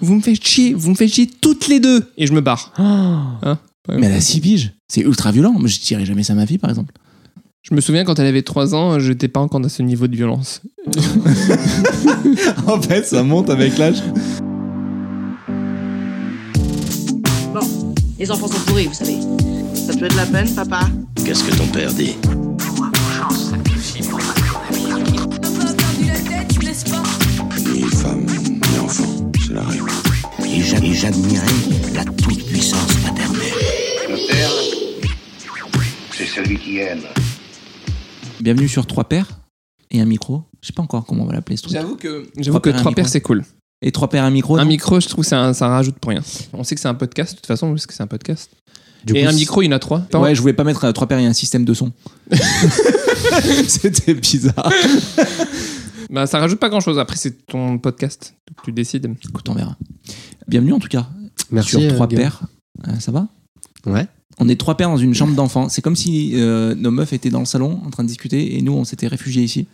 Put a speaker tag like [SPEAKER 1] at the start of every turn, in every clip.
[SPEAKER 1] vous me faites chier, vous me faites chier toutes les deux et je me barre. Hein Ouais.
[SPEAKER 2] Mais elle a 6 piges. C'est ultra violent. Moi, je tirerai jamais ça à ma fille, par exemple.
[SPEAKER 1] Je me souviens quand elle avait 3 ans, je n'étais pas encore à ce niveau de violence.
[SPEAKER 2] en fait, ça monte avec l'âge.
[SPEAKER 3] Les enfants sont pourris, vous savez.
[SPEAKER 4] Ça peut être la peine, papa
[SPEAKER 5] Qu'est-ce que ton père dit
[SPEAKER 6] Ni femme, ni enfant, c'est la règle.
[SPEAKER 5] Et j'a- et j'admirais la toute-puissance paternelle.
[SPEAKER 7] Le père, c'est celui qui aime.
[SPEAKER 2] Bienvenue sur trois paires et un micro. Je sais pas encore comment on va l'appeler ce truc.
[SPEAKER 1] J'avoue que
[SPEAKER 2] Trois
[SPEAKER 1] j'avoue que
[SPEAKER 2] paires, un
[SPEAKER 1] 3 paires
[SPEAKER 2] micro.
[SPEAKER 1] c'est cool.
[SPEAKER 2] Et trois paires, un micro.
[SPEAKER 1] Un
[SPEAKER 2] non
[SPEAKER 1] micro, je trouve ça ça rajoute pour rien. On sait que c'est un podcast de toute façon parce que c'est un podcast.
[SPEAKER 2] Du
[SPEAKER 1] et
[SPEAKER 2] coup,
[SPEAKER 1] un
[SPEAKER 2] c'est-
[SPEAKER 1] micro, il y en a 3.
[SPEAKER 2] Ouais, je voulais pas mettre euh, trois paires et un système de son. C'était bizarre.
[SPEAKER 1] Bah ça rajoute pas grand-chose après c'est ton podcast. Donc, tu décides.
[SPEAKER 2] Écoute, on verra. Bienvenue en tout cas
[SPEAKER 8] Merci.
[SPEAKER 2] sur
[SPEAKER 8] euh,
[SPEAKER 2] trois
[SPEAKER 8] Guillaume.
[SPEAKER 2] paires. Euh, ça va
[SPEAKER 8] Ouais.
[SPEAKER 2] On est trois paires dans une chambre d'enfant. C'est comme si euh, nos meufs étaient dans le salon en train de discuter et nous on s'était réfugiés ici.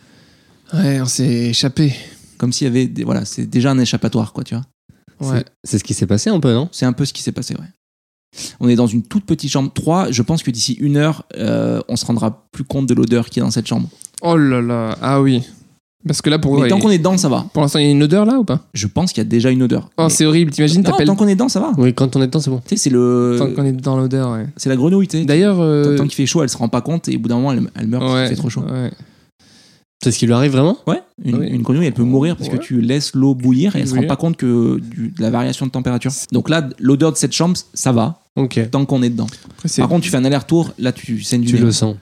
[SPEAKER 1] Ouais, on s'est échappé.
[SPEAKER 2] Comme s'il y avait des- voilà, c'est déjà un échappatoire quoi, tu vois.
[SPEAKER 1] Ouais.
[SPEAKER 8] C'est- C'est ce qui s'est passé un peu, non
[SPEAKER 2] C'est un peu ce qui s'est passé, ouais. On est dans une toute petite chambre 3. Je pense que d'ici une heure, euh, on se rendra plus compte de l'odeur qui est dans cette chambre.
[SPEAKER 1] Oh là là, ah oui. Parce que là pour
[SPEAKER 2] Mais tant qu'on est dedans, ça va.
[SPEAKER 1] pour l'instant, il y a une odeur là ou pas
[SPEAKER 2] Je pense qu'il y a déjà une odeur.
[SPEAKER 1] Oh,
[SPEAKER 2] Mais-
[SPEAKER 1] c'est horrible, t'imagines,
[SPEAKER 2] Non,
[SPEAKER 1] t'appelles
[SPEAKER 2] tant qu'on est dedans, ça va.
[SPEAKER 8] Oui, quand on est dedans, c'est bon.
[SPEAKER 2] Tu sais, c'est le,
[SPEAKER 1] tant qu'on est dans l'odeur. Ouais.
[SPEAKER 2] c'est la grenouille. tu sais.
[SPEAKER 1] D'ailleurs,
[SPEAKER 2] Tant-
[SPEAKER 1] euh,
[SPEAKER 2] Tant qu'il fait chaud, elle se rend pas compte et au bout d'un moment, elle, elle meurt. parce
[SPEAKER 1] ouais,
[SPEAKER 2] qu'il fait trop chaud.
[SPEAKER 1] ouais.
[SPEAKER 8] C'est ce qui lui arrive vraiment
[SPEAKER 2] Ouais. Une,
[SPEAKER 1] Oui.
[SPEAKER 2] une grenouille, elle peut mourir parce
[SPEAKER 1] Ouais.
[SPEAKER 2] que tu laisses l'eau bouillir et elle se rend
[SPEAKER 1] Bouillir.
[SPEAKER 2] pas compte que du- de la variation de température. Donc là, l'odeur de cette chambre, ça va.
[SPEAKER 8] Ok.
[SPEAKER 2] Tant qu'on est dedans.
[SPEAKER 1] Après, c'est-
[SPEAKER 2] Par contre, tu fais un aller-retour, là, tu saignes du
[SPEAKER 8] Tu
[SPEAKER 2] nez.
[SPEAKER 8] le sens.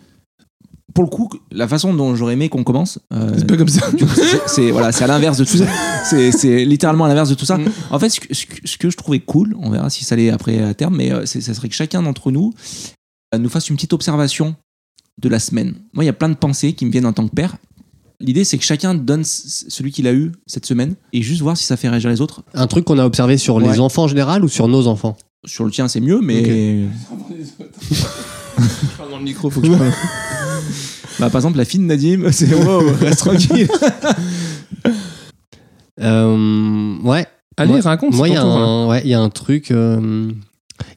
[SPEAKER 2] Pour le coup, la façon dont j'aurais aimé qu'on commence, euh,
[SPEAKER 1] c'est pas comme ça.
[SPEAKER 2] Du coup, c'est- c'est voilà, c'est à l'inverse de tout ça. C'est- C'est littéralement à l'inverse de tout ça.
[SPEAKER 1] Mm.
[SPEAKER 2] En fait, ce que, ce que- ce que je trouvais cool, on verra si ça allait après à terme, mais euh, c'est- ça serait que chacun d'entre nous euh, nous fasse une petite observation de la semaine. Moi, il y a plein de pensées qui me viennent en tant que père. L'idée, c'est que chacun donne c- celui qu'il a eu cette semaine et juste voir si ça fait réagir les autres.
[SPEAKER 8] Un truc qu'on a observé sur
[SPEAKER 2] Ouais.
[SPEAKER 8] les enfants en général ou sur nos enfants
[SPEAKER 2] Sur le tien, c'est mieux, mais
[SPEAKER 1] Je parle dans le micro, faut que je parle.
[SPEAKER 2] bah, par exemple, la fille de Nadim, c'est wow, reste tranquille.
[SPEAKER 8] Euh, Ouais.
[SPEAKER 1] Allez,
[SPEAKER 8] Moi-
[SPEAKER 1] raconte.
[SPEAKER 8] Moi, il y, a
[SPEAKER 1] ton tour, là.
[SPEAKER 8] un- ouais, il y a un truc. euh,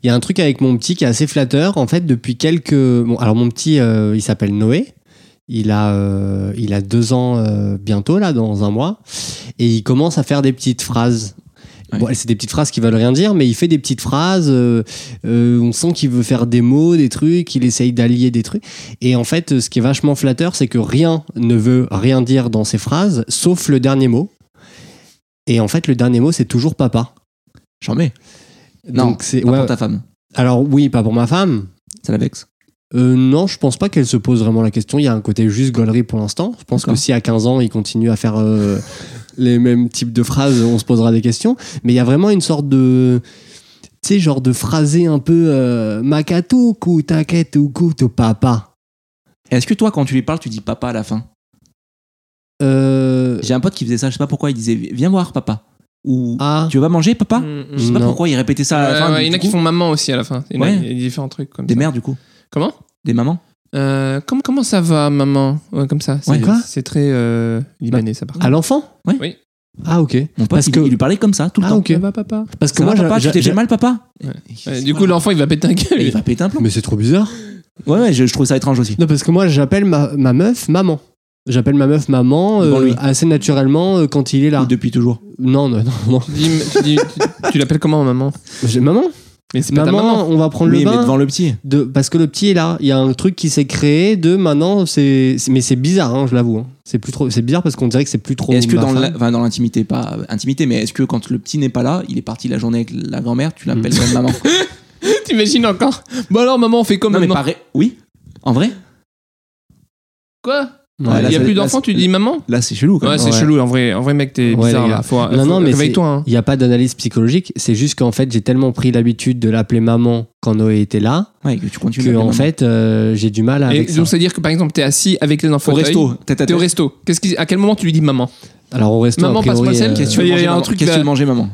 [SPEAKER 8] Il y a un truc avec mon petit qui est assez flatteur. En fait, depuis quelques. Bon, alors, mon petit, euh, il s'appelle Noé. Il a, euh, il a deux ans euh, bientôt, là, dans un mois. Et il commence à faire des petites phrases.
[SPEAKER 2] Ouais.
[SPEAKER 8] Bon, c'est des petites phrases qui veulent rien dire, mais il fait des petites phrases. euh, euh, on sent qu'il veut faire des mots, des trucs. Il essaye d'allier des trucs. Et en fait, ce qui est vachement flatteur, c'est que rien ne veut rien dire dans ces phrases, sauf le dernier mot. Et en fait, le dernier mot, c'est toujours papa.
[SPEAKER 2] J'en mets. Non,
[SPEAKER 8] Donc c'est
[SPEAKER 2] pas
[SPEAKER 8] ouais.
[SPEAKER 2] pour ta femme.
[SPEAKER 8] Alors oui, pas pour ma femme.
[SPEAKER 2] Ça la vexe.
[SPEAKER 8] Euh, non, je pense pas qu'elle se pose vraiment la question. Il y a un côté juste gaulerie pour l'instant. Je pense que
[SPEAKER 2] D'accord.
[SPEAKER 8] si à 15 ans, il continue à faire euh, les mêmes types de phrases, on se posera des questions. Mais il y a vraiment une sorte de. Tu sais, genre de phrasé un peu euh, Makatuku, taketuku, to papa.
[SPEAKER 2] Est-ce que toi, quand tu lui parles, tu dis papa à la fin
[SPEAKER 8] Euh,
[SPEAKER 2] J'ai un pote qui faisait ça, je sais pas pourquoi, il disait viens voir papa. Ou
[SPEAKER 8] ah,
[SPEAKER 2] tu veux pas manger papa
[SPEAKER 1] Mm, mm.
[SPEAKER 2] Je sais pas
[SPEAKER 8] Non.
[SPEAKER 2] pourquoi il répétait ça à la
[SPEAKER 1] Ouais, ouais,
[SPEAKER 2] fin. du-
[SPEAKER 1] Euh, il y en a
[SPEAKER 2] Ah, du
[SPEAKER 1] qui
[SPEAKER 2] coup.
[SPEAKER 1] font maman aussi à la fin. Il y en a-
[SPEAKER 2] Ouais.
[SPEAKER 1] il y a différents trucs comme
[SPEAKER 2] des
[SPEAKER 1] ça.
[SPEAKER 2] mères du coup,
[SPEAKER 1] Comment
[SPEAKER 2] des mamans.
[SPEAKER 1] Euh, comment, comment ça va, maman Ouais, Comme ça. C'est
[SPEAKER 8] Ouais, quoi
[SPEAKER 1] c'est très euh, libanais, ça, par contre.
[SPEAKER 8] à l'enfant
[SPEAKER 2] Ouais.
[SPEAKER 1] Oui.
[SPEAKER 8] Ah, ok.
[SPEAKER 2] Mon pote,
[SPEAKER 8] Parce
[SPEAKER 2] il,
[SPEAKER 8] que-
[SPEAKER 2] il lui parlait comme ça tout le
[SPEAKER 8] Ah,
[SPEAKER 2] temps.
[SPEAKER 8] ok.
[SPEAKER 1] Ça va, papa
[SPEAKER 8] Parce que
[SPEAKER 2] Ça
[SPEAKER 8] moi,
[SPEAKER 2] va,
[SPEAKER 8] j'a-
[SPEAKER 2] papa, tu
[SPEAKER 8] j'a-
[SPEAKER 2] t'es fait
[SPEAKER 8] j'a-
[SPEAKER 2] mal papa
[SPEAKER 1] Ouais.
[SPEAKER 2] Et-
[SPEAKER 1] Ouais, Du coup, l'enfant, il va péter un gueule.
[SPEAKER 2] il va péter un plomb.
[SPEAKER 8] Mais c'est trop bizarre.
[SPEAKER 2] Ouais, ouais, je, je trouve ça étrange aussi.
[SPEAKER 8] Non, parce que moi, j'appelle ma, ma meuf maman. J'appelle ma meuf maman euh,
[SPEAKER 2] Devant lui.
[SPEAKER 8] assez naturellement euh, quand il est là.
[SPEAKER 2] Ou Depuis toujours.
[SPEAKER 8] Non, non, non, non.
[SPEAKER 1] Tu dis- tu dis- tu- tu l'appelles comment, maman
[SPEAKER 8] J'ai- Maman,
[SPEAKER 1] Mais c'est pas
[SPEAKER 8] maman,
[SPEAKER 1] ta maman.
[SPEAKER 8] on va prendre
[SPEAKER 2] Oui,
[SPEAKER 8] le
[SPEAKER 2] mais
[SPEAKER 8] bain.
[SPEAKER 2] devant le petit.
[SPEAKER 8] De, parce que le petit est là. Il y a un truc qui s'est créé de maintenant. C'est, c'est- mais c'est bizarre, hein, je l'avoue. hein. C'est plus trop. C'est bizarre parce qu'on dirait que c'est plus trop.
[SPEAKER 2] Et Est-ce que
[SPEAKER 8] ma
[SPEAKER 2] dans
[SPEAKER 8] femme.
[SPEAKER 2] la- enfin, dans l'intimité, pas euh, intimité, mais est-ce que quand le petit n'est pas là, il est parti la journée avec la grand-mère, tu l'appelles
[SPEAKER 8] Hmm.
[SPEAKER 2] quand même maman
[SPEAKER 1] T'imagines encore Bon alors, maman, on fait comme
[SPEAKER 2] Non, mais
[SPEAKER 1] maintenant
[SPEAKER 2] pareil. Oui, en vrai.
[SPEAKER 1] Quoi
[SPEAKER 8] Ouais,
[SPEAKER 2] là,
[SPEAKER 1] Il y a
[SPEAKER 2] ça-
[SPEAKER 1] plus
[SPEAKER 2] là,
[SPEAKER 1] d'enfants,
[SPEAKER 2] c'est-
[SPEAKER 1] tu dis maman
[SPEAKER 2] Là, c'est chelou quand
[SPEAKER 1] Ouais,
[SPEAKER 2] même.
[SPEAKER 1] c'est
[SPEAKER 8] ouais.
[SPEAKER 1] chelou, en vrai, en vrai mec, t'es
[SPEAKER 8] Ouais,
[SPEAKER 1] bizarre
[SPEAKER 8] les gars.
[SPEAKER 1] là. Faut,
[SPEAKER 8] Non, non, mais
[SPEAKER 1] réveille-toi. hein.
[SPEAKER 8] Il n'y a pas d'analyse psychologique. C'est juste qu'en fait, j'ai tellement pris l'habitude de l'appeler maman quand Noé était là
[SPEAKER 2] Ouais, que tu continues.
[SPEAKER 8] que
[SPEAKER 2] à l'appeler maman.
[SPEAKER 8] en fait, euh, j'ai du mal
[SPEAKER 1] Et
[SPEAKER 8] avec ça.
[SPEAKER 1] donc, c'est-à-dire que par exemple, t'es assis avec les enfants.
[SPEAKER 2] Ah, au resto, tête
[SPEAKER 1] T'es
[SPEAKER 2] à tête.
[SPEAKER 1] au resto. Qu'est-ce qui- à quel moment tu lui dis maman
[SPEAKER 8] Alors on reste.
[SPEAKER 1] Maman,
[SPEAKER 8] a priori,
[SPEAKER 1] passe-moi le sel,
[SPEAKER 8] euh,
[SPEAKER 2] Qu'est-ce que tu veux
[SPEAKER 1] Il y a
[SPEAKER 2] manger,
[SPEAKER 1] un
[SPEAKER 2] maman
[SPEAKER 1] truc
[SPEAKER 2] Qu'est-ce que tu
[SPEAKER 1] là-
[SPEAKER 2] veux manger, maman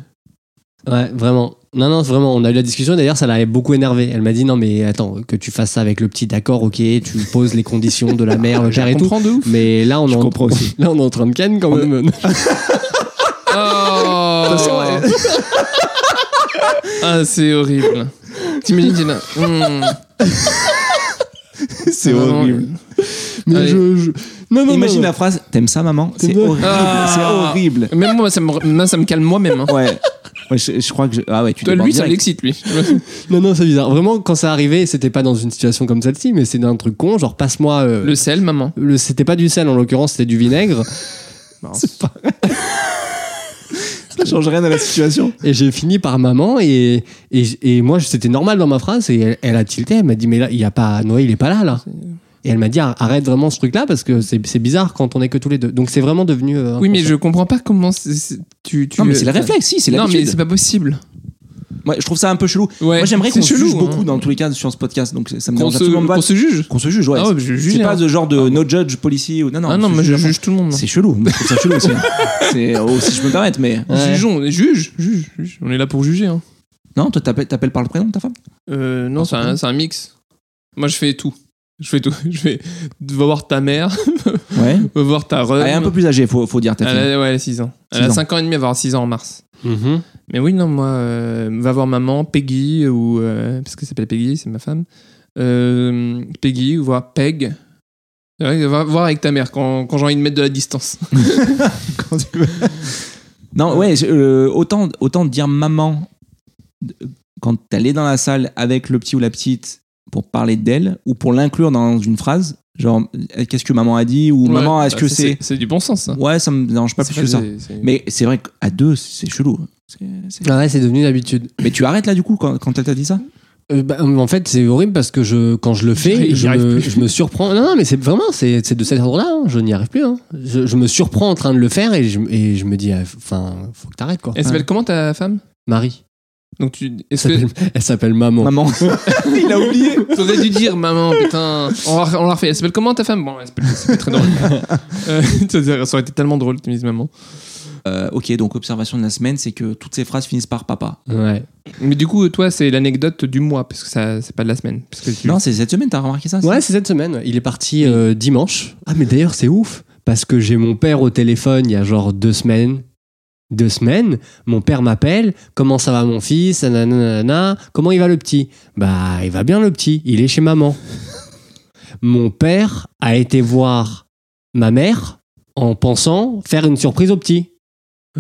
[SPEAKER 8] Ouais, vraiment. Non, non, vraiment, on a eu la discussion. D'ailleurs, ça l'avait beaucoup énervé. Elle m'a dit non, mais attends, que tu fasses ça avec le petit, d'accord, ok, tu poses les conditions de la mère, le père et tout.
[SPEAKER 1] Comprends de ouf.
[SPEAKER 8] Mais là, on, est en-
[SPEAKER 2] comprends aussi.
[SPEAKER 8] là, on est en train de canne quand
[SPEAKER 2] On est-
[SPEAKER 8] même.
[SPEAKER 1] Oh. Ah, c'est horrible. T'imagines, Jenna Hmm.
[SPEAKER 8] C'est
[SPEAKER 1] vraiment-
[SPEAKER 8] Mais
[SPEAKER 1] Allez.
[SPEAKER 8] je, je- Non, non,
[SPEAKER 2] Imagine
[SPEAKER 8] non,
[SPEAKER 2] la phrase T'aimes ça, maman C'est
[SPEAKER 8] T'aimes ça
[SPEAKER 2] horrible.
[SPEAKER 1] Ah.
[SPEAKER 2] C'est horrible.
[SPEAKER 1] Même moi, ça me, moi, ça me calme moi-même. hein.
[SPEAKER 2] Ouais. Ouais, je, je crois que. je- Ah ouais, tu
[SPEAKER 1] Toi,
[SPEAKER 2] débordes
[SPEAKER 1] lui, ça l'excite,
[SPEAKER 2] direct.
[SPEAKER 1] lui.
[SPEAKER 8] non, non, c'est bizarre. Vraiment, quand ça arrivait, c'était pas dans une situation comme celle-ci, mais c'est d'un truc con, genre passe-moi. euh,
[SPEAKER 1] Le sel, maman.
[SPEAKER 8] le- C'était pas du sel en l'occurrence, c'était du vinaigre.
[SPEAKER 2] Ça change rien à la situation.
[SPEAKER 8] Et j'ai fini par maman et, et, et moi c'était normal dans ma phrase et elle, elle a tilté, elle m'a dit mais là il y a pas Noé il est pas là là. Et elle m'a dit Ar- arrête vraiment ce truc là parce que c'est c'est bizarre quand on est que tous les deux. Donc c'est vraiment devenu. euh,
[SPEAKER 1] Oui, mais
[SPEAKER 8] inconscient.
[SPEAKER 1] je comprends pas comment c'est- c'est- tu, tu.
[SPEAKER 2] Non, mais c'est le réflexe, si, c'est
[SPEAKER 1] Non, mais
[SPEAKER 2] l'habitude.
[SPEAKER 1] c'est pas possible.
[SPEAKER 2] Ouais, je trouve ça un peu chelou.
[SPEAKER 1] Ouais,
[SPEAKER 2] Moi, j'aimerais
[SPEAKER 1] c'est
[SPEAKER 2] qu'on se
[SPEAKER 1] chelou,
[SPEAKER 2] juge
[SPEAKER 1] hein.
[SPEAKER 2] beaucoup dans tous les cas sur ce podcast, donc ça me
[SPEAKER 1] Qu'on
[SPEAKER 2] dérange
[SPEAKER 1] se,
[SPEAKER 2] absolument pas.
[SPEAKER 1] qu'on se juge.
[SPEAKER 2] Qu'on se juge, ouais.
[SPEAKER 1] Ah ouais, je juge.
[SPEAKER 2] c'est pas
[SPEAKER 1] hein.
[SPEAKER 2] de genre de no judge policy ou non non.
[SPEAKER 1] Ah non,
[SPEAKER 2] c'est
[SPEAKER 1] mais je
[SPEAKER 2] vraiment-
[SPEAKER 1] juge tout le monde.
[SPEAKER 2] C'est chelou. Moi, je trouve ça chelou aussi. c'est oh, si je peux me permettre, mais
[SPEAKER 8] Ouais.
[SPEAKER 1] Jugeons, juge, juge, juge. On est là pour juger. Hein.
[SPEAKER 2] non, toi t'appelles, t'appelles par le prénom de ta femme.
[SPEAKER 1] Euh, non, c'est un, c'est un mix. Moi, je fais tout. Je fais tout. Je vais va voir ta mère,
[SPEAKER 2] Ouais.
[SPEAKER 1] va voir ta run.
[SPEAKER 2] Elle est un peu plus âgée, faut faut dire ta fille.
[SPEAKER 1] Euh, Elle a, ouais, elle a 6 ans. Elle
[SPEAKER 2] Six
[SPEAKER 1] a
[SPEAKER 2] ans.
[SPEAKER 1] 5 ans et demi, elle va avoir 6 ans en mars.
[SPEAKER 8] Mhm.
[SPEAKER 1] Mais oui, non, moi, euh, va voir maman, Peggy, ou. euh, parce qu'elle s'appelle Peggy, c'est ma femme. Euh, Peggy, ou voir Peg. C'est vrai, va voir avec ta mère quand, quand j'ai envie de mettre de la distance.
[SPEAKER 2] Quand tu veux. Non, ouais, je- euh, autant, autant dire maman de- quand elle est dans la salle avec le petit ou la petite pour parler d'elle ou pour l'inclure dans une phrase, genre euh, qu'est-ce que maman a dit ou
[SPEAKER 1] Ouais,
[SPEAKER 2] maman, est-ce
[SPEAKER 1] bah,
[SPEAKER 2] que
[SPEAKER 1] ça,
[SPEAKER 2] c'est.
[SPEAKER 1] C'est du bon sens, ça.
[SPEAKER 2] Ouais, ça me dérange pas
[SPEAKER 1] C'est
[SPEAKER 2] plus que ça.
[SPEAKER 1] c'est- c'est-
[SPEAKER 2] Mais c'est vrai qu'à deux, c'est chelou. C'est- c'est-
[SPEAKER 8] Ah ouais c'est devenu l'habitude.
[SPEAKER 2] Mais tu arrêtes là du coup quand, quand elle t'a dit ça
[SPEAKER 8] Euh, bah, en fait c'est horrible parce que je quand je le
[SPEAKER 1] Il
[SPEAKER 8] fais
[SPEAKER 1] y
[SPEAKER 8] je
[SPEAKER 1] arrive
[SPEAKER 8] me,
[SPEAKER 1] plus.
[SPEAKER 8] je me surprends. Non, non mais c'est vraiment c'est c'est de cet ordre là. Je n'y arrive plus. hein. Je, je me surprends en train de le faire et je, et je me dis ah, enfin faut que t'arrêtes quoi.
[SPEAKER 1] Elle s'appelle comment ta femme
[SPEAKER 8] Marie.
[SPEAKER 1] Donc tu.
[SPEAKER 8] Elle
[SPEAKER 1] Est-ce
[SPEAKER 8] s'appelle-
[SPEAKER 1] que.
[SPEAKER 8] Elle s'appelle maman.
[SPEAKER 2] Maman. Il a oublié.
[SPEAKER 1] T'aurais dû dire maman, putain. On la, on la refait. Elle s'appelle comment ta femme Bon, elle s'appelle. C'est très drôle. Euh, ça aurait été tellement drôle, tu me dises maman.
[SPEAKER 2] Euh, ok, donc observation de la semaine, c'est que toutes ces phrases finissent par papa.
[SPEAKER 8] Ouais.
[SPEAKER 1] Mais du coup, toi, c'est l'anecdote du mois, parce que ça, c'est pas de la semaine. Parce que tu-
[SPEAKER 2] Non, c'est cette semaine, t'as remarqué ça
[SPEAKER 8] Ouais, Ah, c'est cette semaine. ouais. Il est parti euh, dimanche. Ah, mais d'ailleurs, c'est ouf. Parce que j'ai mon père au téléphone il y a genre deux semaines. Deux semaines, mon père m'appelle. Comment ça va, mon fils Ah, nanana, nanana. Comment il va, le petit Bah, il va bien, le petit. Il est chez maman. mon père a été voir ma mère en pensant faire une surprise au petit.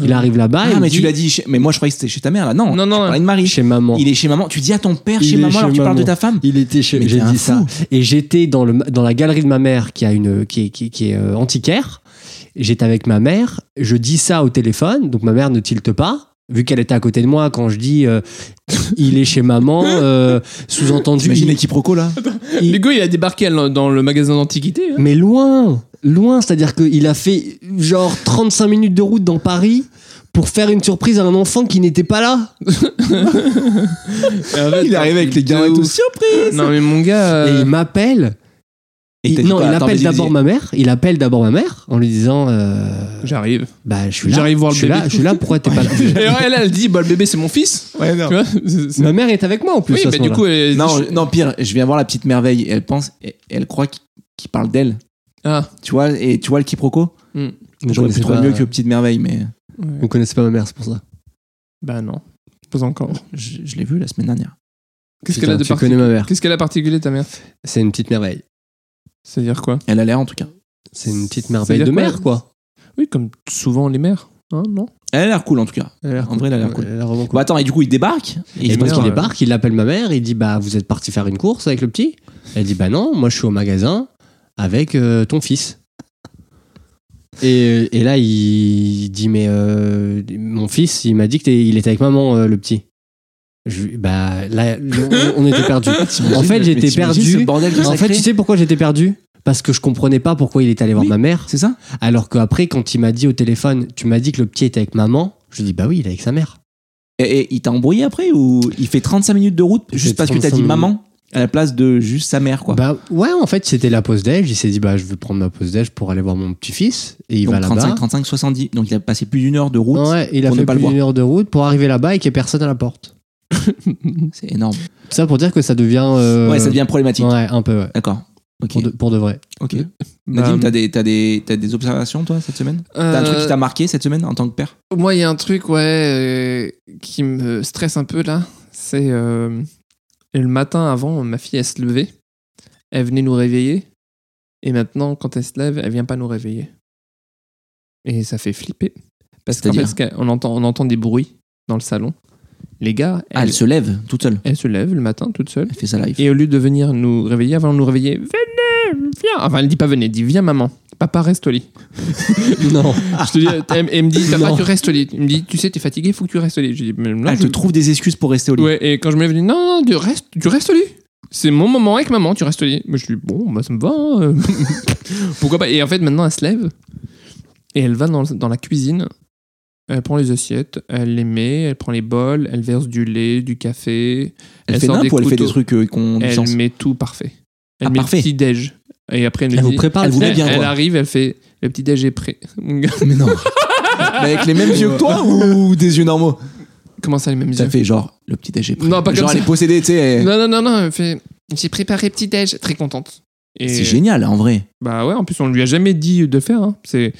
[SPEAKER 8] Il arrive là-bas.
[SPEAKER 2] Ah,
[SPEAKER 8] il me
[SPEAKER 2] mais tu
[SPEAKER 8] dit,
[SPEAKER 2] l'as dit. chez- Mais moi, je croyais que c'était chez ta mère là. Non,
[SPEAKER 1] Non, non,
[SPEAKER 2] tu parlais de Marie.
[SPEAKER 8] chez maman.
[SPEAKER 2] Il est chez maman. Tu dis à ton père
[SPEAKER 8] Il
[SPEAKER 2] chez
[SPEAKER 8] est
[SPEAKER 2] maman
[SPEAKER 8] chez
[SPEAKER 2] alors que tu parles
[SPEAKER 8] maman.
[SPEAKER 2] de ta femme.
[SPEAKER 8] Il était chez.
[SPEAKER 2] Mais
[SPEAKER 8] J'ai
[SPEAKER 2] t'es un
[SPEAKER 8] dit ça.
[SPEAKER 2] fou.
[SPEAKER 8] Et j'étais dans, le, dans la galerie de ma mère qui, a une, qui, est- qui, est- qui est euh, antiquaire. J'étais avec ma mère. Je dis ça au téléphone. Donc ma mère ne tilte pas. Vu qu'elle était à côté de moi, quand je dis euh, il est chez maman, euh, sous-entendu.
[SPEAKER 2] T'imagines
[SPEAKER 8] il-
[SPEAKER 2] les quiproquos là
[SPEAKER 8] il-
[SPEAKER 1] Hugo, il a débarqué à- dans le magasin d'antiquité. hein.
[SPEAKER 8] mais loin, loin. C'est-à-dire qu'il a fait genre 35 minutes de route dans Paris pour faire une surprise à un enfant qui n'était pas là.
[SPEAKER 1] Et en fait,
[SPEAKER 2] Il arrive avec les gamins et
[SPEAKER 1] de
[SPEAKER 2] tout.
[SPEAKER 1] ouf. Non, mais mon gars.
[SPEAKER 8] Et
[SPEAKER 1] euh,
[SPEAKER 8] il m'appelle.
[SPEAKER 2] Et t'as dit
[SPEAKER 8] non,
[SPEAKER 2] quoi
[SPEAKER 8] il
[SPEAKER 2] Attends,
[SPEAKER 8] appelle
[SPEAKER 2] vas-y, vas-y.
[SPEAKER 8] d'abord ma mère. Il appelle d'abord ma mère en lui disant. euh,
[SPEAKER 1] J'arrive.
[SPEAKER 8] Bah, je suis là.
[SPEAKER 1] J'arrive voir le
[SPEAKER 8] je suis
[SPEAKER 1] bébé.
[SPEAKER 8] Là, je suis là, pourquoi t'es pas là
[SPEAKER 1] Et alors, elle, elle dit bah, le bébé, c'est mon fils.
[SPEAKER 2] Ouais, non.
[SPEAKER 1] Tu vois C'est- c'est-
[SPEAKER 8] Ma mère est avec moi en plus.
[SPEAKER 1] Oui,
[SPEAKER 8] à
[SPEAKER 1] bah,
[SPEAKER 8] ce
[SPEAKER 1] du
[SPEAKER 8] moment-là.
[SPEAKER 1] coup, elle.
[SPEAKER 2] Non, je- non, pire, je viens voir la petite merveille. et Elle pense, et- elle croit qu'il qu'il parle d'elle.
[SPEAKER 1] Ah.
[SPEAKER 2] Tu vois, et tu vois le quiproquo
[SPEAKER 8] Vous
[SPEAKER 2] J'aurais pu
[SPEAKER 8] connaissez
[SPEAKER 2] trouver
[SPEAKER 8] pas-
[SPEAKER 2] mieux que Petite Merveille, mais
[SPEAKER 8] Vous connaissez pas ma mère, c'est pour ça.
[SPEAKER 1] Bah, non. Pas encore.
[SPEAKER 2] je, je l'ai vu la semaine dernière.
[SPEAKER 1] Qu'est-ce
[SPEAKER 8] Putain,
[SPEAKER 1] qu'elle a de
[SPEAKER 8] Tu
[SPEAKER 1] particulier
[SPEAKER 8] connais ma mère.
[SPEAKER 1] Qu'est-ce qu'elle a particulier, ta mère
[SPEAKER 8] C'est une petite merveille.
[SPEAKER 1] C'est-à-dire quoi
[SPEAKER 2] Elle a l'air en tout cas.
[SPEAKER 8] C'est une petite merveille de
[SPEAKER 1] C'est-à-dire
[SPEAKER 8] mère, quoi.
[SPEAKER 1] Oui, comme souvent les mères. Hein, non Euh,
[SPEAKER 2] Elle a l'air cool en tout
[SPEAKER 8] Ah,
[SPEAKER 2] cas.
[SPEAKER 1] Elle a l'air
[SPEAKER 2] En vrai, elle a l'air cool.
[SPEAKER 8] Elle a vraiment
[SPEAKER 2] Bon,
[SPEAKER 8] cool.
[SPEAKER 2] attends, et du coup, il débarque. Et
[SPEAKER 8] Et
[SPEAKER 2] il
[SPEAKER 8] donc,
[SPEAKER 1] mère,
[SPEAKER 8] il
[SPEAKER 1] euh,
[SPEAKER 8] débarque, il appelle ma mère, il dit Bah, vous êtes parti faire une course avec le petit Elle dit Bah, non, moi je suis au magasin avec euh, ton fils. Et, et là, il dit Mais euh, mon fils, il m'a dit qu'il était avec maman, euh, le petit. Je lui- bah, là, on on était perdus. en fait, j'étais perdu. En fait, tu sais pourquoi j'étais perdu Parce que je comprenais pas pourquoi il est allé voir
[SPEAKER 2] Oui.
[SPEAKER 8] ma mère.
[SPEAKER 2] c'est ça
[SPEAKER 8] Alors qu'après, quand il m'a dit au téléphone, tu m'as dit que le petit était avec maman, je lui dis bah oui, il est avec sa mère.
[SPEAKER 2] et, et il t'a embrouillé après ou il fait 35 minutes de route
[SPEAKER 8] Il
[SPEAKER 2] juste
[SPEAKER 8] fait
[SPEAKER 2] parce que t'as
[SPEAKER 8] 35
[SPEAKER 2] dit maman à la place de juste sa mère quoi.
[SPEAKER 8] Bah ouais, en fait, c'était la pause déj. Il s'est dit bah je veux prendre ma pause déj pour aller voir mon petit fils et il
[SPEAKER 2] Donc
[SPEAKER 8] va là-bas.
[SPEAKER 2] 35, 35, 70. Donc il a passé plus d'une heure de route.
[SPEAKER 8] Ouais, il a
[SPEAKER 2] pour ne
[SPEAKER 8] fait
[SPEAKER 2] pas le
[SPEAKER 8] plus
[SPEAKER 2] voir.
[SPEAKER 8] d'une heure de route pour arriver là-bas et qu'il n'y ait personne à la porte.
[SPEAKER 2] C'est énorme.
[SPEAKER 8] Tout ça pour dire que ça devient. euh,
[SPEAKER 2] Ouais, ça devient problématique.
[SPEAKER 8] Ouais, un peu. ouais.
[SPEAKER 2] D'accord. Ok.
[SPEAKER 8] pour, de, Euh, pour de vrai.
[SPEAKER 2] ok.
[SPEAKER 1] Bah,
[SPEAKER 2] Nadim, t'as des, t'as des, t'as des observations, toi, cette semaine
[SPEAKER 1] euh,
[SPEAKER 2] T'as un truc
[SPEAKER 8] Euh,
[SPEAKER 2] qui t'a marqué cette semaine en tant que père
[SPEAKER 1] Moi, il y a un truc, ouais, euh, qui me stresse un peu là. C'est euh, le matin avant, ma fille, elle se levait. Elle venait nous réveiller. Et maintenant, quand elle se lève, elle vient pas nous réveiller. Et ça fait flipper. Parce qu'en fait,
[SPEAKER 2] C'est-à-dire
[SPEAKER 1] ce qu'elle- on entend, on entend des bruits dans le salon. Les gars,
[SPEAKER 2] Ah, elle
[SPEAKER 1] elle-
[SPEAKER 2] se lève toute seule.
[SPEAKER 1] elle se lève le matin toute seule.
[SPEAKER 2] Elle fait ça live.
[SPEAKER 1] Et au lieu de venir nous réveiller, avant de nous réveiller, venez, viens. Enfin, elle dit pas venez, elle dit viens maman. Papa reste au lit.
[SPEAKER 8] non.
[SPEAKER 1] Je te dis, elle, elle me dit papa
[SPEAKER 8] Non.
[SPEAKER 1] tu restes au lit. Elle me dit tu sais t'es fatigué, faut que tu restes au lit. Je dis mais non.
[SPEAKER 2] elle
[SPEAKER 1] je-
[SPEAKER 2] te trouve des excuses pour rester au lit.
[SPEAKER 1] Ouais. Et quand je me lève, elle dit non non non, tu restes, tu restes au lit. C'est mon moment avec maman, tu restes au lit. Moi je dis bon bah ça me va. hein. Pourquoi pas. Et en fait maintenant elle se lève et elle va dans, le- dans la cuisine. Elle prend les assiettes, elle les met, elle prend les bols, elle verse du lait, du café,
[SPEAKER 2] Elle,
[SPEAKER 1] Elle
[SPEAKER 2] fait
[SPEAKER 1] sort
[SPEAKER 2] n'importe
[SPEAKER 1] des
[SPEAKER 2] ou elle fait des
[SPEAKER 1] couteaux.
[SPEAKER 2] trucs euh, qui ont du
[SPEAKER 1] elle
[SPEAKER 2] sens.
[SPEAKER 1] met tout parfait. Elle
[SPEAKER 2] Ah,
[SPEAKER 1] met
[SPEAKER 2] parfait.
[SPEAKER 1] le petit déj. Et après, elle nous
[SPEAKER 8] Elle vous
[SPEAKER 1] dit-
[SPEAKER 8] prépare
[SPEAKER 2] elle
[SPEAKER 8] le
[SPEAKER 2] voulait
[SPEAKER 8] petit
[SPEAKER 2] bien
[SPEAKER 8] déj.
[SPEAKER 1] elle
[SPEAKER 2] voir.
[SPEAKER 1] arrive, elle fait le petit déj est prêt. Mon gars,
[SPEAKER 2] Mais non. Mais avec les mêmes yeux que toi ou des yeux normaux
[SPEAKER 1] Comment ça les mêmes
[SPEAKER 2] Ça
[SPEAKER 1] yeux
[SPEAKER 2] fait genre le petit déj est prêt.
[SPEAKER 1] Non, pas comme
[SPEAKER 2] genre
[SPEAKER 1] ça.
[SPEAKER 2] elle est possédée, tu sais. elle-
[SPEAKER 1] Non non non non, elle fait j'ai préparé petit déj, très contente. Et
[SPEAKER 2] C'est génial en vrai.
[SPEAKER 1] Bah ouais, en plus on lui a jamais dit de faire. hein. C'est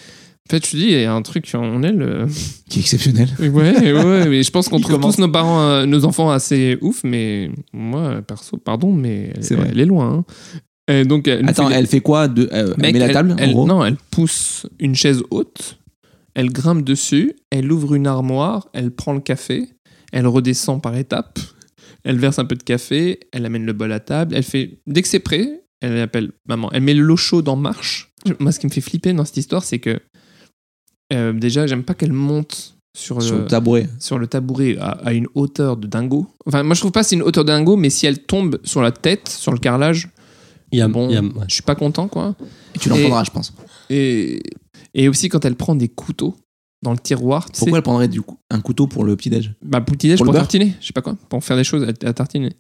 [SPEAKER 1] en fait, je te dis, il y a un truc en elle. euh,
[SPEAKER 2] Qui est exceptionnel.
[SPEAKER 1] Ouais, ouais, mais je pense qu'on
[SPEAKER 2] Il
[SPEAKER 1] trouve
[SPEAKER 2] commence.
[SPEAKER 1] tous nos parents, euh, nos enfants assez ouf, mais moi, perso, pardon, mais elle,
[SPEAKER 2] C'est vrai.
[SPEAKER 1] elle est loin. hein. Et donc, elle nous
[SPEAKER 2] Attends,
[SPEAKER 1] fait des-
[SPEAKER 2] elle fait quoi de, euh, Elle
[SPEAKER 1] Mec,
[SPEAKER 2] met la table
[SPEAKER 1] elle-
[SPEAKER 2] en gros.
[SPEAKER 1] Non, elle pousse une chaise haute, elle grimpe dessus, elle ouvre une armoire, elle prend le café, elle redescend par étapes, elle verse un peu de café, elle amène le bol à table, elle fait. Dès que c'est prêt, elle appelle maman. Elle met l'eau chaude en marche. Moi, ce qui me fait flipper dans cette histoire, c'est que. euh, déjà, j'aime pas qu'elle monte sur,
[SPEAKER 2] Sur
[SPEAKER 1] le,
[SPEAKER 2] le tabouret.
[SPEAKER 1] sur le tabouret à, à une hauteur de dingo. Enfin, moi, je trouve pas que c'est une hauteur de dingo, mais si elle tombe sur la tête, sur le carrelage,
[SPEAKER 8] Yam,
[SPEAKER 1] bon,
[SPEAKER 8] yam, ouais.
[SPEAKER 1] je suis pas content, quoi.
[SPEAKER 2] Et tu l'entendras, je pense.
[SPEAKER 1] Et, et aussi quand elle prend des couteaux dans le tiroir, tu
[SPEAKER 2] Pourquoi
[SPEAKER 1] sais,
[SPEAKER 2] elle prendrait du coup un couteau pour le petit déj
[SPEAKER 1] bah, pour, le petit-déj,
[SPEAKER 2] Pour le
[SPEAKER 1] pour
[SPEAKER 2] beurre
[SPEAKER 1] tartiner, je sais pas quoi, pour faire des choses à, à tartiner.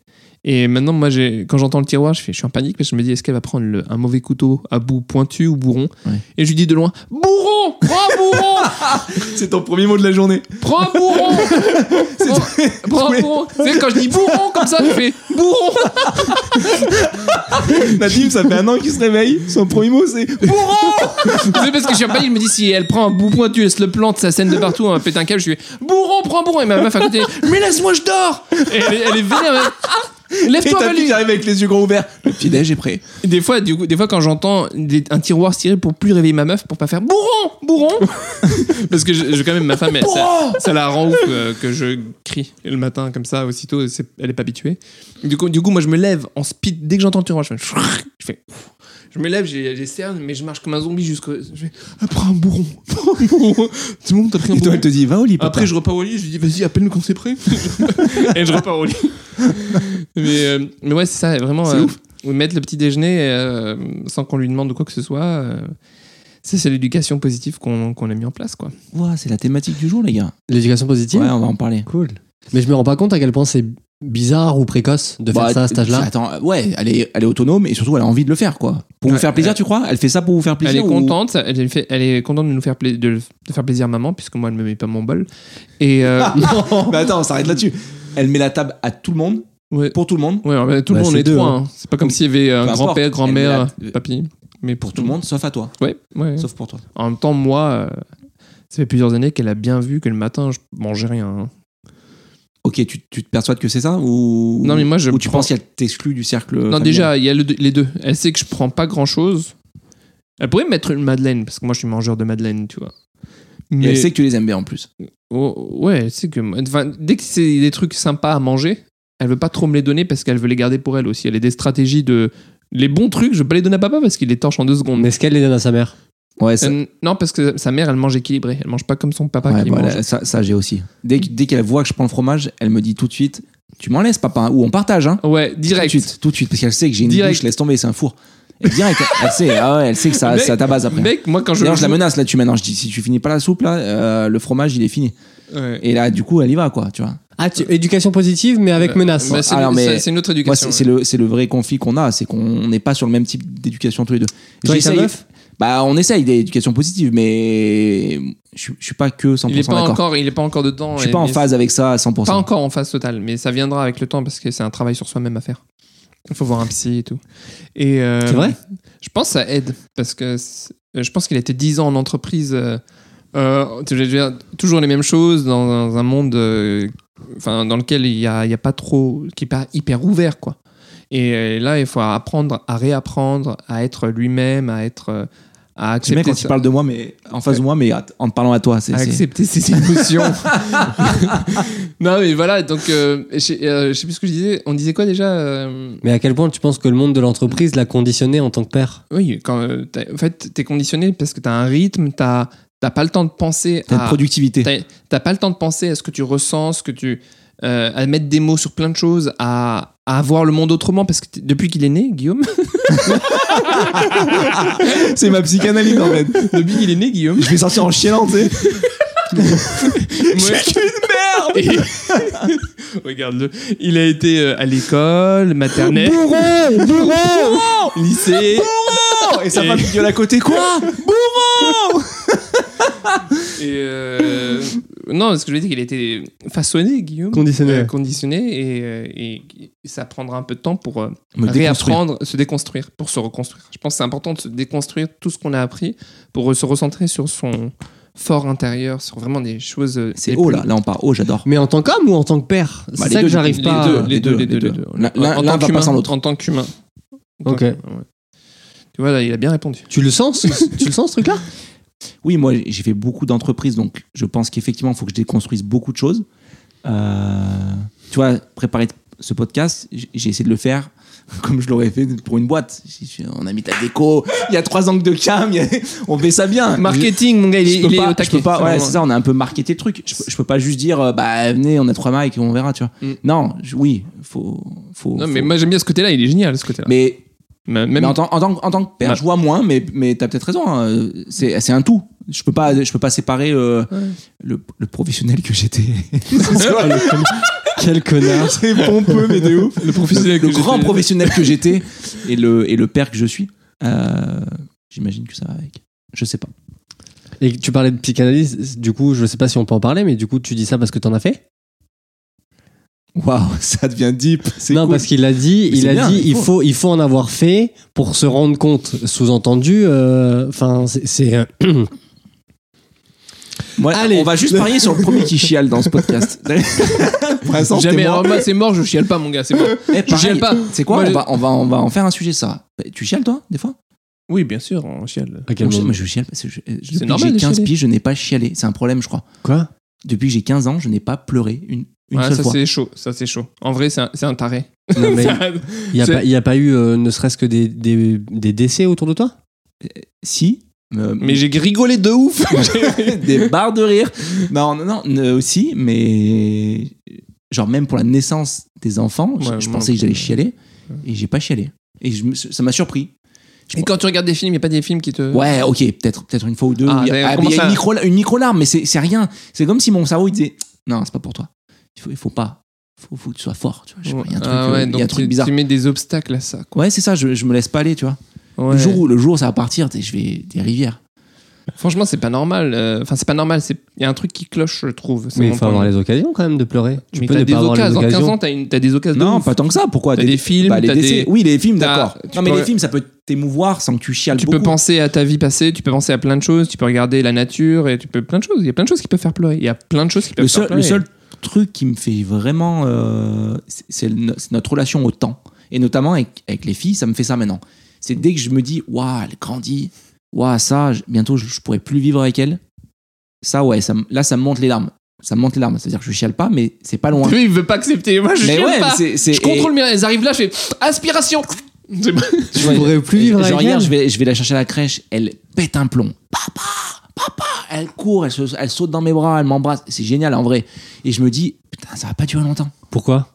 [SPEAKER 1] Et maintenant, moi, j'ai- quand j'entends le tiroir, je, fais, je suis en panique parce que je me dis, est-ce qu'elle va prendre le- un mauvais couteau à bout pointu ou bourron
[SPEAKER 2] Ouais.
[SPEAKER 1] Et je lui dis de loin, bourron Prends un bourron
[SPEAKER 2] C'est ton premier mot de la journée.
[SPEAKER 1] Prends un bourron Prends- Prends un bourron Tu sais, quand je dis bourron comme ça, je fais bourron
[SPEAKER 2] Nadim, ça fait un an qu'il se réveille. Son premier mot, c'est
[SPEAKER 1] C'est parce que je suis en panique, il me dit si elle prend un bout pointu, elle se le plante, ça scène de partout, on pète un câble, je lui fais bourron, prends bourron, et ma meuf à côté, mais laisse-moi, je dors Et elle, est- elle est vénère, elle- Lève-toi, Valérie
[SPEAKER 2] arrive avec les yeux grands ouverts. Le petit déj est prêt.
[SPEAKER 1] Des fois, du coup, des fois quand j'entends des- un tiroir se tirer pour plus réveiller ma meuf, pour pas faire bourron, bourron Parce que je, je- quand même, ma femme, elle, ça, ça la rend ouf euh, que je crie le matin comme ça, aussitôt, c'est- elle est pas habituée. Du coup, du coup, moi, je me lève en speed, dès que j'entends le tiroir, je fais. Je, fais- je me lève, j'ai les cernes, mais je marche comme un zombie jusqu'au. Je fais, Ah, prends un bourron, prends un bourron. Tout le monde t'a pris un
[SPEAKER 2] Et toi,
[SPEAKER 1] bourron.
[SPEAKER 2] elle te dit, va au lit. papa.
[SPEAKER 1] Après, je repars au lit, je dis, vas-y, appelle-nous quand c'est prêt. et je repars au lit. mais, euh, mais ouais, c'est ça, vraiment.
[SPEAKER 2] C'est
[SPEAKER 1] euh,
[SPEAKER 2] ouf.
[SPEAKER 1] Mettre le petit déjeuner euh, sans qu'on lui demande quoi que ce soit, euh, ça, c'est l'éducation positive qu'on qu'on a mis en place, quoi.
[SPEAKER 2] Ouah, c'est la thématique du jour, les gars.
[SPEAKER 8] L'éducation
[SPEAKER 2] Ouais,
[SPEAKER 8] positive
[SPEAKER 2] on va en parler.
[SPEAKER 8] Cool. Mais je me rends pas compte à quel point c'est bizarre ou précoce de faire
[SPEAKER 2] Bah,
[SPEAKER 8] ça à cet âge-là.
[SPEAKER 2] Attends, euh, ouais, elle est, elle est autonome et surtout, elle a envie de le faire, quoi. Pour vous
[SPEAKER 1] Ouais,
[SPEAKER 2] faire plaisir,
[SPEAKER 1] elle-
[SPEAKER 2] tu crois Elle fait ça pour vous faire plaisir
[SPEAKER 1] elle est
[SPEAKER 2] ou-
[SPEAKER 1] contente, ça- elle, fait- elle est contente de nous faire, pla- de, le- de faire plaisir à maman, puisque moi, elle me met pas mon bol. Et euh,
[SPEAKER 2] Ah, Mais Bah, attends, on s'arrête là-dessus. Elle met la table à tout le monde,
[SPEAKER 1] ouais,
[SPEAKER 2] pour tout le monde,
[SPEAKER 1] Ouais, mais tout
[SPEAKER 8] Bah,
[SPEAKER 1] le monde
[SPEAKER 8] c'est
[SPEAKER 1] est
[SPEAKER 8] deux,
[SPEAKER 1] trois.
[SPEAKER 8] hein.
[SPEAKER 1] hein. C'est pas comme s'il y avait un
[SPEAKER 2] Peu importe,
[SPEAKER 1] grand-père,
[SPEAKER 2] elle
[SPEAKER 1] grand-mère, euh,
[SPEAKER 2] met la-
[SPEAKER 1] papy. Mais
[SPEAKER 2] pour tout le monde, sauf à toi.
[SPEAKER 1] Ouais, ouais.
[SPEAKER 2] Sauf pour toi.
[SPEAKER 1] En même temps, moi, euh, ça fait plusieurs années qu'elle a bien vu que le matin, je mangeais rien. hein.
[SPEAKER 2] Ok, tu, tu te persuades que c'est ça ou
[SPEAKER 1] Non, mais moi, je
[SPEAKER 2] ou tu
[SPEAKER 1] prends-
[SPEAKER 2] penses qu'elle t'exclut du cercle
[SPEAKER 1] non,
[SPEAKER 2] familial
[SPEAKER 1] déjà, il y a le- les deux. Elle sait que je prends pas grand chose. Elle pourrait me mettre une madeleine, parce que moi, je suis mangeur de madeleine, tu vois.
[SPEAKER 2] Et
[SPEAKER 1] Mais
[SPEAKER 2] elle sait que tu les aimes bien en plus.
[SPEAKER 1] Oh, ouais, elle sait que. enfin, dès que c'est des trucs sympas à manger, elle veut pas trop me les donner parce qu'elle veut les garder pour elle aussi. Elle a des stratégies de. Les bons trucs, je veux pas les donner à papa parce qu'il les torche en deux secondes.
[SPEAKER 8] Mais est-ce qu'elle les donne à sa mère
[SPEAKER 2] Ouais, ça,
[SPEAKER 1] Euh, non, parce que sa mère, elle mange équilibré. Elle mange pas comme son papa
[SPEAKER 2] ouais,
[SPEAKER 1] qui
[SPEAKER 2] voilà,
[SPEAKER 1] mange.
[SPEAKER 2] ça, ça, j'ai aussi. Dès, que- dès qu'elle voit que je prends le fromage, elle me dit tout de suite Tu m'en laisses, papa, hein, ou on partage, hein
[SPEAKER 1] Ouais, direct.
[SPEAKER 2] Tout de suite, tout de suite, parce qu'elle sait que j'ai une
[SPEAKER 1] Direct.
[SPEAKER 2] bouche, laisse tomber, c'est un four. Et direct, elle sait, ah ouais, elle sait que ça,
[SPEAKER 1] Mec,
[SPEAKER 2] ça tabasse après.
[SPEAKER 1] Mec, moi, quand je.
[SPEAKER 2] D'ailleurs, je la menace là-dessus maintenant. Je dis Si tu finis pas la soupe là, euh, le fromage il est fini.
[SPEAKER 1] Ouais.
[SPEAKER 2] Et là, du coup, elle y va quoi, tu vois.
[SPEAKER 8] Ah, tu- éducation positive, Euh, mais avec menace.
[SPEAKER 1] Bah, c'est
[SPEAKER 2] Alors,
[SPEAKER 1] une-
[SPEAKER 2] mais-
[SPEAKER 1] c'est- c'est une autre
[SPEAKER 2] Moi,
[SPEAKER 1] éducation.
[SPEAKER 2] c'est, c'est le, c'est le vrai conflit qu'on a, c'est qu'on n'est pas sur le même type d'éducation tous les deux.
[SPEAKER 8] Toi et ta
[SPEAKER 2] J'essaye-
[SPEAKER 8] meuf
[SPEAKER 2] Bah, on essaye d'éducation positive, mais je, je suis pas que 100%
[SPEAKER 1] il est pas
[SPEAKER 2] d'accord.
[SPEAKER 1] encore, il est pas encore dedans.
[SPEAKER 2] je suis
[SPEAKER 1] et-
[SPEAKER 2] pas en
[SPEAKER 1] mais
[SPEAKER 2] phase avec ça à 100%.
[SPEAKER 1] c'est Pas encore en phase totale, mais ça viendra avec le temps parce que c'est un travail sur soi-même à faire. Il faut voir un psy et tout. Et, euh,
[SPEAKER 8] C'est vrai
[SPEAKER 1] Je pense que ça aide parce que c'est- je pense qu'il a été 10 ans en entreprise. euh, euh, je veux dire, toujours les mêmes choses dans un- un monde euh, enfin, dans lequel il n'y a, il y a pas trop. qui n'est pas hyper ouvert, quoi. Et euh, là, il faut apprendre à réapprendre, à être lui-même, à être. euh, à
[SPEAKER 2] C'est
[SPEAKER 1] accepter,
[SPEAKER 2] bien quand
[SPEAKER 1] sa-
[SPEAKER 2] il parle de moi, mais en face de moi, mais à- en te parlant à toi. C'est,
[SPEAKER 1] à
[SPEAKER 2] c'est-
[SPEAKER 1] accepter ses émotions. non, mais voilà, donc euh, je, sais- euh, je sais plus ce que je disais. On disait quoi déjà euh,
[SPEAKER 8] Mais à quel point tu penses que le monde de l'entreprise l'a conditionné en tant que père
[SPEAKER 1] Oui, quand, euh, t'as- en fait, t'es conditionné parce que t'as un rythme, t'as t'as pas le temps de penser
[SPEAKER 2] T'as une
[SPEAKER 1] à
[SPEAKER 2] productivité.
[SPEAKER 1] t'as- t'as pas le temps de penser à ce que tu ressens, ce que tu euh, à mettre des mots sur plein de choses, à, à voir le monde autrement parce que t'es- depuis qu'il est né, Guillaume,
[SPEAKER 2] C'est ma psychanalyse en fait.
[SPEAKER 1] depuis qu'il est né, Guillaume,
[SPEAKER 2] Je vais sortir en chialant, tu sais.
[SPEAKER 1] Ouais. Et- Regarde-le. Il a été euh, à l'école, maternelle. Lycée.
[SPEAKER 2] Et sa
[SPEAKER 1] Et-
[SPEAKER 2] femme qui gueule à côté, quoi
[SPEAKER 1] Et euh, non, ce que je veux dire, qu'il a été façonné, Guillaume.
[SPEAKER 8] Conditionné.
[SPEAKER 1] Euh, conditionné. Et, euh, et, et ça prendra un peu de temps pour euh,
[SPEAKER 2] Me déconstruire.
[SPEAKER 1] réapprendre, se déconstruire, pour se reconstruire. Je pense que c'est important de se déconstruire tout ce qu'on a appris pour euh, se recentrer sur son fort intérieur, sur vraiment des choses. euh,
[SPEAKER 2] C'est
[SPEAKER 1] les
[SPEAKER 2] haut
[SPEAKER 1] plus-
[SPEAKER 2] là, là on part haut, j'adore.
[SPEAKER 8] Mais en tant qu'homme ou en tant que père C'est
[SPEAKER 2] Bah, les
[SPEAKER 8] ça
[SPEAKER 2] deux,
[SPEAKER 8] que j'arrive
[SPEAKER 1] Les
[SPEAKER 8] pas. à-
[SPEAKER 1] deux, les deux, les
[SPEAKER 2] les
[SPEAKER 1] deux,
[SPEAKER 2] deux.
[SPEAKER 1] les deux.
[SPEAKER 2] L'un- l'un-
[SPEAKER 1] En
[SPEAKER 2] l'un
[SPEAKER 1] tant
[SPEAKER 2] va pas
[SPEAKER 1] qu'humain,
[SPEAKER 2] sans l'autre.
[SPEAKER 1] En tant qu'humain. En tant
[SPEAKER 8] Ok.
[SPEAKER 1] qu'humain, ouais. Tu vois, là, il a bien répondu.
[SPEAKER 8] Tu le sens ce- Tu le sens ce truc-là
[SPEAKER 2] Oui, moi j'ai fait beaucoup d'entreprises, donc je pense qu'effectivement il faut que je déconstruise beaucoup de choses. Euh, tu vois, préparer ce podcast, j- j'ai essayé de le faire comme je l'aurais fait pour une boîte. J'ai- j'ai- On a mis ta déco, il y a trois angles de cam, il y a- on fait ça bien.
[SPEAKER 1] Marketing, mon gars, il
[SPEAKER 2] Ah, Je
[SPEAKER 1] est,
[SPEAKER 2] peux
[SPEAKER 1] il est
[SPEAKER 2] pas-
[SPEAKER 1] au
[SPEAKER 2] je
[SPEAKER 1] taquet.
[SPEAKER 2] peux pas- ouais,
[SPEAKER 1] vraiment.
[SPEAKER 2] c'est ça, on a un peu marketé le truc. Je, peux- je peux pas juste dire, euh, bah venez, on a trois mics et on verra, tu vois.
[SPEAKER 1] Mm.
[SPEAKER 2] Non, je- oui, faut. faut
[SPEAKER 1] Non,
[SPEAKER 2] faut-
[SPEAKER 1] mais moi j'aime bien ce côté-là, il est génial ce côté-là.
[SPEAKER 2] mais
[SPEAKER 1] Mais
[SPEAKER 2] Mais
[SPEAKER 1] même
[SPEAKER 2] en, tant, en tant- en tant que père,
[SPEAKER 1] Ouais.
[SPEAKER 2] je vois moins, mais, mais t'as peut-être raison. hein, euh, C'est c'est un tout. Je peux pas, je peux pas séparer euh, le, le professionnel que j'étais.
[SPEAKER 8] Quel connard
[SPEAKER 2] C'est pompeux, mais de ouf.
[SPEAKER 1] le professionnel
[SPEAKER 2] Le
[SPEAKER 1] que
[SPEAKER 2] grand
[SPEAKER 1] j'étais-
[SPEAKER 2] professionnel que j'étais et le, et le père que je suis. Euh, J'imagine que ça va avec. Je sais pas.
[SPEAKER 8] Et tu parlais de psychanalyse, du coup, je sais pas si on peut en parler, mais du coup, tu dis ça parce que t'en as fait
[SPEAKER 2] Waouh, ça devient deep. C'est
[SPEAKER 8] Non,
[SPEAKER 2] cool.
[SPEAKER 8] parce qu'il a dit,
[SPEAKER 2] Mais
[SPEAKER 8] il
[SPEAKER 2] c'est
[SPEAKER 8] a
[SPEAKER 2] bien,
[SPEAKER 8] dit,
[SPEAKER 2] il
[SPEAKER 8] il
[SPEAKER 2] faut.
[SPEAKER 8] faut, il faut en avoir fait pour se rendre compte. Sous-entendu, enfin, c'est, c'est, euh,
[SPEAKER 2] Moi,
[SPEAKER 8] Allez.
[SPEAKER 2] on va juste parier sur le premier qui chiale dans ce podcast. Pour l'instant,
[SPEAKER 1] Jamais,
[SPEAKER 2] témoin.
[SPEAKER 1] alors moi c'est mort, je chiale pas, mon gars, c'est bon.
[SPEAKER 2] Eh, pareil,
[SPEAKER 1] chiale pas.
[SPEAKER 2] C'est quoi
[SPEAKER 1] Moi,
[SPEAKER 2] on,
[SPEAKER 1] je-
[SPEAKER 2] va, on, va, on va en faire un sujet, ça. Bah, Tu chiales, toi, des fois
[SPEAKER 1] Oui, bien sûr, on chiale.
[SPEAKER 8] à quel
[SPEAKER 2] Moi, je-
[SPEAKER 8] moment
[SPEAKER 2] moi, je chiale parce que je- je- depuis que
[SPEAKER 1] normal
[SPEAKER 2] j'ai
[SPEAKER 1] de
[SPEAKER 2] 15
[SPEAKER 1] chialer.
[SPEAKER 2] piges, je n'ai pas chialé. C'est un problème, je crois.
[SPEAKER 8] Quoi
[SPEAKER 2] Depuis que j'ai 15 ans, je n'ai pas pleuré une, une
[SPEAKER 1] Ouais,
[SPEAKER 2] seule
[SPEAKER 1] ça
[SPEAKER 2] fois.
[SPEAKER 1] c'est chaud, ça c'est chaud. En vrai, c'est un, c'est un taré.
[SPEAKER 8] Non, mais
[SPEAKER 1] Ça-
[SPEAKER 8] il y a
[SPEAKER 1] c'est-
[SPEAKER 8] pas, il y a pas eu, euh, ne serait-ce que des, des, des décès autour de toi
[SPEAKER 2] Si, euh,
[SPEAKER 1] Mais j'ai rigolé de ouf. J'ai-
[SPEAKER 2] des barres de rire. Non, non, non, ne- aussi, mais genre même pour la naissance des enfants, je-
[SPEAKER 1] Ouais,
[SPEAKER 2] je
[SPEAKER 1] moi,
[SPEAKER 2] pensais que j'allais
[SPEAKER 1] euh,
[SPEAKER 2] chialer et j'ai pas chialé. Et je me- ça m'a surpris.
[SPEAKER 1] Et quand tu regardes des films, il n'y a pas des films qui te.
[SPEAKER 2] Ouais, ok, peut-être peut-être une fois ou deux.
[SPEAKER 1] Euh. Ah,
[SPEAKER 2] il y a,
[SPEAKER 1] d'accord,
[SPEAKER 2] ah, mais
[SPEAKER 1] comment
[SPEAKER 2] il y a
[SPEAKER 1] ça-
[SPEAKER 2] une micro une micro larme, mais c'est c'est rien. C'est comme si mon cerveau il disait non, c'est pas pour toi. Il faut, il faut pas. Faut, faut que tu sois fort. Tu vois, Je sais pas, il y a un truc,
[SPEAKER 1] Ah
[SPEAKER 2] euh,
[SPEAKER 1] ouais,
[SPEAKER 2] il y a
[SPEAKER 1] donc
[SPEAKER 2] un truc
[SPEAKER 1] tu-
[SPEAKER 2] bizarre.
[SPEAKER 1] Tu mets des obstacles à ça.
[SPEAKER 2] Ouais, c'est ça, je, je me laisse pas aller, tu vois.
[SPEAKER 1] quoi.
[SPEAKER 2] Le,
[SPEAKER 1] Ouais.
[SPEAKER 2] jour où, le jour où ça va partir, t'es- je vais des rivières.
[SPEAKER 1] Franchement, c'est pas normal. euh, Enfin, c'est pas normal. c'est- Il y a un truc qui cloche, je trouve. c'est
[SPEAKER 8] Mais il
[SPEAKER 1] mon
[SPEAKER 8] faut
[SPEAKER 1] point
[SPEAKER 8] avoir
[SPEAKER 1] de
[SPEAKER 8] les occasions quand même de pleurer.
[SPEAKER 1] vue.
[SPEAKER 8] Tu
[SPEAKER 1] Mais
[SPEAKER 8] peux
[SPEAKER 1] t'as
[SPEAKER 8] ne
[SPEAKER 1] des
[SPEAKER 8] pas avoir les
[SPEAKER 1] occasions. Dans 15
[SPEAKER 8] occasions.
[SPEAKER 1] ans, t'as une- t'as des occasions. de
[SPEAKER 2] Non,
[SPEAKER 1] ouf.
[SPEAKER 2] pas tant que ça, pourquoi
[SPEAKER 1] T'as des films,
[SPEAKER 2] bah, les
[SPEAKER 1] t'as des-
[SPEAKER 2] décès. Oui, les films,
[SPEAKER 1] t'as-
[SPEAKER 2] d'accord.
[SPEAKER 1] tu
[SPEAKER 2] Non, mais
[SPEAKER 1] peux-
[SPEAKER 2] les films, ça peut t'émouvoir sans que tu chiales
[SPEAKER 1] Tu
[SPEAKER 2] beaucoup.
[SPEAKER 1] peux penser à ta vie passée, tu peux penser à plein de choses, tu peux regarder la nature et tu peux plein de choses. Il y a plein de choses qui peuvent faire pleurer. Il y a plein de choses qui peuvent
[SPEAKER 2] le,
[SPEAKER 1] faire
[SPEAKER 2] seul,
[SPEAKER 1] pleurer.
[SPEAKER 2] le seul truc qui me fait vraiment. euh, c'est- c'est no- c'est notre relation au temps. Et notamment avec, avec les filles, ça me fait ça maintenant. C'est dès que je me dis, waouh, elle grandit, waouh, ça, je- bientôt je, je pourrais plus vivre avec elle. Ça, ouais, ça, me- là, ça me monte les larmes. Ça me monte les larmes. C'est-à-dire que je chiale pas, mais c'est pas loin.
[SPEAKER 1] Lui, il veut pas accepter. Moi, je
[SPEAKER 2] mais
[SPEAKER 1] chiale
[SPEAKER 2] ouais,
[SPEAKER 1] pas.
[SPEAKER 2] mais c'est- c'est.
[SPEAKER 1] Je contrôle bien. Elles arrivent là, je fais aspiration. C'est bon.
[SPEAKER 8] Tu pourrais plus vivre
[SPEAKER 2] Genre
[SPEAKER 8] avec
[SPEAKER 2] hier,
[SPEAKER 8] elle.
[SPEAKER 2] je vais, je vais la chercher à la crèche, elle pète un plomb. Papa, papa, elle court, elle, se- elle saute dans mes bras, elle m'embrasse. C'est génial en vrai. Et je me dis, putain, ça va pas durer longtemps.
[SPEAKER 8] Pourquoi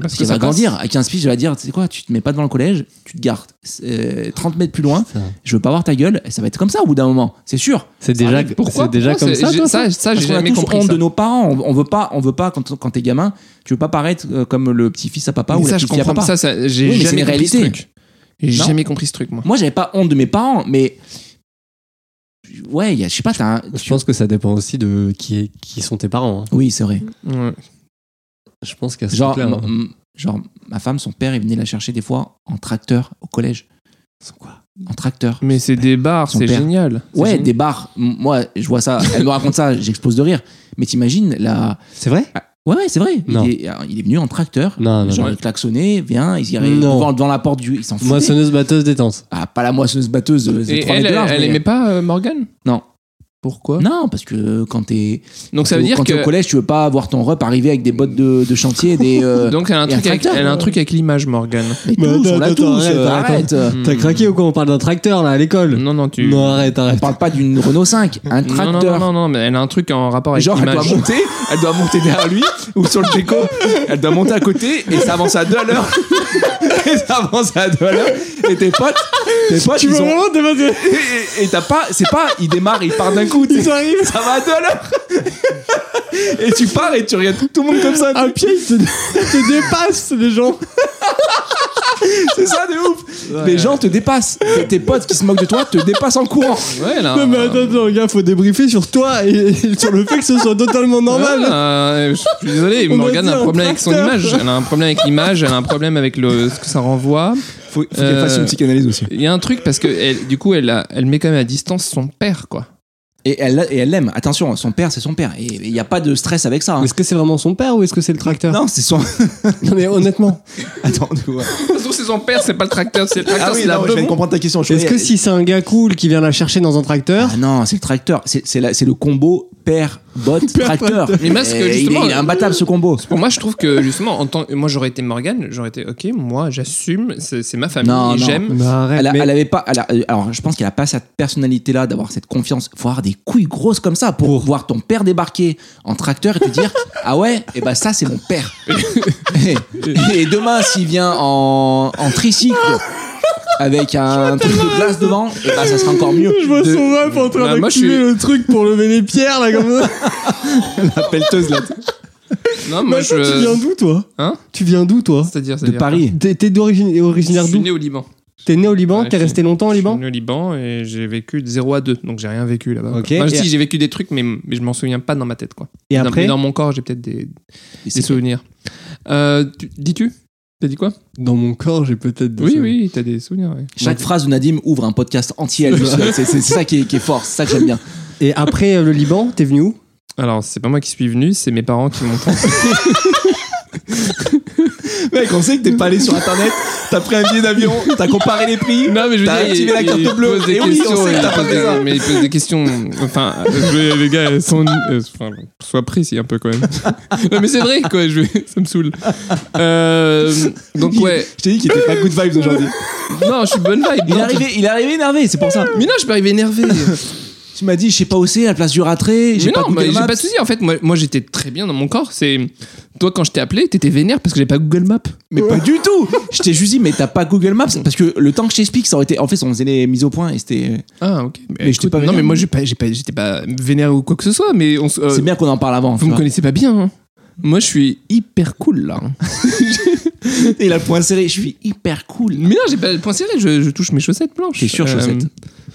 [SPEAKER 1] Parce
[SPEAKER 2] Parce qu'elle va
[SPEAKER 1] passe.
[SPEAKER 2] grandir. À 15 piges, je vais dire, tu sais quoi, tu te mets pas devant le collège, tu te gardes euh, 30 mètres plus loin,
[SPEAKER 8] Putain.
[SPEAKER 2] je veux pas voir ta gueule, et ça va être comme ça au bout d'un moment, c'est sûr.
[SPEAKER 8] C'est déjà,
[SPEAKER 1] arrive. Pourquoi
[SPEAKER 8] c'est déjà
[SPEAKER 1] Pourquoi
[SPEAKER 8] comme
[SPEAKER 1] c'est-
[SPEAKER 8] ça.
[SPEAKER 1] j'ai-
[SPEAKER 8] toi,
[SPEAKER 1] ça, ça,
[SPEAKER 2] Parce
[SPEAKER 1] Ah, j'ai
[SPEAKER 2] qu'on a
[SPEAKER 1] jamais
[SPEAKER 2] tous
[SPEAKER 1] compris.
[SPEAKER 2] honte
[SPEAKER 1] ça.
[SPEAKER 2] de nos parents, on, on veut pas, on veut pas quand, quand t'es gamin, tu veux pas paraître euh, comme le petit-fils à papa
[SPEAKER 1] Mais
[SPEAKER 2] ou
[SPEAKER 1] ça,
[SPEAKER 2] la
[SPEAKER 1] je
[SPEAKER 2] petite-fille à
[SPEAKER 1] comprends
[SPEAKER 2] papa.
[SPEAKER 1] pas. Ça, ça, j'ai
[SPEAKER 2] Oui, mais c'est
[SPEAKER 1] jamais
[SPEAKER 2] une
[SPEAKER 1] compris ce
[SPEAKER 2] réalité.
[SPEAKER 1] truc. J'ai
[SPEAKER 2] Non.
[SPEAKER 1] jamais compris ce truc, moi.
[SPEAKER 2] Moi, j'avais pas honte de mes parents, mais ouais, il y a- je sais pas, t'as un...
[SPEAKER 8] Je pense que ça dépend aussi de qui, est, qui sont tes parents. hein.
[SPEAKER 2] Oui, c'est vrai.
[SPEAKER 1] Ouais.
[SPEAKER 8] Je pense qu'à ce
[SPEAKER 2] Genre,
[SPEAKER 8] truc-là,
[SPEAKER 2] m-
[SPEAKER 8] hein.
[SPEAKER 2] m- Genre, ma femme, son père, il venait la chercher des fois en tracteur au collège. En tracteur.
[SPEAKER 1] Mais c'est des bars,
[SPEAKER 2] Son
[SPEAKER 1] c'est
[SPEAKER 2] père.
[SPEAKER 1] génial. C'est
[SPEAKER 2] Ouais,
[SPEAKER 1] génial.
[SPEAKER 2] des bars. M- Moi, je vois ça, elle me raconte ça, j'explose de rire. Mais t'imagines, la...
[SPEAKER 8] C'est vrai
[SPEAKER 2] Ouais, ouais, c'est vrai. Il
[SPEAKER 8] Non.
[SPEAKER 2] est, il est venu en tracteur.
[SPEAKER 8] Non, non,
[SPEAKER 2] genre,
[SPEAKER 8] non.
[SPEAKER 2] il klaxonnait, viens, il irait
[SPEAKER 8] Non.
[SPEAKER 2] devant, devant la porte du. Il s'en foutait.
[SPEAKER 8] Moissonneuse, batteuse, détente.
[SPEAKER 2] Ah, pas la moissonneuse batteuse, euh, c'est
[SPEAKER 1] Et
[SPEAKER 2] 3
[SPEAKER 1] elle,
[SPEAKER 2] mètres de large,
[SPEAKER 1] elle
[SPEAKER 2] mais-
[SPEAKER 1] aimait pas euh, Morgan
[SPEAKER 2] Non.
[SPEAKER 1] Pourquoi
[SPEAKER 2] Non, parce que quand t'es.
[SPEAKER 1] Donc ça veut
[SPEAKER 2] quand
[SPEAKER 1] dire
[SPEAKER 2] t'es au
[SPEAKER 1] que.
[SPEAKER 2] collège, tu veux pas voir ton rep arriver avec des bottes de, de chantier et des. euh,
[SPEAKER 1] Donc elle a un
[SPEAKER 2] et un
[SPEAKER 1] truc avec,
[SPEAKER 2] tracteur,
[SPEAKER 1] elle a un
[SPEAKER 2] ouais.
[SPEAKER 1] truc avec l'image, Morgan.
[SPEAKER 2] mais
[SPEAKER 8] Mais
[SPEAKER 2] tous,
[SPEAKER 8] attends,
[SPEAKER 2] on l'a
[SPEAKER 8] attends,
[SPEAKER 2] tous,
[SPEAKER 8] arrête,
[SPEAKER 2] euh,
[SPEAKER 8] arrête.
[SPEAKER 2] arrête.
[SPEAKER 8] T'as craqué ou quoi On parle d'un tracteur là à l'école
[SPEAKER 1] Non, non, tu.
[SPEAKER 8] Non, arrête,
[SPEAKER 2] On
[SPEAKER 8] arrête.
[SPEAKER 2] parle pas d'une Renault 5, un
[SPEAKER 1] Non, non, non,
[SPEAKER 2] tracteur.
[SPEAKER 1] non, non, mais elle a un truc en rapport avec
[SPEAKER 2] Genre, elle doit
[SPEAKER 1] l'image.
[SPEAKER 2] monter, elle doit monter derrière lui ou sur le déco. Elle doit monter à côté et ça avance à deux à l'heure. Et ça avance à deux à l'heure. Et tes potes, tes potes, ils ont- Et- Et et t'as pas, c'est pas, il démarre, il part d'un coup. Ils arrivent. Ça va à deux à l'heure. Et tu pars et tu regardes tout le monde comme ça.
[SPEAKER 8] Un pied, il te, te dépasse, les gens.
[SPEAKER 2] C'est ça, de ouf. Les gens te dépassent. Tes- Tes potes qui se moquent de toi te dépassent en courant.
[SPEAKER 1] Ouais, là.
[SPEAKER 8] Non, mais attends, attends, gars, faut débriefer sur toi et, et sur le fait que ce soit totalement
[SPEAKER 1] Ah,
[SPEAKER 8] normal.
[SPEAKER 1] euh, je suis désolé,
[SPEAKER 8] On
[SPEAKER 1] Morgane
[SPEAKER 8] a
[SPEAKER 1] a
[SPEAKER 8] dit
[SPEAKER 1] un
[SPEAKER 8] un
[SPEAKER 1] problème avec son
[SPEAKER 8] tracteur.
[SPEAKER 1] image. Elle a un problème avec l'image, elle a un problème avec le, ce que ça renvoie.
[SPEAKER 2] Faut, faut
[SPEAKER 1] qu'elle fasse une
[SPEAKER 2] psychanalyse aussi.
[SPEAKER 1] Il y a un truc parce que elle- du coup, elle, a- elle met quand même à distance son père, quoi.
[SPEAKER 2] Et elle l'a- et elle l'aime. Attention, son père, c'est son père. Et il n'y a pas de stress avec ça. hein.
[SPEAKER 8] Euh, Est-ce que c'est vraiment son père ou est-ce que c'est le tracteur
[SPEAKER 2] Non, c'est son.
[SPEAKER 8] Non, mais honnêtement,
[SPEAKER 2] Attends, ouais.
[SPEAKER 1] De toute façon, c'est son père, c'est pas le tracteur, c'est le tracteur, c'est la
[SPEAKER 2] Ah non,
[SPEAKER 1] beuh-
[SPEAKER 2] comprendre ta question. Je
[SPEAKER 8] est-ce que
[SPEAKER 2] croyais-
[SPEAKER 8] si c'est un gars cool qui vient la chercher dans un tracteur
[SPEAKER 2] Ah non, c'est le tracteur. C'est c'est la- c'est le combo père, bot, tracteur.
[SPEAKER 1] Mais moi, ce que,
[SPEAKER 2] Et il est-
[SPEAKER 1] justement,
[SPEAKER 2] il est imbattable ce combo.
[SPEAKER 1] Pour moi, je trouve que justement, en tant moi j'aurais été Morgane, j'aurais été ok, moi j'assume, c'est c'est ma famille,
[SPEAKER 2] Non,
[SPEAKER 1] et
[SPEAKER 2] non.
[SPEAKER 1] j'aime.
[SPEAKER 8] Bah, arrête,
[SPEAKER 2] Elle, a-
[SPEAKER 8] mais-
[SPEAKER 2] elle avait pas. elle a- euh, alors, je pense qu'elle a pas cette personnalité-là d'avoir cette confiance. Faut avoir des couilles grosses comme ça pour voir ton père débarquer en tracteur et te dire ah ouais, et ben ça c'est mon père. et, et demain s'il vient en, en tricycle avec un truc de glace devant, et ben ça sera encore mieux.
[SPEAKER 8] Je vois son rap en train
[SPEAKER 1] Bah, moi, je
[SPEAKER 8] d'activer
[SPEAKER 1] suis-
[SPEAKER 8] le truc pour lever les pierres là comme ça.
[SPEAKER 1] Non, moi
[SPEAKER 8] Mais attends, Tu viens
[SPEAKER 1] je.
[SPEAKER 8] d'où Bah, toi
[SPEAKER 1] Hein
[SPEAKER 8] Tu viens d'où toi
[SPEAKER 1] C'est-à-dire,
[SPEAKER 2] De Paris.
[SPEAKER 8] T'es t'es d'origine
[SPEAKER 1] Je
[SPEAKER 8] originaire
[SPEAKER 1] suis
[SPEAKER 8] d'où
[SPEAKER 1] né au Liban.
[SPEAKER 8] T'es né au
[SPEAKER 1] Ouais,
[SPEAKER 8] Liban, t'es
[SPEAKER 1] je suis-
[SPEAKER 8] resté longtemps au
[SPEAKER 1] Je
[SPEAKER 8] Liban
[SPEAKER 1] suis né au Liban et j'ai vécu de 0 à 2, donc j'ai rien vécu là-bas.
[SPEAKER 8] Ok.
[SPEAKER 1] Enfin, si,
[SPEAKER 2] Et-
[SPEAKER 1] j'ai vécu des trucs, mais, mais je m'en souviens pas dans ma tête, quoi.
[SPEAKER 8] Et
[SPEAKER 1] Dans- mais
[SPEAKER 8] après
[SPEAKER 1] dans mon corps, j'ai peut-être des,
[SPEAKER 2] Et
[SPEAKER 1] des
[SPEAKER 2] c'est-
[SPEAKER 1] souvenirs. Euh, tu- Dis-tu T'as dit quoi
[SPEAKER 8] Dans mon corps, j'ai peut-être
[SPEAKER 1] Oui, oui, t'as des souvenirs. ouais.
[SPEAKER 2] Chaque phrase de Nadim ouvre un podcast entier à lui seul. C'est c'est- c'est ça qui est, qui est fort, c'est ça que j'aime bien.
[SPEAKER 8] Et après euh, le Liban, t'es venu où
[SPEAKER 1] Alors, c'est pas moi qui suis venu, c'est mes parents qui m'ont
[SPEAKER 2] Mec, on sait que t'es pas allé sur internet, t'as pris un billet d'avion, t'as comparé les prix.
[SPEAKER 1] Non, mais je veux
[SPEAKER 2] T'as
[SPEAKER 1] dire,
[SPEAKER 2] activé la
[SPEAKER 1] il-
[SPEAKER 2] carte
[SPEAKER 1] il
[SPEAKER 2] bleue.
[SPEAKER 1] pose des
[SPEAKER 2] Eh oui, on
[SPEAKER 1] questions,
[SPEAKER 2] sait que
[SPEAKER 1] il
[SPEAKER 2] t'as pas
[SPEAKER 1] pose
[SPEAKER 2] fait
[SPEAKER 1] des-
[SPEAKER 2] ça.
[SPEAKER 1] Mais il pose des questions. Enfin, euh, je vais- les gars, elles sont. euh, enfin, sois précis un peu quand même. non, mais c'est vrai, quoi, je vais- ça me saoule. Euh, donc, ouais.
[SPEAKER 2] Je t'ai dit qu'il était pas good vibes aujourd'hui.
[SPEAKER 1] Non, je suis bonne vibe.
[SPEAKER 2] Il est
[SPEAKER 1] non.
[SPEAKER 2] arrivé, il est arrivé énervé, c'est pour ça.
[SPEAKER 1] Mais non, je peux arriver énervé.
[SPEAKER 2] Tu m'as dit, je sais pas où c'est, à la place du ratré,
[SPEAKER 1] mais
[SPEAKER 2] j'ai pas
[SPEAKER 1] non, mais
[SPEAKER 2] Google
[SPEAKER 1] j'ai
[SPEAKER 2] Maps.
[SPEAKER 1] pas de soucis. En fait, moi, moi j'étais très bien dans mon corps. C'est Toi, quand je t'ai appelé, t'étais vénère parce que j'ai pas Google Maps.
[SPEAKER 2] Mais pas du tout Je t'ai juste dit, mais t'as pas Google Maps Parce que le temps que je t'explique, ça aurait été. En fait, on faisait les mises au point et c'était. euh,
[SPEAKER 1] Ah, ok.
[SPEAKER 2] Mais j'étais pas
[SPEAKER 1] Non,
[SPEAKER 2] vénère.
[SPEAKER 1] mais moi, j'ai pas- j'ai pas- j'étais pas, vénère ou quoi que ce soit. Mais on, se- euh,
[SPEAKER 2] C'est Ah. bien qu'on en parle avant. tu
[SPEAKER 1] vous me
[SPEAKER 2] vois.
[SPEAKER 1] connaissez pas bien. hein. Moi, je suis hyper cool là.
[SPEAKER 2] Et la point serré, je suis hyper cool.
[SPEAKER 1] Mais non, j'ai pas le point serré, je, je touche mes chaussettes blanches. Euh,
[SPEAKER 2] Tes Ah. surchaussettes.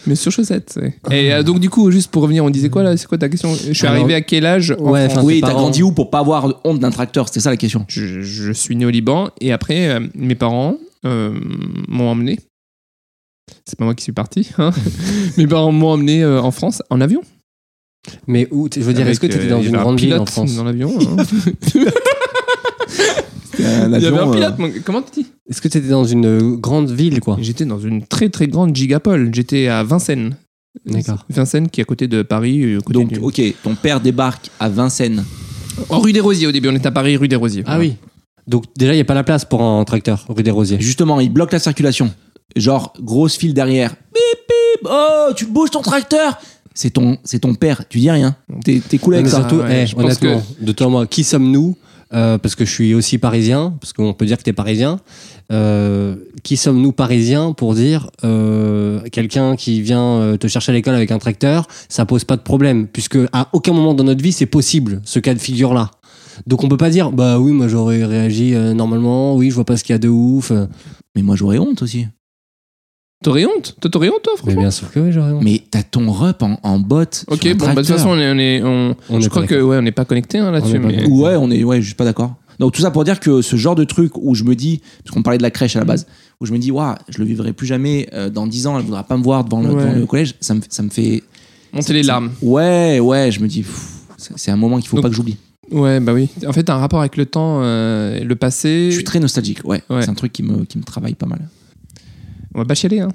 [SPEAKER 1] mes surchaussettes, ouais. Et euh, donc, du coup, juste pour revenir, on disait quoi là C'est quoi ta question Je suis
[SPEAKER 8] Alors,
[SPEAKER 1] arrivé à quel âge en
[SPEAKER 8] ouais,
[SPEAKER 1] France
[SPEAKER 8] enfin,
[SPEAKER 2] Oui,
[SPEAKER 8] tes
[SPEAKER 2] t'as
[SPEAKER 8] parents.
[SPEAKER 2] grandi où pour pas avoir honte d'un tracteur C'était ça la question.
[SPEAKER 1] je, je suis né au Liban et après, euh, mes parents euh, m'ont emmené. C'est pas moi qui suis parti. hein. mes parents m'ont emmené euh, en France en avion.
[SPEAKER 8] Mais où t'es- Je veux dire,
[SPEAKER 1] Avec,
[SPEAKER 8] est-ce que t'étais
[SPEAKER 1] euh,
[SPEAKER 8] dans
[SPEAKER 1] il y
[SPEAKER 8] une
[SPEAKER 1] avait un
[SPEAKER 8] grande ville
[SPEAKER 1] pilote
[SPEAKER 8] en France
[SPEAKER 1] Dans l'avion. hein. Il y avait
[SPEAKER 2] euh,
[SPEAKER 1] un pilote. mon- Comment tu dis
[SPEAKER 8] Est-ce que t'étais dans une euh, grande ville quoi
[SPEAKER 1] J'étais dans une très très grande gigapole. J'étais à Vincennes.
[SPEAKER 8] D'accord.
[SPEAKER 1] Vincennes qui est à côté de Paris. euh, à côté
[SPEAKER 2] Donc,
[SPEAKER 1] du-
[SPEAKER 2] ok, ton père débarque à Vincennes.
[SPEAKER 1] En rue des Rosiers au début, on est à Paris, rue des Rosiers.
[SPEAKER 8] Ah oui. Donc déjà, il y a pas la place pour un tracteur rue des Rosiers.
[SPEAKER 2] Justement, il bloque la circulation. Genre, grosse file derrière. Bip, bip Oh, tu bouges ton tracteur C'est ton, c'est ton père, tu dis rien. T'es t'es cool
[SPEAKER 8] Mais
[SPEAKER 2] avec
[SPEAKER 1] Euh,
[SPEAKER 2] ça.
[SPEAKER 8] surtout,
[SPEAKER 1] Ah ouais,
[SPEAKER 8] eh,
[SPEAKER 1] je pense
[SPEAKER 8] honnêtement, de toi à moi, qui sommes-nous Euh, Parce que je suis aussi parisien, parce qu'on peut dire que t'es parisien. Euh, qui sommes-nous parisiens pour dire euh, quelqu'un qui vient euh, te chercher à l'école avec un tracteur, ça pose pas de problème, puisque à aucun moment dans notre vie c'est possible ce cas de figure-là. Donc on peut pas dire bah oui moi j'aurais réagi euh, normalement, oui je vois pas ce qu'il y a de ouf. euh.
[SPEAKER 2] Mais moi, j'aurais honte aussi.
[SPEAKER 1] T'aurais honte Toi, t'aurais honte, toi,
[SPEAKER 8] Mais bien sûr que oui j'aurais. honte.
[SPEAKER 2] Mais t'as ton rep en, en botte.
[SPEAKER 1] Ok,
[SPEAKER 2] sur un
[SPEAKER 1] bon, bah, de toute
[SPEAKER 2] tracteur.
[SPEAKER 1] façon, on est, on est- on-
[SPEAKER 8] On
[SPEAKER 1] je
[SPEAKER 8] est
[SPEAKER 1] crois
[SPEAKER 8] pas
[SPEAKER 1] que ouais, on n'est pas connecté
[SPEAKER 8] On
[SPEAKER 1] là-dessus,
[SPEAKER 8] est pas
[SPEAKER 1] mais
[SPEAKER 8] connectés.
[SPEAKER 2] Ouais, on est, ouais, je suis pas d'accord. Donc tout ça pour dire que ce genre de truc où je me dis, parce qu'on parlait de la crèche
[SPEAKER 1] Mm.
[SPEAKER 2] à la base, où je me dis, waouh, je le vivrai plus jamais euh, dans 10 ans, elle voudra pas me voir devant le,
[SPEAKER 1] Ouais.
[SPEAKER 2] devant le collège, ça me, ça me fait.
[SPEAKER 1] Monter les larmes.
[SPEAKER 2] Ouais, ouais, je me dis, pff, c'est c'est un moment qu'il faut
[SPEAKER 1] Donc-
[SPEAKER 2] pas que j'oublie.
[SPEAKER 1] Ouais, bah oui. En fait, t'as un rapport avec le temps, euh, le passé.
[SPEAKER 2] Je suis très nostalgique, ouais.
[SPEAKER 1] Ouais.
[SPEAKER 2] C'est un truc qui me, qui me travaille pas mal.
[SPEAKER 1] On va pas chialer, hein.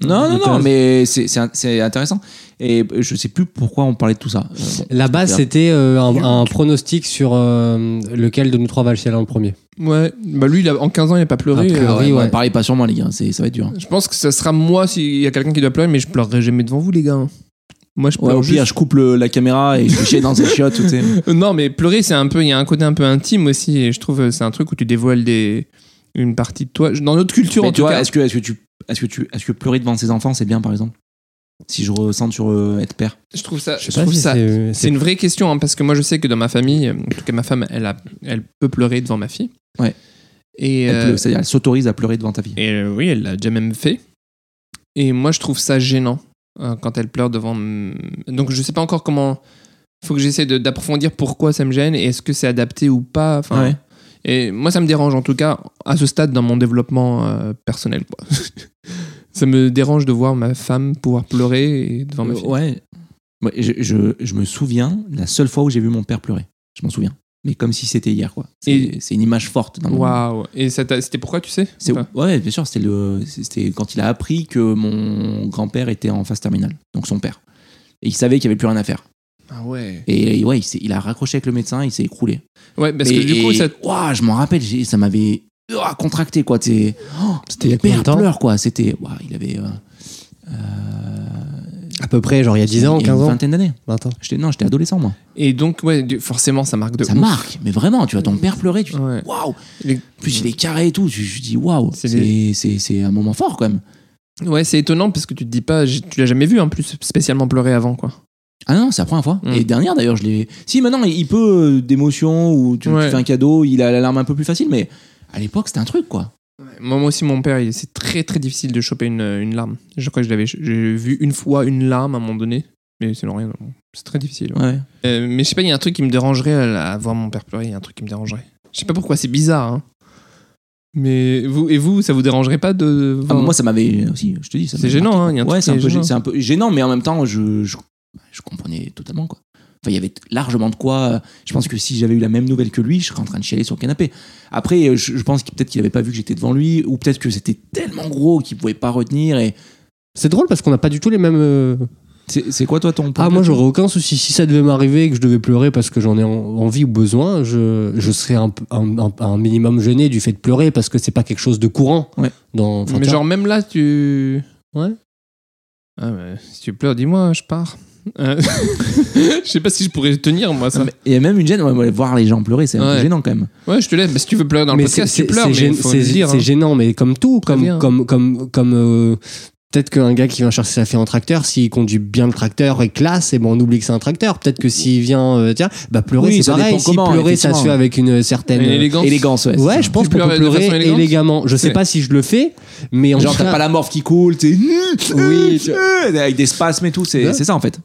[SPEAKER 2] Non, non,
[SPEAKER 8] Mais
[SPEAKER 2] non,
[SPEAKER 8] t'as-
[SPEAKER 2] mais c'est- c'est c'est intéressant. Et je sais plus pourquoi on parlait de tout ça. Euh, bon.
[SPEAKER 8] La base,
[SPEAKER 2] Bien.
[SPEAKER 8] c'était euh, un, un pronostic sur euh, lequel de nous trois va le chialer en premier.
[SPEAKER 1] Ouais. Bah lui, il a- en 15 ans, il a pas pleuré.
[SPEAKER 8] A priori.
[SPEAKER 1] euh,
[SPEAKER 2] Ouais,
[SPEAKER 8] ouais.
[SPEAKER 2] ouais, Parlez pas sur moi, les gars, c'est- ça va être dur. hein.
[SPEAKER 1] Je pense que ça sera moi s'il y a quelqu'un qui doit pleurer, mais je pleurerai jamais devant vous, les gars. Moi, je
[SPEAKER 2] Ouais,
[SPEAKER 1] pleure
[SPEAKER 2] au pire,
[SPEAKER 1] juste-
[SPEAKER 2] je coupe le- la caméra et je suis dans un chiotte. tu sais.
[SPEAKER 1] Euh, Non, mais pleurer, c'est un peu. Il y a un côté un peu intime aussi. Et je trouve euh, c'est un truc où tu dévoiles des une partie de toi. Dans notre culture,
[SPEAKER 2] Mais
[SPEAKER 1] en
[SPEAKER 2] tu
[SPEAKER 1] tout
[SPEAKER 2] vois,
[SPEAKER 1] cas.
[SPEAKER 2] est-ce que, est que, tu- est-ce que, tu- est-ce que pleurer devant ses enfants, c'est bien, par exemple Si je ressens sur euh, être père.
[SPEAKER 1] Je trouve ça.
[SPEAKER 8] Je
[SPEAKER 1] Je
[SPEAKER 8] sais pas
[SPEAKER 1] trouve
[SPEAKER 8] si
[SPEAKER 1] ça.
[SPEAKER 8] c'est-
[SPEAKER 1] C'est
[SPEAKER 8] c'est.
[SPEAKER 1] une vraie question hein, parce que moi, je sais que dans ma famille, euh, en tout cas, ma femme, elle a, elle peut pleurer devant ma fille.
[SPEAKER 2] Ouais.
[SPEAKER 1] Et
[SPEAKER 2] Elle
[SPEAKER 1] euh,
[SPEAKER 2] pleure, C'est-à-dire, elle s'autorise à pleurer devant ta fille.
[SPEAKER 1] Et euh, oui, elle l'a déjà même fait. Et moi, je trouve ça gênant hein, quand elle pleure devant. m- Donc, je sais pas encore comment. Faut que j'essaie de- d'approfondir pourquoi ça me gêne et est-ce que c'est adapté ou pas. Enfin,
[SPEAKER 2] Ouais.
[SPEAKER 1] Et moi, ça me dérange en tout cas à ce stade dans mon développement euh, personnel. quoi. ça me dérange de voir ma femme pouvoir pleurer et devant ma
[SPEAKER 2] Euh,
[SPEAKER 1] fille.
[SPEAKER 2] ouais. Ouais, je, je- je me souviens la seule fois où j'ai vu mon père pleurer. Je m'en souviens. Mais comme si c'était hier, quoi. C'est
[SPEAKER 1] Et-
[SPEAKER 2] c'est une image forte. Dans le moment.
[SPEAKER 1] Waouh! Et ça t'a- c'était pourquoi tu sais?
[SPEAKER 2] C'est-
[SPEAKER 1] Enfin,
[SPEAKER 2] ouais, bien sûr, c'était le, c'était quand il a appris que mon grand-père était en phase terminale, donc son père. Et il savait qu'il n'y avait plus rien à faire.
[SPEAKER 1] Ah ouais.
[SPEAKER 2] Et ouais, il, s'est- il a raccroché avec le médecin, il s'est écroulé.
[SPEAKER 1] Ouais, parce
[SPEAKER 2] Et-
[SPEAKER 1] que du coup,
[SPEAKER 2] et-
[SPEAKER 1] ça.
[SPEAKER 2] Ouah, je m'en rappelle, j'ai- ça m'avait ouah, contracté, quoi. C'était
[SPEAKER 8] C'était il y a
[SPEAKER 2] père
[SPEAKER 8] combien de temps
[SPEAKER 2] pleure, quoi. C'était. ouah, il avait. euh, euh,
[SPEAKER 8] À peu près, genre il y a 10 ans,
[SPEAKER 2] il y a
[SPEAKER 8] 15
[SPEAKER 2] Une
[SPEAKER 8] ans,
[SPEAKER 2] vingtaine d'années.
[SPEAKER 8] 20 ans.
[SPEAKER 2] J'étais, non, j'étais adolescent, moi.
[SPEAKER 1] Et donc, ouais, du- forcément, ça marque de.
[SPEAKER 2] ça
[SPEAKER 1] ouf.
[SPEAKER 2] marque, mais vraiment, tu vois, ton père pleurer, tu dis,
[SPEAKER 1] Ouais.
[SPEAKER 2] waouh!
[SPEAKER 1] Les-
[SPEAKER 2] En Plus il est carré et tout, je, je dis, waouh!
[SPEAKER 1] C'est
[SPEAKER 2] C'est
[SPEAKER 1] des-
[SPEAKER 2] c'est- c'est un moment fort, quand même.
[SPEAKER 1] Ouais, c'est étonnant parce que tu te dis pas, j'ai- tu l'as jamais vu en plus spécialement pleurer avant quoi.
[SPEAKER 2] Ah non, c'est la première fois.
[SPEAKER 1] Mm.
[SPEAKER 2] Et dernière d'ailleurs, je l'ai. Si maintenant il peut euh, d'émotion ou tu, tu
[SPEAKER 1] Ouais.
[SPEAKER 2] fais un cadeau, il a la larme un peu plus facile, mais à l'époque c'était un truc quoi.
[SPEAKER 1] Moi, moi aussi, mon père, il- c'est très très difficile de choper une, une larme. Je crois que je l'avais, j'ai vu une fois une larme à un moment donné, mais c'est rien. C'est très difficile. ouais.
[SPEAKER 2] Ouais.
[SPEAKER 1] Euh, mais je sais pas, il y a un truc qui me dérangerait à, à voir mon père pleurer. Il y a un truc qui me dérangerait. Je sais pas pourquoi, c'est bizarre. hein. Mais vous et vous, ça vous dérangerait pas de
[SPEAKER 2] Ah,
[SPEAKER 1] voir-
[SPEAKER 2] mais moi ça m'avait aussi, je te dis. ça
[SPEAKER 1] c'est
[SPEAKER 2] m'avait
[SPEAKER 1] gênant.
[SPEAKER 2] marqué.
[SPEAKER 1] Hein, il y a un
[SPEAKER 2] Ouais,
[SPEAKER 1] truc
[SPEAKER 2] c'est
[SPEAKER 1] qui est
[SPEAKER 2] un, peu gê-
[SPEAKER 1] gênant.
[SPEAKER 2] c'est un peu gênant, mais en même temps je, je, bah, je comprenais totalement quoi. Enfin, il y avait largement de quoi. euh, Je pense que si j'avais eu la même nouvelle que lui, je serais en train de chialer sur le canapé. Après, euh, je, je pense que peut-être qu'il avait pas vu que j'étais devant lui, ou peut-être que c'était tellement gros qu'il pouvait pas retenir. Et
[SPEAKER 8] C'est drôle parce qu'on n'a pas du tout les mêmes. euh,
[SPEAKER 2] c'est c'est quoi toi ton point
[SPEAKER 8] Ah,
[SPEAKER 2] de
[SPEAKER 8] moi
[SPEAKER 2] vue
[SPEAKER 8] j'aurais aucun souci. Si ça devait m'arriver et que je devais pleurer parce que j'en ai en- envie ou besoin, je, je serais un, p- un- un- un minimum gêné du fait de pleurer parce que c'est pas quelque chose de courant.
[SPEAKER 2] Ouais.
[SPEAKER 8] Dans, enfin,
[SPEAKER 1] mais
[SPEAKER 8] tu vois.
[SPEAKER 1] genre même là, tu
[SPEAKER 8] Ouais.
[SPEAKER 1] Ah, mais si tu pleures, dis-moi, je pars. Euh, je sais pas si je pourrais tenir moi ça.
[SPEAKER 2] Non, mais Il y a même une gêne, ouais, ouais, voir les gens pleurer, c'est un
[SPEAKER 1] Ouais.
[SPEAKER 2] peu gênant quand même.
[SPEAKER 1] Ouais, je te laisse. Bah, si tu veux pleurer dans le
[SPEAKER 8] Mais
[SPEAKER 1] podcast,
[SPEAKER 8] c'est-
[SPEAKER 1] tu
[SPEAKER 8] c'est-
[SPEAKER 1] pleures,
[SPEAKER 8] c'est
[SPEAKER 1] mais
[SPEAKER 8] gêne-
[SPEAKER 1] faut
[SPEAKER 8] c'est-
[SPEAKER 1] le dire. hein.
[SPEAKER 8] C'est gênant, mais comme tout,
[SPEAKER 1] bien.
[SPEAKER 8] comme, comme, comme, comme euh, peut-être qu'un gars qui vient chercher sa fille en tracteur, s'il conduit bien le tracteur et classe, et bon, on oublie que c'est un tracteur. Peut-être que s'il vient, euh, tiens, bah pleurer,
[SPEAKER 2] Oui,
[SPEAKER 8] c'est
[SPEAKER 2] ça
[SPEAKER 8] pareil.
[SPEAKER 2] dépend
[SPEAKER 8] Si
[SPEAKER 2] comment,
[SPEAKER 8] pleurer, ça se fait
[SPEAKER 2] effectivement.
[SPEAKER 8] avec une certaine.
[SPEAKER 1] Une élégance.
[SPEAKER 2] Élégance, ouais. Bah, c'est
[SPEAKER 8] Ouais,
[SPEAKER 2] ça.
[SPEAKER 8] je pense
[SPEAKER 1] Tu
[SPEAKER 8] qu'on peut
[SPEAKER 1] pleurais de
[SPEAKER 8] pleurer
[SPEAKER 1] façon élégante
[SPEAKER 8] élégamment. Je sais
[SPEAKER 1] C'est-
[SPEAKER 8] pas si je le fais, mais en
[SPEAKER 2] Genre,
[SPEAKER 8] tout
[SPEAKER 2] t'as
[SPEAKER 8] cas-
[SPEAKER 2] pas la morphe qui coule, t'es.
[SPEAKER 8] Oui, tu-
[SPEAKER 2] Avec des spasmes et tout, c'est
[SPEAKER 8] Ouais.
[SPEAKER 2] c'est ça en fait.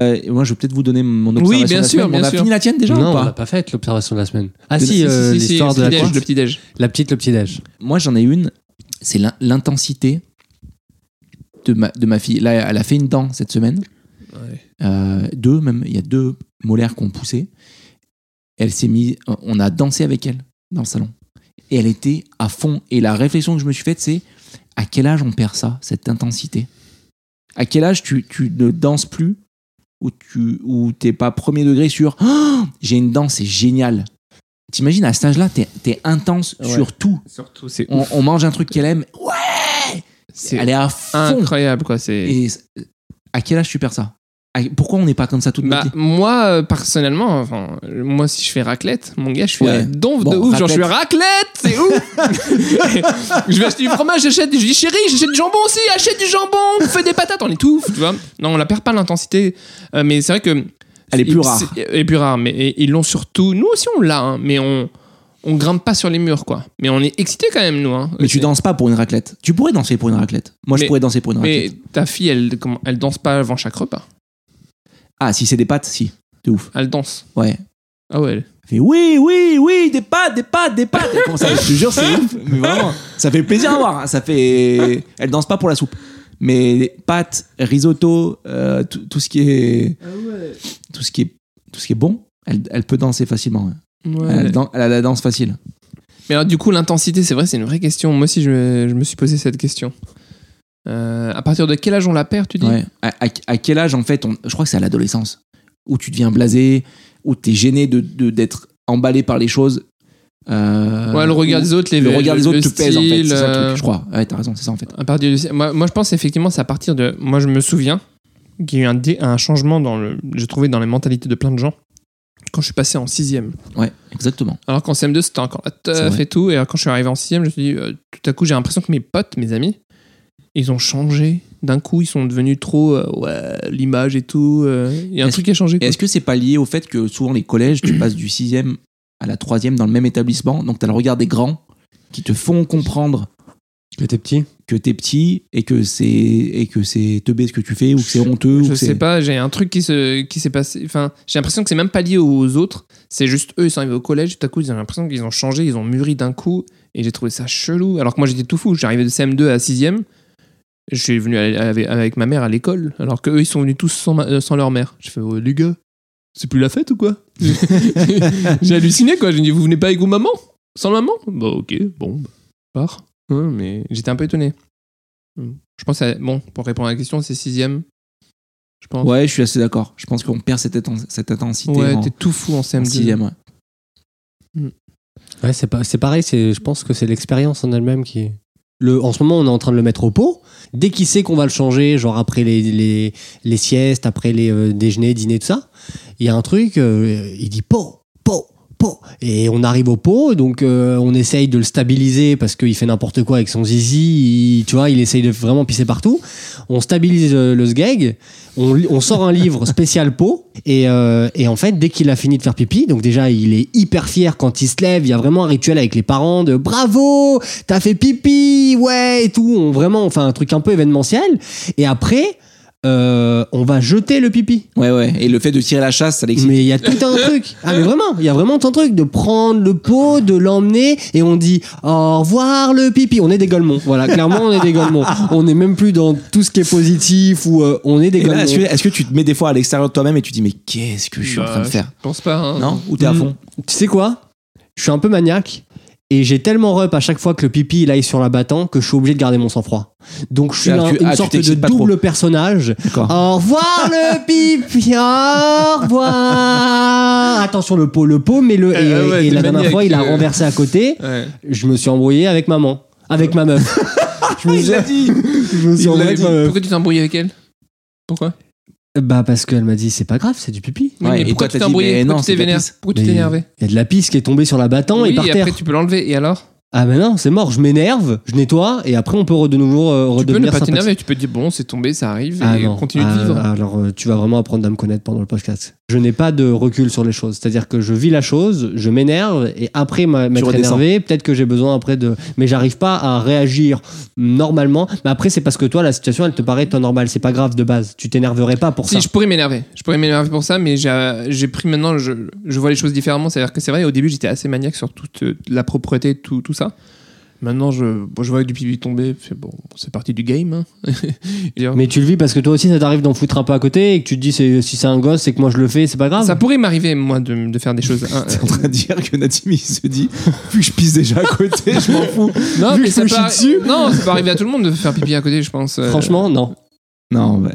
[SPEAKER 2] Euh, et moi, je vais peut-être vous donner mon
[SPEAKER 1] Oui,
[SPEAKER 2] observation.
[SPEAKER 1] bien
[SPEAKER 2] de la
[SPEAKER 1] sûr,
[SPEAKER 2] semaine.
[SPEAKER 1] bien
[SPEAKER 2] on a
[SPEAKER 1] sûr.
[SPEAKER 2] fini la tienne déjà
[SPEAKER 8] non,
[SPEAKER 2] ou
[SPEAKER 8] on
[SPEAKER 2] pas
[SPEAKER 8] l'a pas faite l'observation de la semaine. Ah
[SPEAKER 2] Si,
[SPEAKER 8] si, euh,
[SPEAKER 1] si, si,
[SPEAKER 8] l'histoire
[SPEAKER 1] si,
[SPEAKER 8] de la,
[SPEAKER 1] petit-déj,
[SPEAKER 8] course.
[SPEAKER 1] le petit déj.
[SPEAKER 8] la petite le petit déj.
[SPEAKER 2] Moi, j'en ai une, c'est l'in- l'intensité de ma, de ma fille. Là, elle a fait une dent cette semaine. Euh, deux, même, il y a deux molaires qui ont poussé. Elle s'est mise, on a dansé avec elle dans le salon. Et elle était à fond. Et la réflexion que je me suis faite, c'est à quel âge on perd ça, cette intensité À quel âge tu, tu ne danses plus ou tu ou t'es pas premier degré sur Ah, j'ai une danse, c'est génial. T'imagines à cet âge-là, t'es es intense
[SPEAKER 1] Ouais.
[SPEAKER 2] sur tout.
[SPEAKER 1] Surtout, c'est
[SPEAKER 2] On, on mange un truc qu'elle aime. Ouais, elle est à fond.
[SPEAKER 1] incroyable, quoi. C'est.
[SPEAKER 2] Et c'est- à quel âge tu perds ça À- Pourquoi on n'est pas comme ça toute
[SPEAKER 1] Bah,
[SPEAKER 2] notre vie
[SPEAKER 1] moi, euh, personnellement, enfin, euh, moi, si je fais raclette, mon gars, je suis
[SPEAKER 2] Ouais.
[SPEAKER 1] un donf de
[SPEAKER 2] Bon,
[SPEAKER 1] ouf. Genre, je suis
[SPEAKER 2] raclette.
[SPEAKER 1] raclette, c'est ouf. je vais acheter du fromage, j'achète, du- je dis chérie, j'achète du jambon aussi, achète du jambon, on fait des patates, on est tout, tu vois. Non, on la perd pas l'intensité, Euh, mais c'est vrai que.
[SPEAKER 2] Elle est plus
[SPEAKER 1] c'est-
[SPEAKER 2] rare.
[SPEAKER 1] Elle est plus rare, mais et- ils l'ont surtout. Nous aussi, on l'a, hein, mais on. On grimpe pas sur les murs, quoi. Mais on est excité quand même, nous. Hein.
[SPEAKER 2] Mais tu danses pas pour une raclette. Tu pourrais danser pour une raclette. Moi,
[SPEAKER 1] Mais-
[SPEAKER 2] je pourrais danser pour une
[SPEAKER 1] Mais
[SPEAKER 2] raclette.
[SPEAKER 1] ta fille, elle, comment- elle danse pas avant chaque repas.
[SPEAKER 2] Ah, si c'est des pâtes, si. De ouf.
[SPEAKER 1] Elle danse.
[SPEAKER 2] Ouais.
[SPEAKER 1] Ah ouais.
[SPEAKER 2] Elle fait oui, oui, oui, des pâtes, des pâtes, des pâtes. Elle commence à- je te jure, c'est ouf. Mais vraiment, ça fait plaisir à voir. hein. Ça fait. Elle danse pas pour la soupe. Mais pâtes, risotto, euh, tout tout ce qui est. Tout ce qui est, tout ce qui est bon, elle, elle peut danser facilement. hein.
[SPEAKER 1] Ouais.
[SPEAKER 2] Elle, dan- elle a la danse facile.
[SPEAKER 1] Mais alors, du coup, l'intensité, c'est vrai, c'est une vraie question. Moi aussi, je me, je me suis posé cette question. Euh, à partir de quel âge on la perd, tu dis
[SPEAKER 2] Ouais. À, à- à quel âge, en fait, on- je crois que c'est à l'adolescence, où tu deviens blasé, où tu es gêné de- de- d'être emballé par les choses. Euh,
[SPEAKER 1] Ouais, le regard
[SPEAKER 2] où
[SPEAKER 1] des autres, les
[SPEAKER 2] le regard des
[SPEAKER 1] le
[SPEAKER 2] autres te pèse, en fait.
[SPEAKER 1] style,
[SPEAKER 2] C'est ça le
[SPEAKER 1] euh,
[SPEAKER 2] truc, je crois. Ouais, t'as raison, c'est ça, en fait.
[SPEAKER 1] À partir du- moi, moi, je pense effectivement, c'est à partir de. Moi, je me souviens qu'il y a eu un, dé- un changement dans le. J'ai trouvé dans les mentalités de plein de gens quand je suis passé en sixième.
[SPEAKER 2] Ouais, exactement.
[SPEAKER 1] Alors qu'en CM2, c'était encore la
[SPEAKER 2] C'est
[SPEAKER 1] teuf
[SPEAKER 2] vrai.
[SPEAKER 1] et tout. Et alors, quand je suis arrivé en sixième, je me suis dit, euh, tout à coup, j'ai l'impression que mes potes, mes amis, ils ont changé. D'un coup, ils sont devenus trop. euh, ouais, l'image et tout. euh, Il y a un
[SPEAKER 2] Est-ce-
[SPEAKER 1] truc qui a changé.
[SPEAKER 2] Et
[SPEAKER 1] quoi.
[SPEAKER 2] est-ce que c'est pas lié au fait que souvent les collèges, tu passes du 6e à la 3e dans le même établissement, donc t'as le regard des grands qui te font comprendre
[SPEAKER 8] Que t'es petit.
[SPEAKER 2] que t'es petit et que c'est et que c'est teubé ce que tu fais ou que c'est honteux ou
[SPEAKER 1] Je
[SPEAKER 2] que
[SPEAKER 1] sais
[SPEAKER 2] c'est-
[SPEAKER 1] pas, j'ai un truc qui se qui s'est passé. Enfin, j'ai l'impression que c'est même pas lié aux autres. C'est juste eux, ils sont arrivés au collège, tout à coup, ils ont l'impression qu'ils ont changé, ils ont mûri d'un coup. Et j'ai trouvé ça chelou. Alors que moi, j'étais tout fou. J'arrivais de CM2 à 6ème. Je suis venu à- avec, avec ma mère à l'école. Alors qu'eux, ils sont venus tous sans, ma- euh, sans leur mère. Je fais, oh, les gars, c'est plus la fête ou quoi J'ai halluciné, quoi. J'ai dit, vous venez pas avec vos mamans Sans maman Bah, ok, bon, bah, part. Hein, mais j'étais un peu étonné. Hmm. Je pense à. Bon, pour répondre à la question, c'est 6ème. Je pense.
[SPEAKER 2] Ouais, je suis assez d'accord. Je pense qu'on perd cette, inten- cette intensité
[SPEAKER 1] Ouais,
[SPEAKER 2] en,
[SPEAKER 1] t'es tout fou en
[SPEAKER 2] en
[SPEAKER 1] CM2.
[SPEAKER 2] sixième, ouais.
[SPEAKER 8] Ouais, c'est pas- c'est pareil, c'est- je pense que c'est l'expérience en elle-même qui. Le, en ce moment, on est en train de le mettre au pot. Dès qu'il sait qu'on va le changer, genre après les, les, les siestes, après les euh, déjeuners, dîners, tout ça, il y a un truc, euh, il dit pot, pot, pot. Et on arrive au pot, donc euh, on essaye de le stabiliser parce qu'il fait n'importe quoi avec son zizi, il- tu vois, il essaye de vraiment pisser partout. On stabilise euh, le sgeg, on, li- on sort un livre spécial pot et, euh, et en fait dès qu'il a fini de faire pipi donc déjà il est hyper fier quand il se lève il y a vraiment un rituel avec les parents de bravo t'as fait pipi ouais et tout on vraiment on fait un truc un peu événementiel et après euh, on va jeter le pipi
[SPEAKER 2] Ouais, ouais. Et le fait de tirer la chasse, ça l'excite.
[SPEAKER 8] mais il y a tout un truc. Ah mais vraiment, il y a vraiment tout un truc de prendre le pot, de l'emmener et on dit au revoir le pipi. On est des golemons. Voilà, clairement on est des golemons. On n'est même plus dans tout ce qui est positif ou euh, on est des
[SPEAKER 2] Et là,
[SPEAKER 8] golemons.
[SPEAKER 2] Est-ce que, est-ce que tu te mets des fois à l'extérieur de toi-même et tu te dis, mais qu'est-ce que je suis en train de
[SPEAKER 1] Bah,
[SPEAKER 2] faire
[SPEAKER 1] Je pense pas. hein.
[SPEAKER 2] Non Ou t'es à
[SPEAKER 8] Mm.
[SPEAKER 2] fond
[SPEAKER 8] Tu sais quoi Je suis un peu maniaque et j'ai tellement rep à chaque fois que le pipi il aille sur la battant que je suis obligé de garder mon sang-froid. Donc je suis
[SPEAKER 2] Ah,
[SPEAKER 8] un-
[SPEAKER 2] tu-
[SPEAKER 8] une
[SPEAKER 2] ah, tu
[SPEAKER 8] sorte de
[SPEAKER 2] t'excites pas
[SPEAKER 8] double personnage.
[SPEAKER 2] D'accord.
[SPEAKER 8] Au revoir le pipi, au revoir. Attention le pot, le pot, mais le et,
[SPEAKER 2] Eh, ah
[SPEAKER 1] Euh, ouais,
[SPEAKER 8] et
[SPEAKER 1] t'es
[SPEAKER 8] la dernière
[SPEAKER 1] maniaque,
[SPEAKER 8] fois il a
[SPEAKER 1] euh.
[SPEAKER 8] renversé à côté.
[SPEAKER 1] Ouais.
[SPEAKER 8] Je me suis embrouillé avec maman, avec ma meuf. je me suis,
[SPEAKER 2] dit
[SPEAKER 8] je me suis
[SPEAKER 1] Il
[SPEAKER 8] embrouillé
[SPEAKER 1] l'avait
[SPEAKER 8] avec
[SPEAKER 1] dit. euh,
[SPEAKER 8] ma meuf.
[SPEAKER 1] Pourquoi tu t'es embrouillé avec elle Pourquoi
[SPEAKER 8] Bah parce qu'elle m'a dit c'est pas grave, c'est du pipi.
[SPEAKER 1] Oui,
[SPEAKER 2] Ouais,
[SPEAKER 1] mais
[SPEAKER 2] et
[SPEAKER 1] Pourquoi tu t'es
[SPEAKER 2] toi, t'as dit, mais
[SPEAKER 1] embrouillé Pourquoi
[SPEAKER 2] non,
[SPEAKER 1] tu t'es
[SPEAKER 2] c'est la
[SPEAKER 1] vénère
[SPEAKER 2] pisse.
[SPEAKER 1] Pourquoi tu
[SPEAKER 8] Mais-
[SPEAKER 1] t'es énervé
[SPEAKER 8] Il y a de la pisse qui est tombée sur la battant et
[SPEAKER 1] Oui,
[SPEAKER 8] par
[SPEAKER 1] et
[SPEAKER 8] terre.
[SPEAKER 1] après tu peux l'enlever. Et alors
[SPEAKER 8] Ah ben non, c'est mort, je m'énerve, je nettoie et après on peut re- de nouveau euh,
[SPEAKER 1] Tu peux
[SPEAKER 8] redevenir
[SPEAKER 1] ne pas
[SPEAKER 8] sympathique.
[SPEAKER 1] t'énerver. Tu peux dire bon, c'est tombé, ça arrive
[SPEAKER 8] Ah
[SPEAKER 1] et
[SPEAKER 8] non.
[SPEAKER 1] continue de
[SPEAKER 8] Ah,
[SPEAKER 1] vivre.
[SPEAKER 8] Alors euh, tu vas vraiment apprendre à me connaître pendant le podcast. Je n'ai pas de recul sur les choses, c'est-à-dire que je vis la chose, je m'énerve et après m'a- m'être
[SPEAKER 2] redescends.
[SPEAKER 8] énervé, peut-être que j'ai besoin après de mais j'arrive pas à réagir normalement. Mais après c'est parce que toi la situation elle te paraît toi normale, c'est pas grave de base. Tu t'énerverais pas pour
[SPEAKER 1] Si
[SPEAKER 8] ça.
[SPEAKER 1] je pourrais m'énerver, je pourrais m'énerver pour ça, mais j'ai euh, j'ai pris maintenant, je, je vois les choses différemment. C'est-à-dire que c'est vrai, au début j'étais assez maniaque sur toute euh, la propreté, tout, tout ça. Maintenant, je, bon, je vois du pipi tomber, je fais, bon, c'est parti du game. hein. Et alors,
[SPEAKER 8] Mais tu le vis parce que toi aussi ça t'arrive d'en foutre un peu à côté et que tu te dis c'est- si c'est un gosse c'est que moi je le fais, c'est pas grave.
[SPEAKER 1] ça pourrait m'arriver, moi, de, de faire des choses. hein,
[SPEAKER 2] T'es en train de dire que Natimi se dit, vu que je pisse déjà à côté, je m'en fous.
[SPEAKER 1] Non,
[SPEAKER 8] Vu
[SPEAKER 1] mais
[SPEAKER 8] que
[SPEAKER 1] ça
[SPEAKER 8] je me
[SPEAKER 1] peut,
[SPEAKER 8] chie
[SPEAKER 1] arri-
[SPEAKER 8] dessus.
[SPEAKER 1] non, ça peut arriver à tout le monde de faire pipi à côté, je pense. euh.
[SPEAKER 8] Franchement, non.
[SPEAKER 2] Non, bah,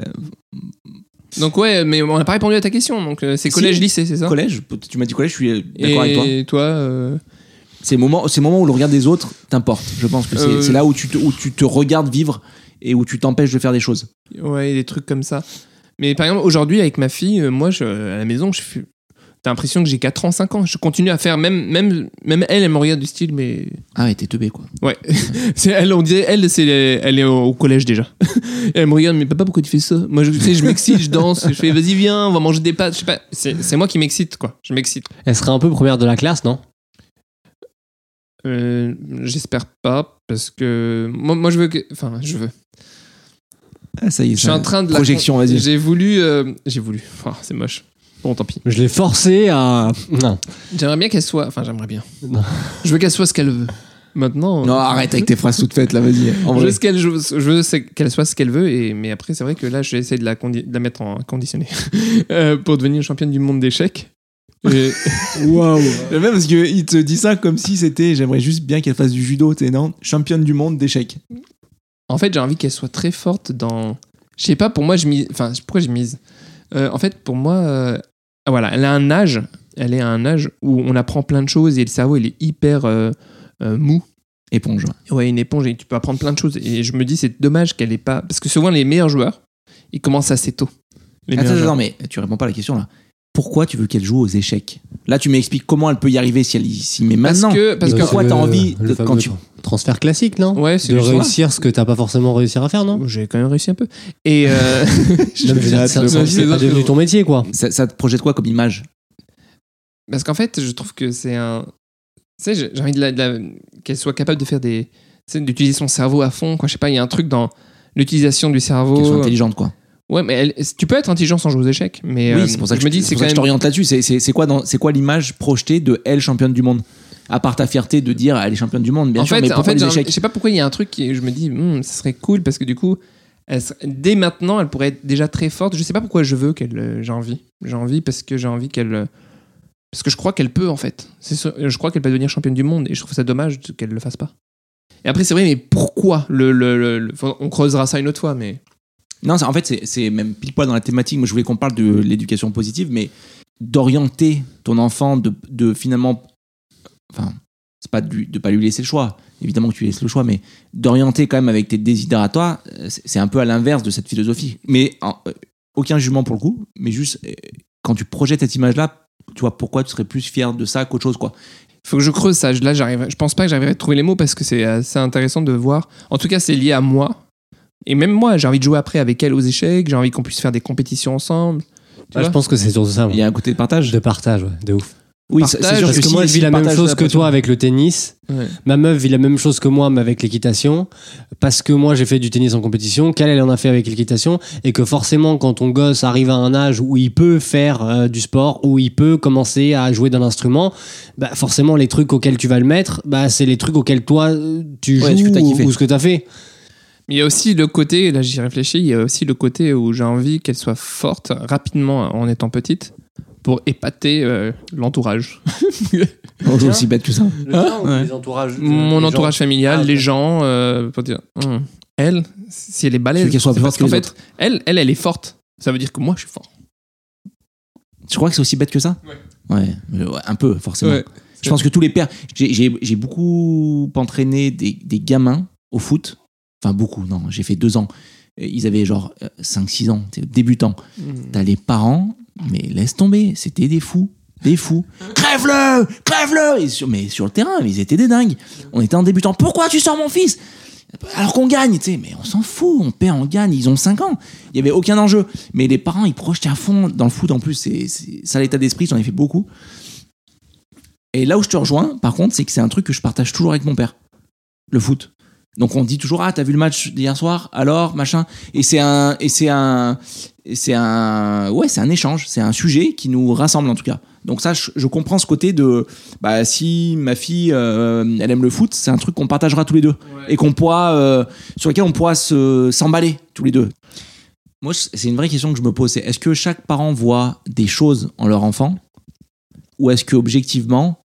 [SPEAKER 1] Donc, ouais, mais on n'a pas répondu à ta question. Donc, euh, c'est
[SPEAKER 2] Si.
[SPEAKER 1] collège-lycée, c'est ça
[SPEAKER 2] collège, tu m'as dit collège, je suis euh, d'accord avec toi.
[SPEAKER 1] Et toi, euh,
[SPEAKER 2] C'est le moment, c'est le moment où le regard des autres t'importe. Je pense que c'est
[SPEAKER 1] Euh,
[SPEAKER 2] c'est là où tu, te, où tu te regardes vivre et où tu t'empêches de faire des choses.
[SPEAKER 1] ouais, des trucs comme ça. Mais par exemple, aujourd'hui, avec ma fille, euh, moi, je, à la maison, je suis. T'as l'impression que j'ai 4 ans, 5 ans. Je continue à faire, même, même, même elle, elle me regarde du style, mais.
[SPEAKER 2] Ah ouais, t'es teubé quoi.
[SPEAKER 1] Ouais. C'est elle, on dirait, elle, c'est, elle est au, au collège déjà. Et elle me regarde, mais papa, pourquoi tu fais ça Moi, je, tu sais, je m'excite, je danse, je fais, vas-y, viens, on va manger des pâtes. Je sais pas, c'est, c'est moi qui m'excite, quoi. Je m'excite.
[SPEAKER 8] Elle serait un peu première de la classe, non
[SPEAKER 1] Euh, j'espère pas parce que moi, moi je veux que enfin je veux
[SPEAKER 2] Ah, ça y est,
[SPEAKER 1] je suis
[SPEAKER 2] ça-
[SPEAKER 1] en train de la
[SPEAKER 2] projection, vas-y.
[SPEAKER 1] j'ai voulu euh, j'ai voulu Oh, c'est moche Bon, tant pis.
[SPEAKER 8] Je l'ai forcé à. Non.
[SPEAKER 1] J'aimerais bien qu'elle soit. Enfin, j'aimerais bien.
[SPEAKER 8] Non.
[SPEAKER 1] Je veux qu'elle soit ce qu'elle veut. Maintenant.
[SPEAKER 2] Non,
[SPEAKER 1] euh,
[SPEAKER 2] arrête avec tes phrases toutes faites là, vas-y.
[SPEAKER 1] Je
[SPEAKER 2] En vrai.
[SPEAKER 1] veux ce qu'elle je veux- je veux c'est qu'elle soit ce qu'elle veut, et, mais après, c'est vrai que là, je vais essayer de la, condi- de la mettre en conditionnée euh, pour devenir championne du monde d'échecs. Et-
[SPEAKER 2] Waouh. Le même parce qu'il te dit ça comme si c'était j'aimerais juste bien qu'elle fasse du judo, tu sais, non Championne du monde d'échecs.
[SPEAKER 1] en fait, j'ai envie qu'elle soit très forte dans. Je sais pas, pour moi, je mise. Enfin, pourquoi je mise Euh, En fait, pour moi, euh, ah, voilà, elle a un âge. Elle est à un âge où on apprend plein de choses et le cerveau, il est hyper euh, euh, mou.
[SPEAKER 2] Éponge.
[SPEAKER 1] Ouais, une éponge et tu peux apprendre plein de choses. Et je me dis, c'est dommage qu'elle n'ait pas. Parce que souvent, les meilleurs joueurs, ils commencent assez tôt. Les
[SPEAKER 2] Attends,
[SPEAKER 1] meilleurs
[SPEAKER 2] attends,
[SPEAKER 1] joueurs.
[SPEAKER 2] mais tu réponds pas à la question là. Pourquoi tu veux qu'elle joue aux échecs Là, tu m'expliques comment elle peut y arriver si elle y s'y met
[SPEAKER 1] Parce
[SPEAKER 2] maintenant.
[SPEAKER 1] que. Parce
[SPEAKER 2] Mais
[SPEAKER 1] que
[SPEAKER 2] pourquoi
[SPEAKER 8] le-
[SPEAKER 2] t'as envie
[SPEAKER 8] le
[SPEAKER 2] de-
[SPEAKER 8] fameux
[SPEAKER 2] quand tu-
[SPEAKER 8] Transfert classique, non
[SPEAKER 1] Ouais, c'est
[SPEAKER 8] De
[SPEAKER 1] du soin.
[SPEAKER 8] réussir ce que t'as pas forcément réussi à faire, non
[SPEAKER 1] J'ai quand même réussi un peu. Et euh,
[SPEAKER 8] Non, mais je veux dire,
[SPEAKER 2] J'ai hâte de
[SPEAKER 8] C'est c'est
[SPEAKER 1] voir
[SPEAKER 8] pas
[SPEAKER 1] ça.
[SPEAKER 8] devenu ton métier, quoi.
[SPEAKER 2] Ça, ça te projette quoi comme image
[SPEAKER 1] parce qu'en fait, je trouve que c'est un. Tu sais, j'ai j'ai envie de la- de la- qu'elle soit capable de faire des. tu sais, d'utiliser son cerveau à fond. Quoi. Je sais pas, il y a un truc dans l'utilisation du
[SPEAKER 2] Qu'elle soit
[SPEAKER 1] cerveau.
[SPEAKER 2] intelligente, quoi.
[SPEAKER 1] Ouais, mais elle- tu peux être intelligent sans jouer aux échecs. Mais euh,
[SPEAKER 2] oui, c'est pour ça que
[SPEAKER 1] je me dis,
[SPEAKER 2] c'est
[SPEAKER 1] c'est
[SPEAKER 2] pour
[SPEAKER 1] quand
[SPEAKER 2] ça que je
[SPEAKER 1] même.
[SPEAKER 2] t'oriente là-dessus. C'est- C'est c'est quoi, dans- c'est quoi l'image projetée de elle championne du monde À part ta fierté de dire elle est championne du monde, bien
[SPEAKER 1] en
[SPEAKER 2] sûr,
[SPEAKER 1] fait,
[SPEAKER 2] mais
[SPEAKER 1] en fait
[SPEAKER 2] pourquoi les
[SPEAKER 1] j'ai un-
[SPEAKER 2] échecs
[SPEAKER 1] je sais pas pourquoi il y a un truc qui je me dis Hmm, ce serait cool parce que du coup elle ser- dès maintenant elle pourrait être déjà très forte je sais pas pourquoi je veux qu'elle euh, j'ai envie j'ai envie parce que j'ai envie qu'elle euh, parce que je crois qu'elle peut en fait C'est sûr, euh, je crois qu'elle peut devenir championne du monde et je trouve ça dommage de- qu'elle le fasse pas et après c'est vrai mais pourquoi le, le- le- le- enfin, on creusera ça une autre fois mais
[SPEAKER 2] Non, ça- en fait, c'est- c'est même pile poil dans la thématique. Moi, je voulais qu'on parle de l'éducation positive, mais d'orienter ton enfant, de, de finalement. Enfin, c'est pas de, lui- de pas lui laisser le choix. Évidemment que tu laisses le choix, mais d'orienter quand même avec tes désirs à toi, euh, c'est c'est un peu à l'inverse de cette philosophie. Mais en- euh, aucun jugement pour le coup, mais juste euh, quand tu projettes cette image-là, tu vois pourquoi tu serais plus fier de ça qu'autre chose, quoi.
[SPEAKER 1] faut que je creuse ça Je- là j'arrive je pense pas que j'arriverai à trouver les mots parce que c'est assez intéressant de voir en tout cas c'est lié à moi et même moi j'ai envie de jouer après avec elle aux échecs j'ai envie qu'on puisse faire des compétitions ensemble
[SPEAKER 2] Ah,
[SPEAKER 8] Ouais, je
[SPEAKER 1] vois
[SPEAKER 8] pense que c'est surtout ça. moi.
[SPEAKER 2] Il y a un côté de partage.
[SPEAKER 8] De partage, ouais, de ouf.
[SPEAKER 2] Oui,
[SPEAKER 1] Partage,
[SPEAKER 2] c'est c'est sûr
[SPEAKER 8] Parce que
[SPEAKER 2] si-
[SPEAKER 8] moi, je
[SPEAKER 2] si
[SPEAKER 8] vis la
[SPEAKER 2] le
[SPEAKER 8] même
[SPEAKER 2] partage
[SPEAKER 8] chose
[SPEAKER 2] de la
[SPEAKER 8] que
[SPEAKER 2] passion-
[SPEAKER 8] toi avec le tennis.
[SPEAKER 1] Ouais.
[SPEAKER 8] Ma meuf vit la même chose que moi, mais avec l'équitation. Parce que moi, j'ai fait du tennis en compétition, qu'elle, elle en a fait avec l'équitation. Et que forcément, quand ton gosse arrive à un âge où il peut faire euh, du sport, où il peut commencer à jouer d'un instrument, bah, forcément, les trucs auxquels tu vas le mettre, bah, c'est les trucs auxquels toi, euh, tu
[SPEAKER 2] Ouais,
[SPEAKER 8] joues
[SPEAKER 2] ce que t'as
[SPEAKER 8] ou,
[SPEAKER 2] kiffé.
[SPEAKER 8] ou ce que t'as fait.
[SPEAKER 1] Mais il y a aussi le côté, là j'y réfléchis, il y a aussi le côté où j'ai envie qu'elle soit forte rapidement en étant petite pour épater euh, l'entourage.
[SPEAKER 2] Oh, c'est aussi bête que ça.
[SPEAKER 8] Hein
[SPEAKER 2] Ouais. euh,
[SPEAKER 1] Mon entourage familial,
[SPEAKER 8] Ah, ok.
[SPEAKER 1] les gens, euh, pour dire, hum, elle, si elle est
[SPEAKER 2] Tu
[SPEAKER 1] balèze,
[SPEAKER 2] veux qu'elle soit
[SPEAKER 1] c'est
[SPEAKER 2] plus
[SPEAKER 1] parce
[SPEAKER 2] forte que
[SPEAKER 1] qu'en
[SPEAKER 2] les
[SPEAKER 1] fait, elle, elle, elle est forte. Ça veut dire que moi je suis fort.
[SPEAKER 2] Tu crois que c'est aussi bête que ça ouais. mais ouais, un peu, forcément.
[SPEAKER 1] Ouais.
[SPEAKER 2] Je pense que tous les pères. J'ai- J'ai j'ai beaucoup entraîné des, des gamins au foot. Enfin, beaucoup, non. J'ai fait deux ans. Euh, Ils avaient genre 5-6 ans, t'es débutant.
[SPEAKER 1] Hmm.
[SPEAKER 2] T'as les parents, mais laisse tomber, c'était des fous. Des fous. Crève-le Crève-le Et sur- Mais sur le terrain, ils étaient des dingues. On était en débutant. Pourquoi tu sors mon fils alors qu'on gagne, tu sais, mais on s'en fout, on perd, on gagne, ils ont 5 ans, il n'y avait aucun enjeu. Mais les parents, ils projetaient à fond dans le foot en plus, c'est c'est ça l'état d'esprit, j'en ai fait beaucoup. Et là où je te rejoins, par contre, c'est que c'est un truc que je partage toujours avec mon père, le foot. Donc on dit toujours ah t'as vu le match d'hier soir alors machin et c'est un et c'est un et c'est un ouais c'est un échange c'est un sujet qui nous rassemble en tout cas donc ça je, je comprends ce côté de bah si ma fille euh, elle aime le foot c'est un truc qu'on partagera tous les deux et qu'on pourra euh, sur lequel on pourra se s'emballer tous les deux moi je- c'est une vraie question que je me pose c'est est-ce que chaque parent voit des choses en leur enfant ou est-ce que objectivement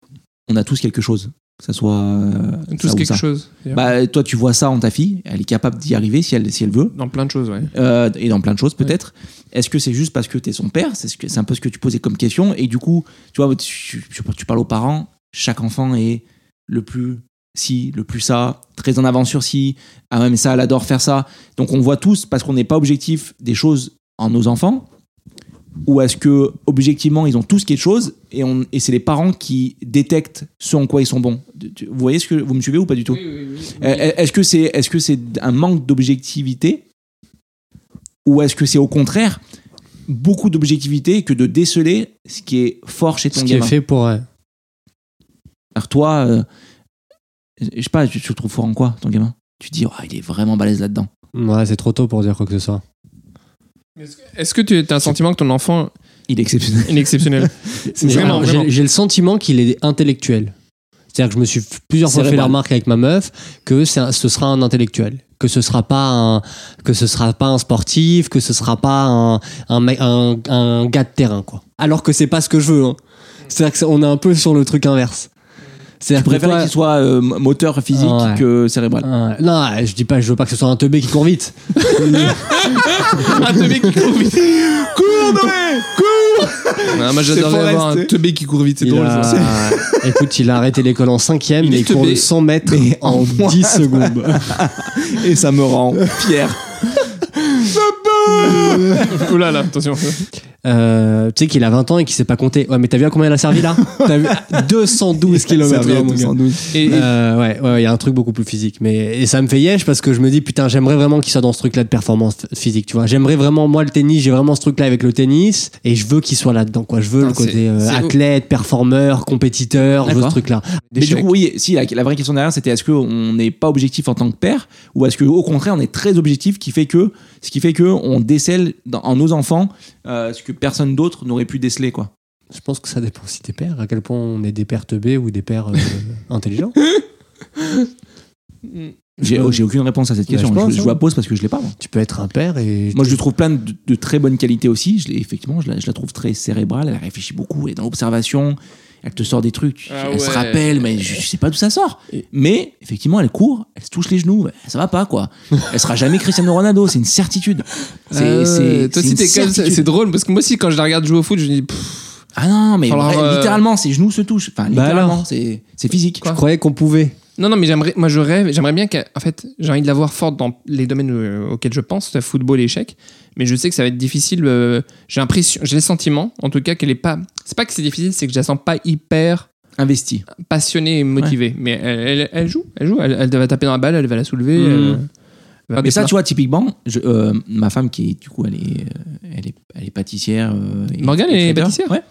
[SPEAKER 2] on a tous quelque chose que ça soit euh,
[SPEAKER 1] Tout
[SPEAKER 2] ça
[SPEAKER 1] ce
[SPEAKER 2] ou
[SPEAKER 1] quelque
[SPEAKER 2] ça.
[SPEAKER 1] chose. d'ailleurs.
[SPEAKER 2] Bah, toi, tu vois ça en ta fille, elle est capable d'y arriver si elle, si elle veut,
[SPEAKER 1] Dans plein de choses, ouais.
[SPEAKER 2] euh, et dans plein de choses peut-être. Est-ce que c'est juste parce que t'es son père C'est ce que- c'est un peu ce que tu posais comme question. Et du coup, tu vois, tu, tu- tu parles aux parents, chaque enfant est le plus si, le plus ça, très en avance sur si, ah ouais, mais ça, elle adore faire ça. Donc on voit tous, parce qu'on n'est pas objectif, des choses en nos enfants. Ou est-ce que objectivement ils ont tous quelque chose et, on- et c'est les parents qui détectent ce en quoi ils sont bons. Tu- tu- Vous voyez ce que vous me suivez ou pas du tout euh, Est-ce que c'est est-ce que c'est un manque d'objectivité ou est-ce que c'est au contraire beaucoup d'objectivité que de déceler ce qui est fort chez ton
[SPEAKER 8] Ce qui est
[SPEAKER 2] gamin
[SPEAKER 8] fait pour. euh,
[SPEAKER 2] Alors toi, euh, je sais pas, tu, tu le trouves fort en quoi ton gamin Tu te dis Ah, il est vraiment balèze là-dedans.
[SPEAKER 8] Ouais, c'est trop tôt pour dire quoi que ce soit.
[SPEAKER 1] Est-ce que tu as un sentiment que ton enfant,
[SPEAKER 2] Il est exceptionnel.
[SPEAKER 1] Il est exceptionnel.
[SPEAKER 8] Mais
[SPEAKER 1] Vraiment,
[SPEAKER 8] alors, j'ai-
[SPEAKER 1] vraiment.
[SPEAKER 8] J'ai le sentiment qu'il est intellectuel. C'est-à-dire que je me suis f- plusieurs fois fait
[SPEAKER 2] Cérébral.
[SPEAKER 8] la remarque avec ma meuf que c'est un- ce sera un intellectuel, que ce sera pas un, que ce sera pas un sportif, que ce sera pas un, un, mec- un- un gars de terrain quoi. Alors que c'est pas ce que je veux. hein. C'est-à-dire que c'est- on est un peu sur le truc inverse.
[SPEAKER 2] Je
[SPEAKER 8] C'est-à-dire que
[SPEAKER 2] préfère
[SPEAKER 8] toi-
[SPEAKER 2] qu'il soit euh, moteur physique
[SPEAKER 8] Ah ouais.
[SPEAKER 2] que cérébral.
[SPEAKER 8] Euh, non, je dis pas, je veux pas que ce soit un teubé qui court vite.
[SPEAKER 1] un teubé qui court vite. Cours, Noé Cours non, Moi, j'adorerais avoir un teubé qui court vite. C'est
[SPEAKER 8] Il
[SPEAKER 1] drôle.
[SPEAKER 8] a-
[SPEAKER 1] ça.
[SPEAKER 8] Écoute, il a arrêté l'école en cinquième,
[SPEAKER 2] Il
[SPEAKER 8] mais
[SPEAKER 2] est
[SPEAKER 8] il court
[SPEAKER 2] teubé.
[SPEAKER 8] le 100 mètres
[SPEAKER 2] Mais en
[SPEAKER 8] en
[SPEAKER 2] moins.
[SPEAKER 8] 10 secondes.
[SPEAKER 2] Et ça me rend fier.
[SPEAKER 1] Ouh là là, attention.
[SPEAKER 2] Bah,
[SPEAKER 8] Euh, tu sais qu'il a 20 ans et qu'il sait pas compter. Ouais, mais t'as vu à combien il a servi là T'as vu 212 km
[SPEAKER 2] Serviette,
[SPEAKER 8] mon gars.
[SPEAKER 2] sans doute.
[SPEAKER 1] Et, et-
[SPEAKER 8] Euh, ouais, ouais, il y a un truc beaucoup plus physique. Mais et ça me fait yèche parce que je me dis putain, j'aimerais vraiment qu'il soit dans ce truc-là de performance f- physique. Tu vois, j'aimerais vraiment moi le tennis, j'ai vraiment ce truc-là avec le tennis et je veux qu'il soit là-dedans. Quoi, je veux le
[SPEAKER 1] Putain,
[SPEAKER 8] côté
[SPEAKER 1] c'est-
[SPEAKER 8] euh,
[SPEAKER 1] c'est-
[SPEAKER 8] athlète, performeur, compétiteur, je veux ce
[SPEAKER 2] D'accord.
[SPEAKER 8] truc-là.
[SPEAKER 2] Mais du coup, oui, si, la, la vraie question derrière, c'était est-ce qu'on n'est pas objectif en tant que père ou est-ce qu'au contraire, on est très objectif, qui fait que, ce qui fait que on décèle dans- en nos enfants euh, ce que personne d'autre n'aurait pu déceler, quoi.
[SPEAKER 8] Je pense que ça dépend si t'es père, à quel point on est des pères teubés ou des pères euh, intelligents.
[SPEAKER 2] J'ai
[SPEAKER 8] Ouais.
[SPEAKER 2] j'ai aucune réponse à cette
[SPEAKER 8] Ouais,
[SPEAKER 2] question.
[SPEAKER 8] je
[SPEAKER 2] Bah, je,
[SPEAKER 8] pense,
[SPEAKER 2] je
[SPEAKER 8] hein.
[SPEAKER 2] la pose parce que je l'ai pas. Moi,
[SPEAKER 8] Tu peux être un père et
[SPEAKER 2] Moi, je le trouve plein de, de très bonnes qualités aussi. Je l'ai- effectivement, je la, je la trouve très cérébrale. Elle réfléchit beaucoup. Elle est dans l'observation. Elle te sort des trucs.
[SPEAKER 1] Ah
[SPEAKER 2] elle se
[SPEAKER 1] ouais.
[SPEAKER 2] rappelle, mais je, je sais pas d'où ça sort. Mais effectivement, elle court. Elle se touche les genoux. Ça va pas, quoi. Elle sera jamais Cristiano Ronaldo. C'est une certitude. C'est
[SPEAKER 1] Ah ouais, toi
[SPEAKER 2] c'est- c'est
[SPEAKER 1] aussi
[SPEAKER 2] une
[SPEAKER 1] t'es calme, c'est
[SPEAKER 2] certitude.
[SPEAKER 1] c'est drôle parce que moi aussi quand je la regarde jouer au foot, je me dis pff,
[SPEAKER 2] Ah non, mais
[SPEAKER 1] Falloir,
[SPEAKER 2] vrai,
[SPEAKER 1] euh,
[SPEAKER 2] littéralement, ses genoux se touchent. Enfin,
[SPEAKER 8] Bah
[SPEAKER 2] littéralement,
[SPEAKER 8] alors.
[SPEAKER 2] c'est c'est physique.
[SPEAKER 1] Quoi
[SPEAKER 8] je croyais qu'on pouvait.
[SPEAKER 1] non non mais j'aimerais moi je rêve, j'aimerais bien qu'en fait, j'ai envie de la voir forte dans les domaines euh, auxquels je pense, le football et échecs, mais je sais que ça va être difficile euh, j'ai l'impression, j'ai le sentiment en tout cas qu'elle est pas c'est pas que c'est difficile, c'est que je la sens pas hyper
[SPEAKER 2] Investi.
[SPEAKER 1] passionnée et motivée, mais elle, elle, elle joue, elle joue, elle, elle va taper dans la balle, elle va la soulever.
[SPEAKER 2] Mhm.
[SPEAKER 1] elle- elle va
[SPEAKER 2] Mais
[SPEAKER 1] mettre
[SPEAKER 2] ça,
[SPEAKER 1] là.
[SPEAKER 2] tu vois, typiquement, je- euh, ma femme qui est, du coup, elle est, euh, elle est, elle est pâtissière. euh, et-
[SPEAKER 1] Morgane,
[SPEAKER 2] et
[SPEAKER 1] elle est
[SPEAKER 2] traiteur.
[SPEAKER 1] pâtissière
[SPEAKER 2] Ouais.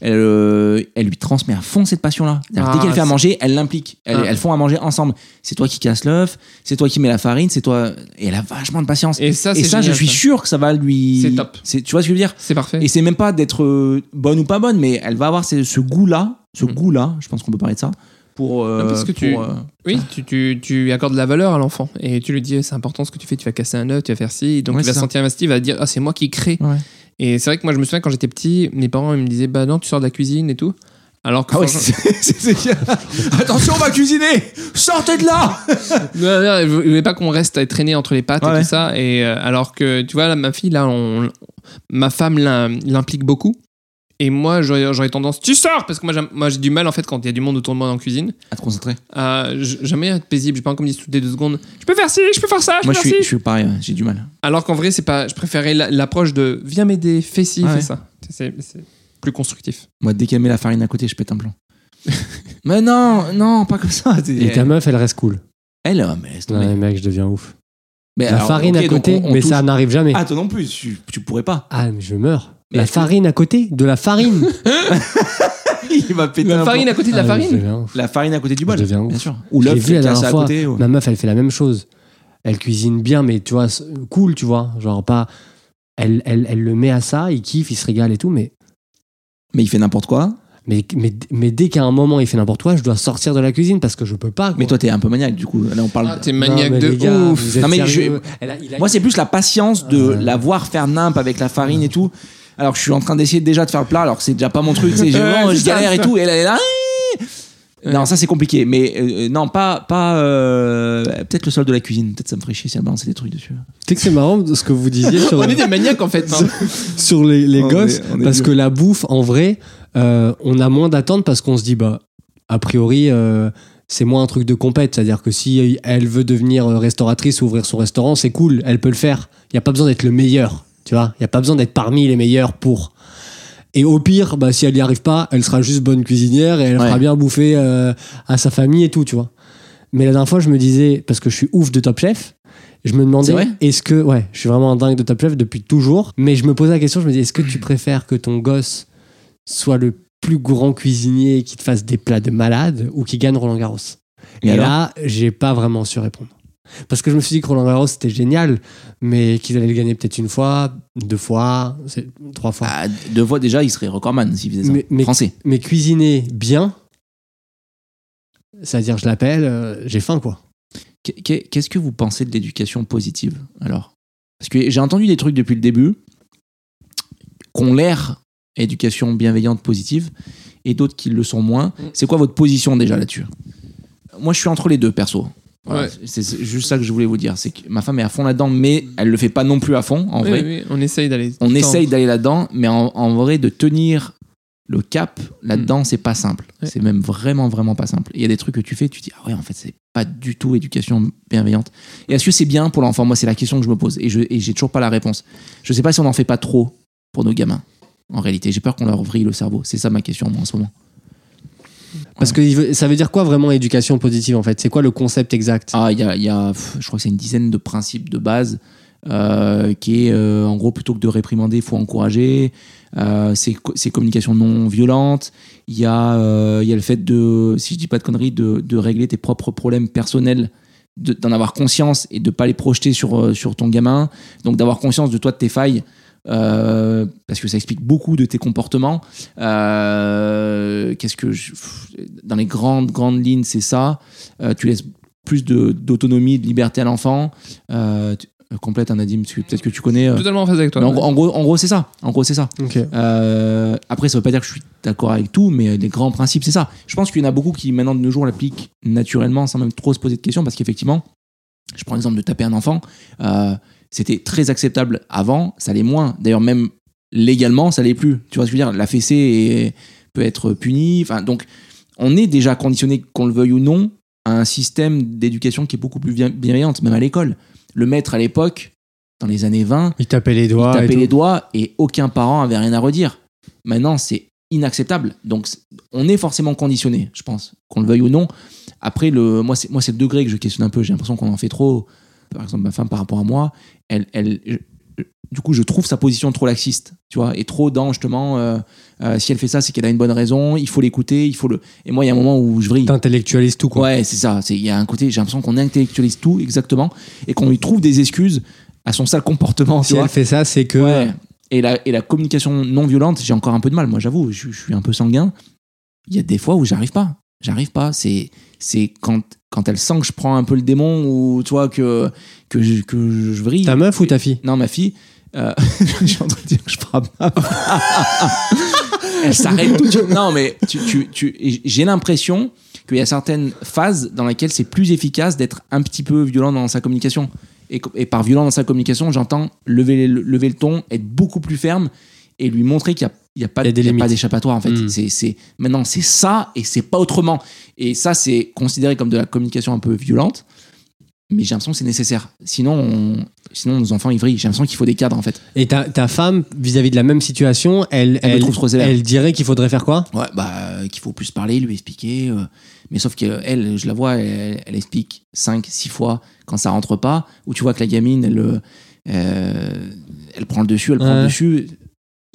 [SPEAKER 2] Elle, euh, elle lui transmet à fond cette passion-là. C'est-à-dire, Dès
[SPEAKER 1] Ah,
[SPEAKER 2] qu'elle fait à
[SPEAKER 1] c'est-
[SPEAKER 2] manger, elle l'implique. Elles,
[SPEAKER 1] Ah.
[SPEAKER 2] elles font à manger ensemble. C'est toi qui casse l'œuf, c'est toi qui mets la farine, c'est toi. Et elle a vachement de patience. Et,
[SPEAKER 1] Et ça, c'est
[SPEAKER 2] ça, je
[SPEAKER 1] génial,
[SPEAKER 2] suis sûr que ça va lui.
[SPEAKER 1] C'est top.
[SPEAKER 2] Tu vois ce que je veux dire
[SPEAKER 1] C'est parfait.
[SPEAKER 2] Et c'est même pas d'être euh, bonne ou pas bonne, mais elle va avoir ce, ce goût-là, ce goût-là, je pense qu'on peut parler de ça, pour. euh,
[SPEAKER 1] Mm. Non, parce que
[SPEAKER 2] pour,
[SPEAKER 1] tu-
[SPEAKER 2] euh,
[SPEAKER 1] Oui, tu, tu, tu accordes de la valeur à l'enfant et tu lui dis c'est important ce que tu fais, tu vas casser un œuf, tu vas faire ci, donc
[SPEAKER 2] Ouais,
[SPEAKER 1] il va
[SPEAKER 2] c'est
[SPEAKER 1] se sentir investi, il va dire ah c'est moi qui crée.
[SPEAKER 2] Ouais.
[SPEAKER 1] Et c'est vrai que moi je me souviens quand j'étais petit, mes parents ils me disaient bah non tu sors de la cuisine et tout. Alors que
[SPEAKER 2] Ah ouais,
[SPEAKER 1] franchement-
[SPEAKER 2] c'est c'est- c'est- Attention, on va cuisiner Sortez de là
[SPEAKER 1] Non, non, je voulais pas qu'on reste à traîner entre les pattes
[SPEAKER 2] Ouais.
[SPEAKER 1] et tout ça. Et euh, alors que tu vois là, ma fille là, on- ma femme l'im- l'implique beaucoup. Et moi j'aurais j'aurais tendance tu sors parce que moi, j'aime- moi j'ai du mal en fait quand il y a du monde autour de moi dans la cuisine
[SPEAKER 2] À te concentrer.
[SPEAKER 1] à j- jamais être paisible. J'ai pas comme disent toutes les deux secondes je peux faire ci, je peux faire ça, je
[SPEAKER 2] Moi,
[SPEAKER 1] peux
[SPEAKER 2] je
[SPEAKER 1] faire ci.
[SPEAKER 2] suis, je suis pareil, ouais, j'ai du mal.
[SPEAKER 1] Alors qu'en vrai, c'est pas. Je préférais la- l'approche de viens m'aider, fais ci,
[SPEAKER 2] Ah ouais.
[SPEAKER 1] fais ça. C'est c'est plus constructif.
[SPEAKER 2] Moi, dès qu'elle met la farine à côté, je pète un plomb. mais non, non, pas comme ça. c'est-
[SPEAKER 8] Et ta meuf, elle reste cool.
[SPEAKER 2] Elle, euh, mais laisse tomber.
[SPEAKER 8] Ouais, mec, je deviens ouf.
[SPEAKER 2] Mais
[SPEAKER 8] La
[SPEAKER 2] alors,
[SPEAKER 8] farine
[SPEAKER 2] ok,
[SPEAKER 8] à
[SPEAKER 2] donc
[SPEAKER 8] côté,
[SPEAKER 2] on- on
[SPEAKER 8] mais
[SPEAKER 2] touche-
[SPEAKER 8] ça n'arrive jamais.
[SPEAKER 2] Ah, toi non plus, tu, tu pourrais pas.
[SPEAKER 8] Ah, mais je meurs.
[SPEAKER 2] Mais
[SPEAKER 8] la
[SPEAKER 2] est-ce que-
[SPEAKER 8] farine à côté De la farine
[SPEAKER 2] Il va péter
[SPEAKER 1] La
[SPEAKER 2] un
[SPEAKER 1] farine
[SPEAKER 2] plomb.
[SPEAKER 1] à côté de la
[SPEAKER 8] Ah, mais je
[SPEAKER 1] farine
[SPEAKER 8] deviens ouf.
[SPEAKER 2] La farine à côté du bol.
[SPEAKER 8] Je deviens
[SPEAKER 2] Bien
[SPEAKER 8] ouf.
[SPEAKER 2] sûr. Ou
[SPEAKER 8] Je l'ai
[SPEAKER 2] l'œuf
[SPEAKER 8] vu
[SPEAKER 2] qui
[SPEAKER 8] la
[SPEAKER 2] est cassé
[SPEAKER 8] dernière
[SPEAKER 2] à
[SPEAKER 8] fois.
[SPEAKER 2] côté. ouais.
[SPEAKER 8] Ma meuf, elle fait la même chose. Elle cuisine bien, mais tu vois, c'est- cool, tu vois. Genre pas... Elle, elle, elle le met à ça, il kiffe, il se régale et tout, mais,
[SPEAKER 2] Mais il fait n'importe quoi.
[SPEAKER 8] mais, mais, mais dès qu'à un moment il fait n'importe quoi, je dois sortir de la cuisine parce que je peux pas. quoi.
[SPEAKER 2] Mais toi, t'es un peu maniaque, du coup. Là, on parle.
[SPEAKER 1] Ah,
[SPEAKER 2] de-
[SPEAKER 1] T'es
[SPEAKER 8] Non,
[SPEAKER 1] maniaque
[SPEAKER 8] mais
[SPEAKER 1] de
[SPEAKER 8] les gars,
[SPEAKER 1] ouf
[SPEAKER 8] vous êtes
[SPEAKER 2] Non, mais je-
[SPEAKER 8] sérieux Elle a- il a-
[SPEAKER 2] Moi, c'est plus la patience de
[SPEAKER 8] Euh.
[SPEAKER 2] la voir faire nimp avec la farine et tout. Alors que je suis en train d'essayer déjà de faire le plat, alors que c'est déjà pas mon truc. c'est vraiment,
[SPEAKER 1] Ouais,
[SPEAKER 2] je
[SPEAKER 1] c'est ça,
[SPEAKER 2] galère et
[SPEAKER 1] ça.
[SPEAKER 2] tout. Et elle elle est là. Non, ça c'est compliqué. Mais euh, non, pas. pas euh, Peut-être le sol de la cuisine. Peut-être ça me ferait chier si elle balançait des trucs dessus.
[SPEAKER 8] Tu sais que c'est marrant ce que vous disiez sur,
[SPEAKER 1] On est des maniaques en fait. hein.
[SPEAKER 8] sur les, les
[SPEAKER 2] On
[SPEAKER 8] gosses,
[SPEAKER 2] est- on est
[SPEAKER 8] parce
[SPEAKER 2] dur.
[SPEAKER 8] que la bouffe, en vrai, euh, on a moins d'attentes parce qu'on se dit, bah, a priori, euh, c'est moins un truc de compète. C'est-à-dire que si elle veut devenir euh, restauratrice, ouvrir son restaurant, c'est cool, elle peut le faire. Il n'y a pas besoin d'être le meilleur, tu vois. Il n'y a pas besoin d'être parmi les meilleurs pour. Et au pire, bah, si elle n'y arrive pas, elle sera juste bonne cuisinière et elle
[SPEAKER 2] Ouais.
[SPEAKER 8] fera bien bouffer euh, à sa famille et tout, tu vois. Mais la dernière fois, je me disais, parce que je suis ouf de Top Chef, je me
[SPEAKER 2] C'est
[SPEAKER 8] demandais,
[SPEAKER 2] vrai
[SPEAKER 8] est-ce que, ouais, je suis vraiment un dingue de Top Chef depuis toujours, mais je me posais la question, je me disais, est-ce que tu préfères que ton gosse soit le plus grand cuisinier qui te fasse des plats de malade ou qui gagne Roland Garros Et,
[SPEAKER 2] alors
[SPEAKER 8] là, j'ai pas vraiment su répondre. Parce que je me suis dit que Roland Garros c'était génial, mais qu'ils allaient le gagner peut-être une fois, deux fois, c'est- trois fois.
[SPEAKER 2] Ah, deux fois déjà, il serait recordman s'il faisait ça.
[SPEAKER 8] Mais- mais-
[SPEAKER 2] Français.
[SPEAKER 8] Mais cuisiner bien, c'est-à-dire je l'appelle, euh, j'ai faim quoi.
[SPEAKER 2] Qu'est- qu'est- Qu'est-ce que vous pensez de l'éducation positive alors Parce que j'ai entendu des trucs depuis le début qu'on l'air éducation bienveillante positive et d'autres qui le sont moins.
[SPEAKER 1] Mm.
[SPEAKER 2] C'est quoi votre position déjà là-dessus Moi, je suis entre les deux perso. Voilà,
[SPEAKER 1] Ouais.
[SPEAKER 2] C'est c'est juste ça que je voulais vous dire. C'est que ma femme est à fond là-dedans, mais elle le fait pas non plus à fond en
[SPEAKER 1] Oui,
[SPEAKER 2] vrai.
[SPEAKER 1] oui, on essaye d'aller.
[SPEAKER 2] On
[SPEAKER 1] tendre.
[SPEAKER 2] essaye d'aller là-dedans, mais en, en vrai, de tenir le cap là-dedans, c'est pas simple.
[SPEAKER 1] Ouais.
[SPEAKER 2] C'est même vraiment, vraiment pas simple. Il y a des trucs que tu fais, tu dis, ah ouais, en fait, c'est pas du tout éducation bienveillante. Et est-ce que c'est bien pour l'enfant Moi, c'est la question que je me pose et je et j'ai toujours pas la réponse. Je sais pas si on en fait pas trop pour nos gamins. En réalité, j'ai peur qu'on leur vrille le cerveau. C'est ça ma question moi, en ce moment.
[SPEAKER 8] Parce que il veut- ça veut dire quoi vraiment éducation positive en fait C'est quoi le concept exact
[SPEAKER 2] Ah, il y a, il y a, pff, je crois que c'est une dizaine de principes de base euh, qui est, euh, en gros, plutôt que de réprimander, il faut encourager. Euh, c'est co- c'est communication non violente. Il y, a, euh, il y a le fait de, si je dis pas de conneries, de, de régler tes propres problèmes personnels, de- d'en avoir conscience et de pas les projeter sur, euh, sur ton gamin. Donc d'avoir conscience de toi, de tes failles. euh, parce que ça explique beaucoup de tes comportements. Euh, Qu'est-ce que je- pff, dans les grandes grandes lignes, c'est ça. Euh, tu laisses plus de- d'autonomie, de, liberté à l'enfant. Euh, tu- euh, complète un Adim, parce que peut-être que tu connais. euh,
[SPEAKER 1] Totalement en phase avec toi.
[SPEAKER 2] mais en, gros- en gros, en gros, c'est ça. En gros, c'est ça. Euh, après, ça veut pas dire que je suis d'accord avec tout, mais les grands principes, c'est ça. Je pense qu'il y en a beaucoup qui, maintenant, de nos jours, l'appliquent naturellement sans même trop se poser de questions, parce qu'effectivement, je prends l'exemple de taper un enfant. euh, c'était très acceptable avant, ça l'est moins. D'ailleurs, même légalement, ça l'est plus. Tu vois ce que je veux dire La fessée est- peut être punie. Enfin, donc, on est déjà conditionné, qu'on le veuille ou non, à un système d'éducation qui est beaucoup plus bien- bienveillante, même à l'école. Le maître, à l'époque, dans les années 20,
[SPEAKER 8] Il tapait les doigts.
[SPEAKER 2] il
[SPEAKER 8] Ah, et
[SPEAKER 2] tapait
[SPEAKER 8] tout.
[SPEAKER 2] les doigts et aucun parent avait rien à redire. Maintenant, c'est inacceptable. Donc, c'est- on est forcément conditionné, je pense, qu'on le veuille ou non. Après, le, moi, c'est moi, c'est le degré que je questionne un peu. J'ai l'impression qu'on en fait trop. Par exemple, ma femme, par rapport à moi, elle, elle, je- je- du coup, je trouve sa position trop laxiste, tu vois, et trop dans justement. euh, euh, si elle fait ça, c'est qu'elle a une bonne raison. Il faut l'écouter. Il faut le. Et moi, il y a un moment où je vrille.
[SPEAKER 8] T'intellectualises tout quoi.
[SPEAKER 2] Ouais, c'est ça. C'est- Il y a un côté, j'ai l'impression qu'on intellectualise tout exactement et qu'on lui trouve des excuses à son sale comportement. tu
[SPEAKER 8] Si
[SPEAKER 2] vois.
[SPEAKER 8] elle fait ça, c'est que.
[SPEAKER 2] Ouais. Et la, et la communication non violente, j'ai encore un peu de mal. Moi, j'avoue, je, je suis un peu sanguin. Il y a des fois où j'arrive pas. J'arrive pas. C'est c'est quand quand elle sent que je prends un peu le démon ou tu vois que que je, que je vrille.
[SPEAKER 8] Ta meuf ou ta fille
[SPEAKER 2] Non, ma fille. euh, je suis en train de dire que je frappe. ma femme. elle s'arrête tout de suite. Non, mais tu, tu, tu- et j'ai l'impression qu'il y a certaines phases dans lesquelles c'est plus efficace d'être un petit peu violent dans sa communication. Et, co- et par violent dans sa communication, j'entends lever, le- lever le ton, être beaucoup plus ferme et lui montrer qu'il n'y a, il y a pas,
[SPEAKER 8] Il y a des
[SPEAKER 2] il y a pas
[SPEAKER 8] limites.
[SPEAKER 2] d'échappatoire en fait.
[SPEAKER 8] Mm.
[SPEAKER 2] C'est, c'est, maintenant, c'est ça et c'est pas autrement. Et ça, c'est considéré comme de la communication un peu violente. Mais j'ai l'impression que c'est nécessaire. Sinon, on- sinon nos enfants, ils vrillent. J'ai l'impression qu'il faut des cadres, en fait.
[SPEAKER 8] Et ta, ta femme, vis-à-vis de la même situation, elle,
[SPEAKER 2] Elle me trouve trop sévère.
[SPEAKER 8] elle dirait qu'il faudrait faire quoi
[SPEAKER 2] Ouais, bah, euh, qu'il faut plus parler, lui expliquer. euh, mais sauf qu'elle, elle, je la vois, elle, elle explique 5, 6 fois quand ça rentre pas. Ou tu vois que la gamine, elle, euh, euh, elle prend le dessus, elle prend
[SPEAKER 8] Ouais.
[SPEAKER 2] le dessus.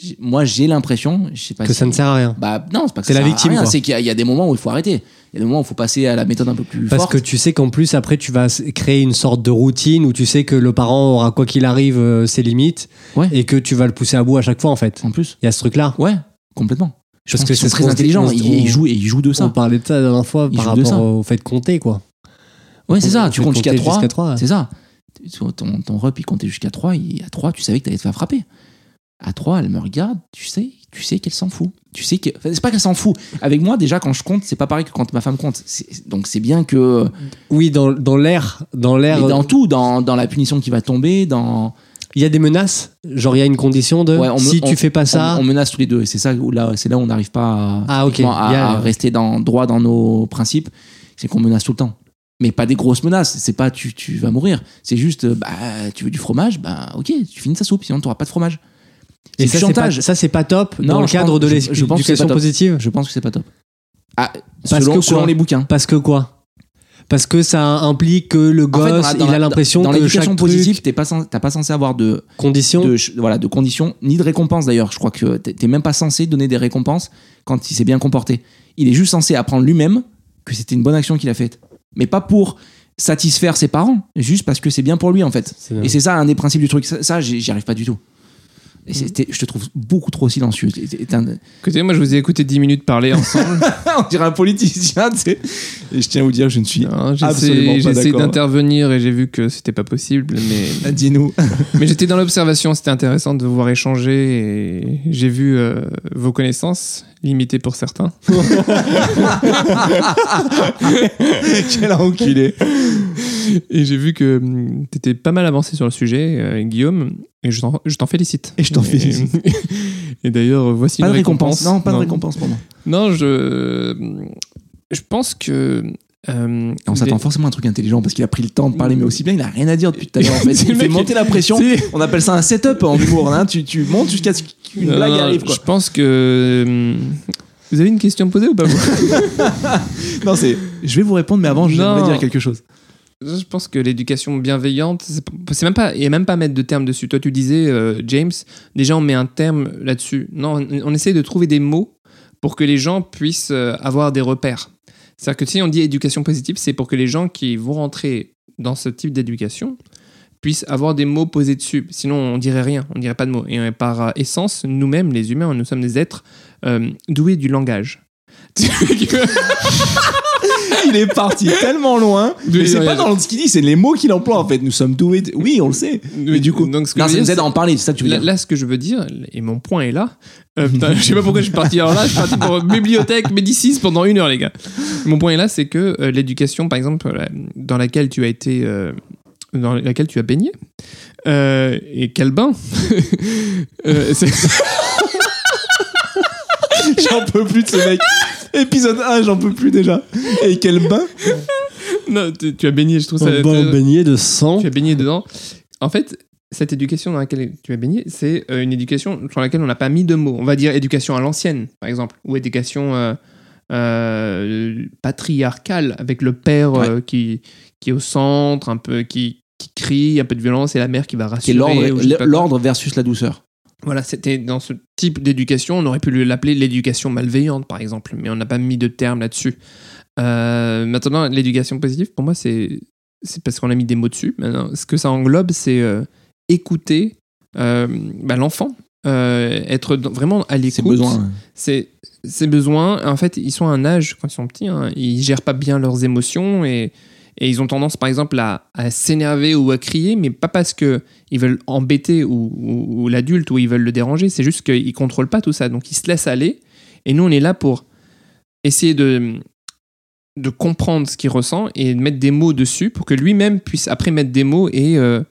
[SPEAKER 2] J'ai- Moi, j'ai l'impression, je sais pas
[SPEAKER 8] Que
[SPEAKER 2] si-
[SPEAKER 8] ça ne sert à rien.
[SPEAKER 2] Bah non, c'est pas que
[SPEAKER 8] T'es
[SPEAKER 2] ça sert
[SPEAKER 8] la
[SPEAKER 2] à
[SPEAKER 8] victime,
[SPEAKER 2] rien,
[SPEAKER 8] quoi.
[SPEAKER 2] C'est qu'il y, a- il y a des moments où il faut arrêter. Il y a des moments où il faut passer à la méthode un peu plus
[SPEAKER 8] Parce
[SPEAKER 2] forte.
[SPEAKER 8] que tu sais qu'en plus, après, tu vas s- créer une sorte de routine où tu sais que le parent aura, quoi qu'il arrive, euh, ses limites
[SPEAKER 2] Ouais.
[SPEAKER 8] et que tu vas le pousser à bout à chaque fois, en fait.
[SPEAKER 2] En plus.
[SPEAKER 8] Il y a ce truc-là.
[SPEAKER 2] Ouais, complètement. Je
[SPEAKER 8] Parce
[SPEAKER 2] pense
[SPEAKER 8] que
[SPEAKER 2] qu'ils sont
[SPEAKER 8] c'est ce
[SPEAKER 2] très
[SPEAKER 8] qu'on-
[SPEAKER 2] intelligents.
[SPEAKER 8] on-
[SPEAKER 2] Ils,
[SPEAKER 8] on-
[SPEAKER 2] ils jouent et ils jouent de
[SPEAKER 8] On
[SPEAKER 2] ça.
[SPEAKER 8] parlait de ça la dernière fois
[SPEAKER 2] Il
[SPEAKER 8] par
[SPEAKER 2] joue de ça.
[SPEAKER 8] rapport au fait de compter, quoi.
[SPEAKER 2] Ouais, c'est
[SPEAKER 8] On- on
[SPEAKER 2] ça. Tu
[SPEAKER 8] fait
[SPEAKER 2] comptes jusqu'à
[SPEAKER 8] compter
[SPEAKER 2] 3.
[SPEAKER 8] jusqu'à trois, ouais.
[SPEAKER 2] C'est ça. Ton, ton, ton rep, il comptait jusqu'à 3. Et à 3, tu savais que t'allais te faire frapper. À 3, elle me regarde. Tu sais, tu sais qu'elle s'en fout. Tu sais que. enfin, c'est pas qu'elle s'en fout. Avec moi, déjà, quand je compte, c'est pas pareil que quand ma femme compte. C'est- Donc, c'est bien que.
[SPEAKER 8] Oui, dans, dans l'air, dans
[SPEAKER 2] Mais
[SPEAKER 8] l'air, euh,
[SPEAKER 2] dans tout, dans, dans la punition qui va tomber, dans.
[SPEAKER 8] il y a des menaces. Genre, il y a une condition de
[SPEAKER 2] Ouais, on me-
[SPEAKER 8] si
[SPEAKER 2] on-
[SPEAKER 8] tu fais pas ça,
[SPEAKER 2] On, on menace tous les deux. Et c'est ça où là, c'est là où on n'arrive pas à,
[SPEAKER 8] Ah, ok.
[SPEAKER 2] typiquement, à,
[SPEAKER 8] Il y a-
[SPEAKER 2] à rester dans, droit dans nos principes. C'est qu'on menace tout le temps. Mais pas des grosses menaces. C'est pas tu, tu vas mourir. C'est juste, euh, bah, tu veux du fromage, bah, ok, tu finis ta soupe, sinon tu n'auras pas de fromage.
[SPEAKER 8] et
[SPEAKER 2] C'est
[SPEAKER 8] ça,
[SPEAKER 2] du
[SPEAKER 8] c'est pas,
[SPEAKER 2] chantage.
[SPEAKER 8] ça, c'est pas top
[SPEAKER 2] Non,
[SPEAKER 8] dans le
[SPEAKER 2] je
[SPEAKER 8] cadre
[SPEAKER 2] pense-
[SPEAKER 8] de
[SPEAKER 2] je- je pense que c'est pas
[SPEAKER 8] l'éducation
[SPEAKER 2] top.
[SPEAKER 8] positive.
[SPEAKER 2] Je pense que c'est pas top. Ah,
[SPEAKER 8] Parce
[SPEAKER 2] selon,
[SPEAKER 8] que
[SPEAKER 2] selon
[SPEAKER 8] quoi
[SPEAKER 2] les bouquins.
[SPEAKER 8] Parce que quoi Parce que ça implique que le
[SPEAKER 2] En fait,
[SPEAKER 8] gosse,
[SPEAKER 2] dans la- dans
[SPEAKER 8] il
[SPEAKER 2] la-
[SPEAKER 8] a l'impression
[SPEAKER 2] dans
[SPEAKER 8] que
[SPEAKER 2] l'éducation
[SPEAKER 8] chaque
[SPEAKER 2] positive,
[SPEAKER 8] positive,
[SPEAKER 2] t'es pas, cen- t'as pas censé avoir de,
[SPEAKER 8] condition,
[SPEAKER 2] de, ch- voilà, de conditions, ni de récompenses d'ailleurs. Je crois que t'es t'es même pas censé donner des récompenses quand il s'est bien comporté. Il est juste censé apprendre lui-même que c'était une bonne action qu'il a faite. Mais pas pour satisfaire ses parents juste parce que c'est bien pour lui en fait.
[SPEAKER 8] C'est
[SPEAKER 2] Et c'est ça un des principes du truc. Ça, ça, j'y j'y arrive pas du tout. Et c'était- je te trouve beaucoup trop silencieux. T'es- t'es un-
[SPEAKER 1] Écoutez, moi je vous ai écouté 10 minutes parler ensemble.
[SPEAKER 2] on dirait un politicien, tu sais. Et je tiens à vous dire, je ne suis.
[SPEAKER 1] Hein,
[SPEAKER 2] Absolument
[SPEAKER 1] J'essaie
[SPEAKER 2] pas
[SPEAKER 1] j'essaie
[SPEAKER 2] d'accord.
[SPEAKER 1] d'intervenir et j'ai vu que c'était pas possible, mais
[SPEAKER 2] Dis-nous.
[SPEAKER 1] Mais j'étais dans l'observation, c'était intéressant de vous voir échanger et j'ai vu euh, vos connaissances, limitées pour certains.
[SPEAKER 2] Quel enculé.
[SPEAKER 1] Et j'ai vu que hum, t'étais pas mal avancé sur le sujet, euh, Guillaume, et je t'en- je t'en félicite.
[SPEAKER 2] Et je t'en félicite.
[SPEAKER 1] Et d'ailleurs, voici
[SPEAKER 2] Pas de
[SPEAKER 1] une
[SPEAKER 2] récompense.
[SPEAKER 1] récompense.
[SPEAKER 2] Non, pas de récompense pour moi.
[SPEAKER 1] Non, je, je pense que. euh,
[SPEAKER 2] Et on s'attend
[SPEAKER 1] les-
[SPEAKER 2] forcément à un truc intelligent parce qu'il a pris le temps de parler, mais aussi bien, il a rien à dire depuis tout à l'heure. En fait.
[SPEAKER 1] Mm. C'est le
[SPEAKER 2] Il fait
[SPEAKER 1] mec
[SPEAKER 2] monter la pression.
[SPEAKER 1] C'est-
[SPEAKER 2] On appelle ça un setup en humour. Hein. Tu, tu montes jusqu'à ce qu'une
[SPEAKER 1] Non,
[SPEAKER 2] blague
[SPEAKER 1] non,
[SPEAKER 2] arrive. Quoi.
[SPEAKER 1] Je pense que. hum, Vous avez une question à me poser ou pas vous
[SPEAKER 2] Non, c'est. Je vais vous répondre, mais avant, je
[SPEAKER 1] Non.
[SPEAKER 2] voudrais dire quelque chose.
[SPEAKER 1] Je pense que l'éducation bienveillante, c'est p- c'est même pas, il y a même pas à mettre de terme dessus. Toi, tu disais, euh, James, déjà on met un terme là-dessus. Non, on, on essaye de trouver des mots pour que les gens puissent euh, avoir des repères. C'est-à-dire que si on dit éducation positive, c'est pour que les gens qui vont rentrer dans ce type d'éducation puissent avoir des mots posés dessus. Sinon, on dirait rien, on dirait pas de mots. Et euh, par essence, nous-mêmes, les humains, nous sommes des êtres euh, doués du langage.
[SPEAKER 2] Il est parti tellement loin.
[SPEAKER 1] Oui,
[SPEAKER 2] Mais c'est
[SPEAKER 1] oui,
[SPEAKER 2] pas
[SPEAKER 1] oui.
[SPEAKER 2] dans ce qu'il dit, c'est les mots qu'il emploie en fait. Nous sommes doués. de- Oui, on le sait. Mais du coup.
[SPEAKER 1] donc, ce que
[SPEAKER 2] Non,
[SPEAKER 1] je
[SPEAKER 2] ça
[SPEAKER 1] veux
[SPEAKER 2] nous
[SPEAKER 1] dire,
[SPEAKER 2] aide à en parler, c'est ça que tu veux
[SPEAKER 1] Là,
[SPEAKER 2] dire.
[SPEAKER 1] là, ce que je veux dire, et mon point est là, euh, putain, je sais pas pourquoi je suis parti. Alors là, je suis parti pour bibliothèque, Médicis pendant une heure, les gars. Mon point est là, c'est que euh, l'éducation, par exemple, euh, dans laquelle tu as été, euh, dans laquelle tu as baigné, euh, et quel bain Euh, c'est-
[SPEAKER 2] J'en peux plus de ce mec. Épisode 1, j'en peux plus déjà. Et quel bain.
[SPEAKER 1] Non, tu, tu as baigné, je trouve ça.
[SPEAKER 8] Un bon
[SPEAKER 2] euh,
[SPEAKER 1] tu-
[SPEAKER 8] beignet de sang.
[SPEAKER 1] tu as baigné dedans. En fait, cette éducation dans laquelle tu as baigné, c'est euh, une éducation sur laquelle on n'a pas mis de mots. On va dire éducation à l'ancienne, par exemple, ou éducation euh, euh, patriarcale, avec le père euh, qui, qui est au centre, un peu, qui, qui crie, un peu de violence, et la mère qui va
[SPEAKER 2] C'est
[SPEAKER 1] rassurer. ou je sais
[SPEAKER 2] l'ordre
[SPEAKER 1] pas
[SPEAKER 2] l'ordre versus la douceur.
[SPEAKER 1] voilà, c'était dans ce type d'éducation, on aurait pu l'appeler l'éducation malveillante, par exemple, mais on n'a pas mis de terme là-dessus. Euh, maintenant, l'éducation positive, pour moi, c'est c'est parce qu'on a mis des mots dessus. Maintenant, ce que ça englobe, c'est euh, écouter euh, bah, l'enfant, euh, être dans- vraiment à l'écoute
[SPEAKER 2] C'est besoin.
[SPEAKER 1] c'est ces besoins, en fait, ils sont à un âge, quand ils sont petits, hein, ils gèrent pas bien leurs émotions et, et ils ont tendance, par exemple, à, à s'énerver ou à crier, mais pas parce que ils veulent embêter ou, ou- ou l'adulte ou ils veulent le déranger, c'est juste qu'ils contrôlent pas tout ça. Donc, ils se laissent aller et nous, on est là pour essayer de, de comprendre ce qu'il ressent et de mettre des mots dessus pour que lui-même puisse après mettre des mots et euh,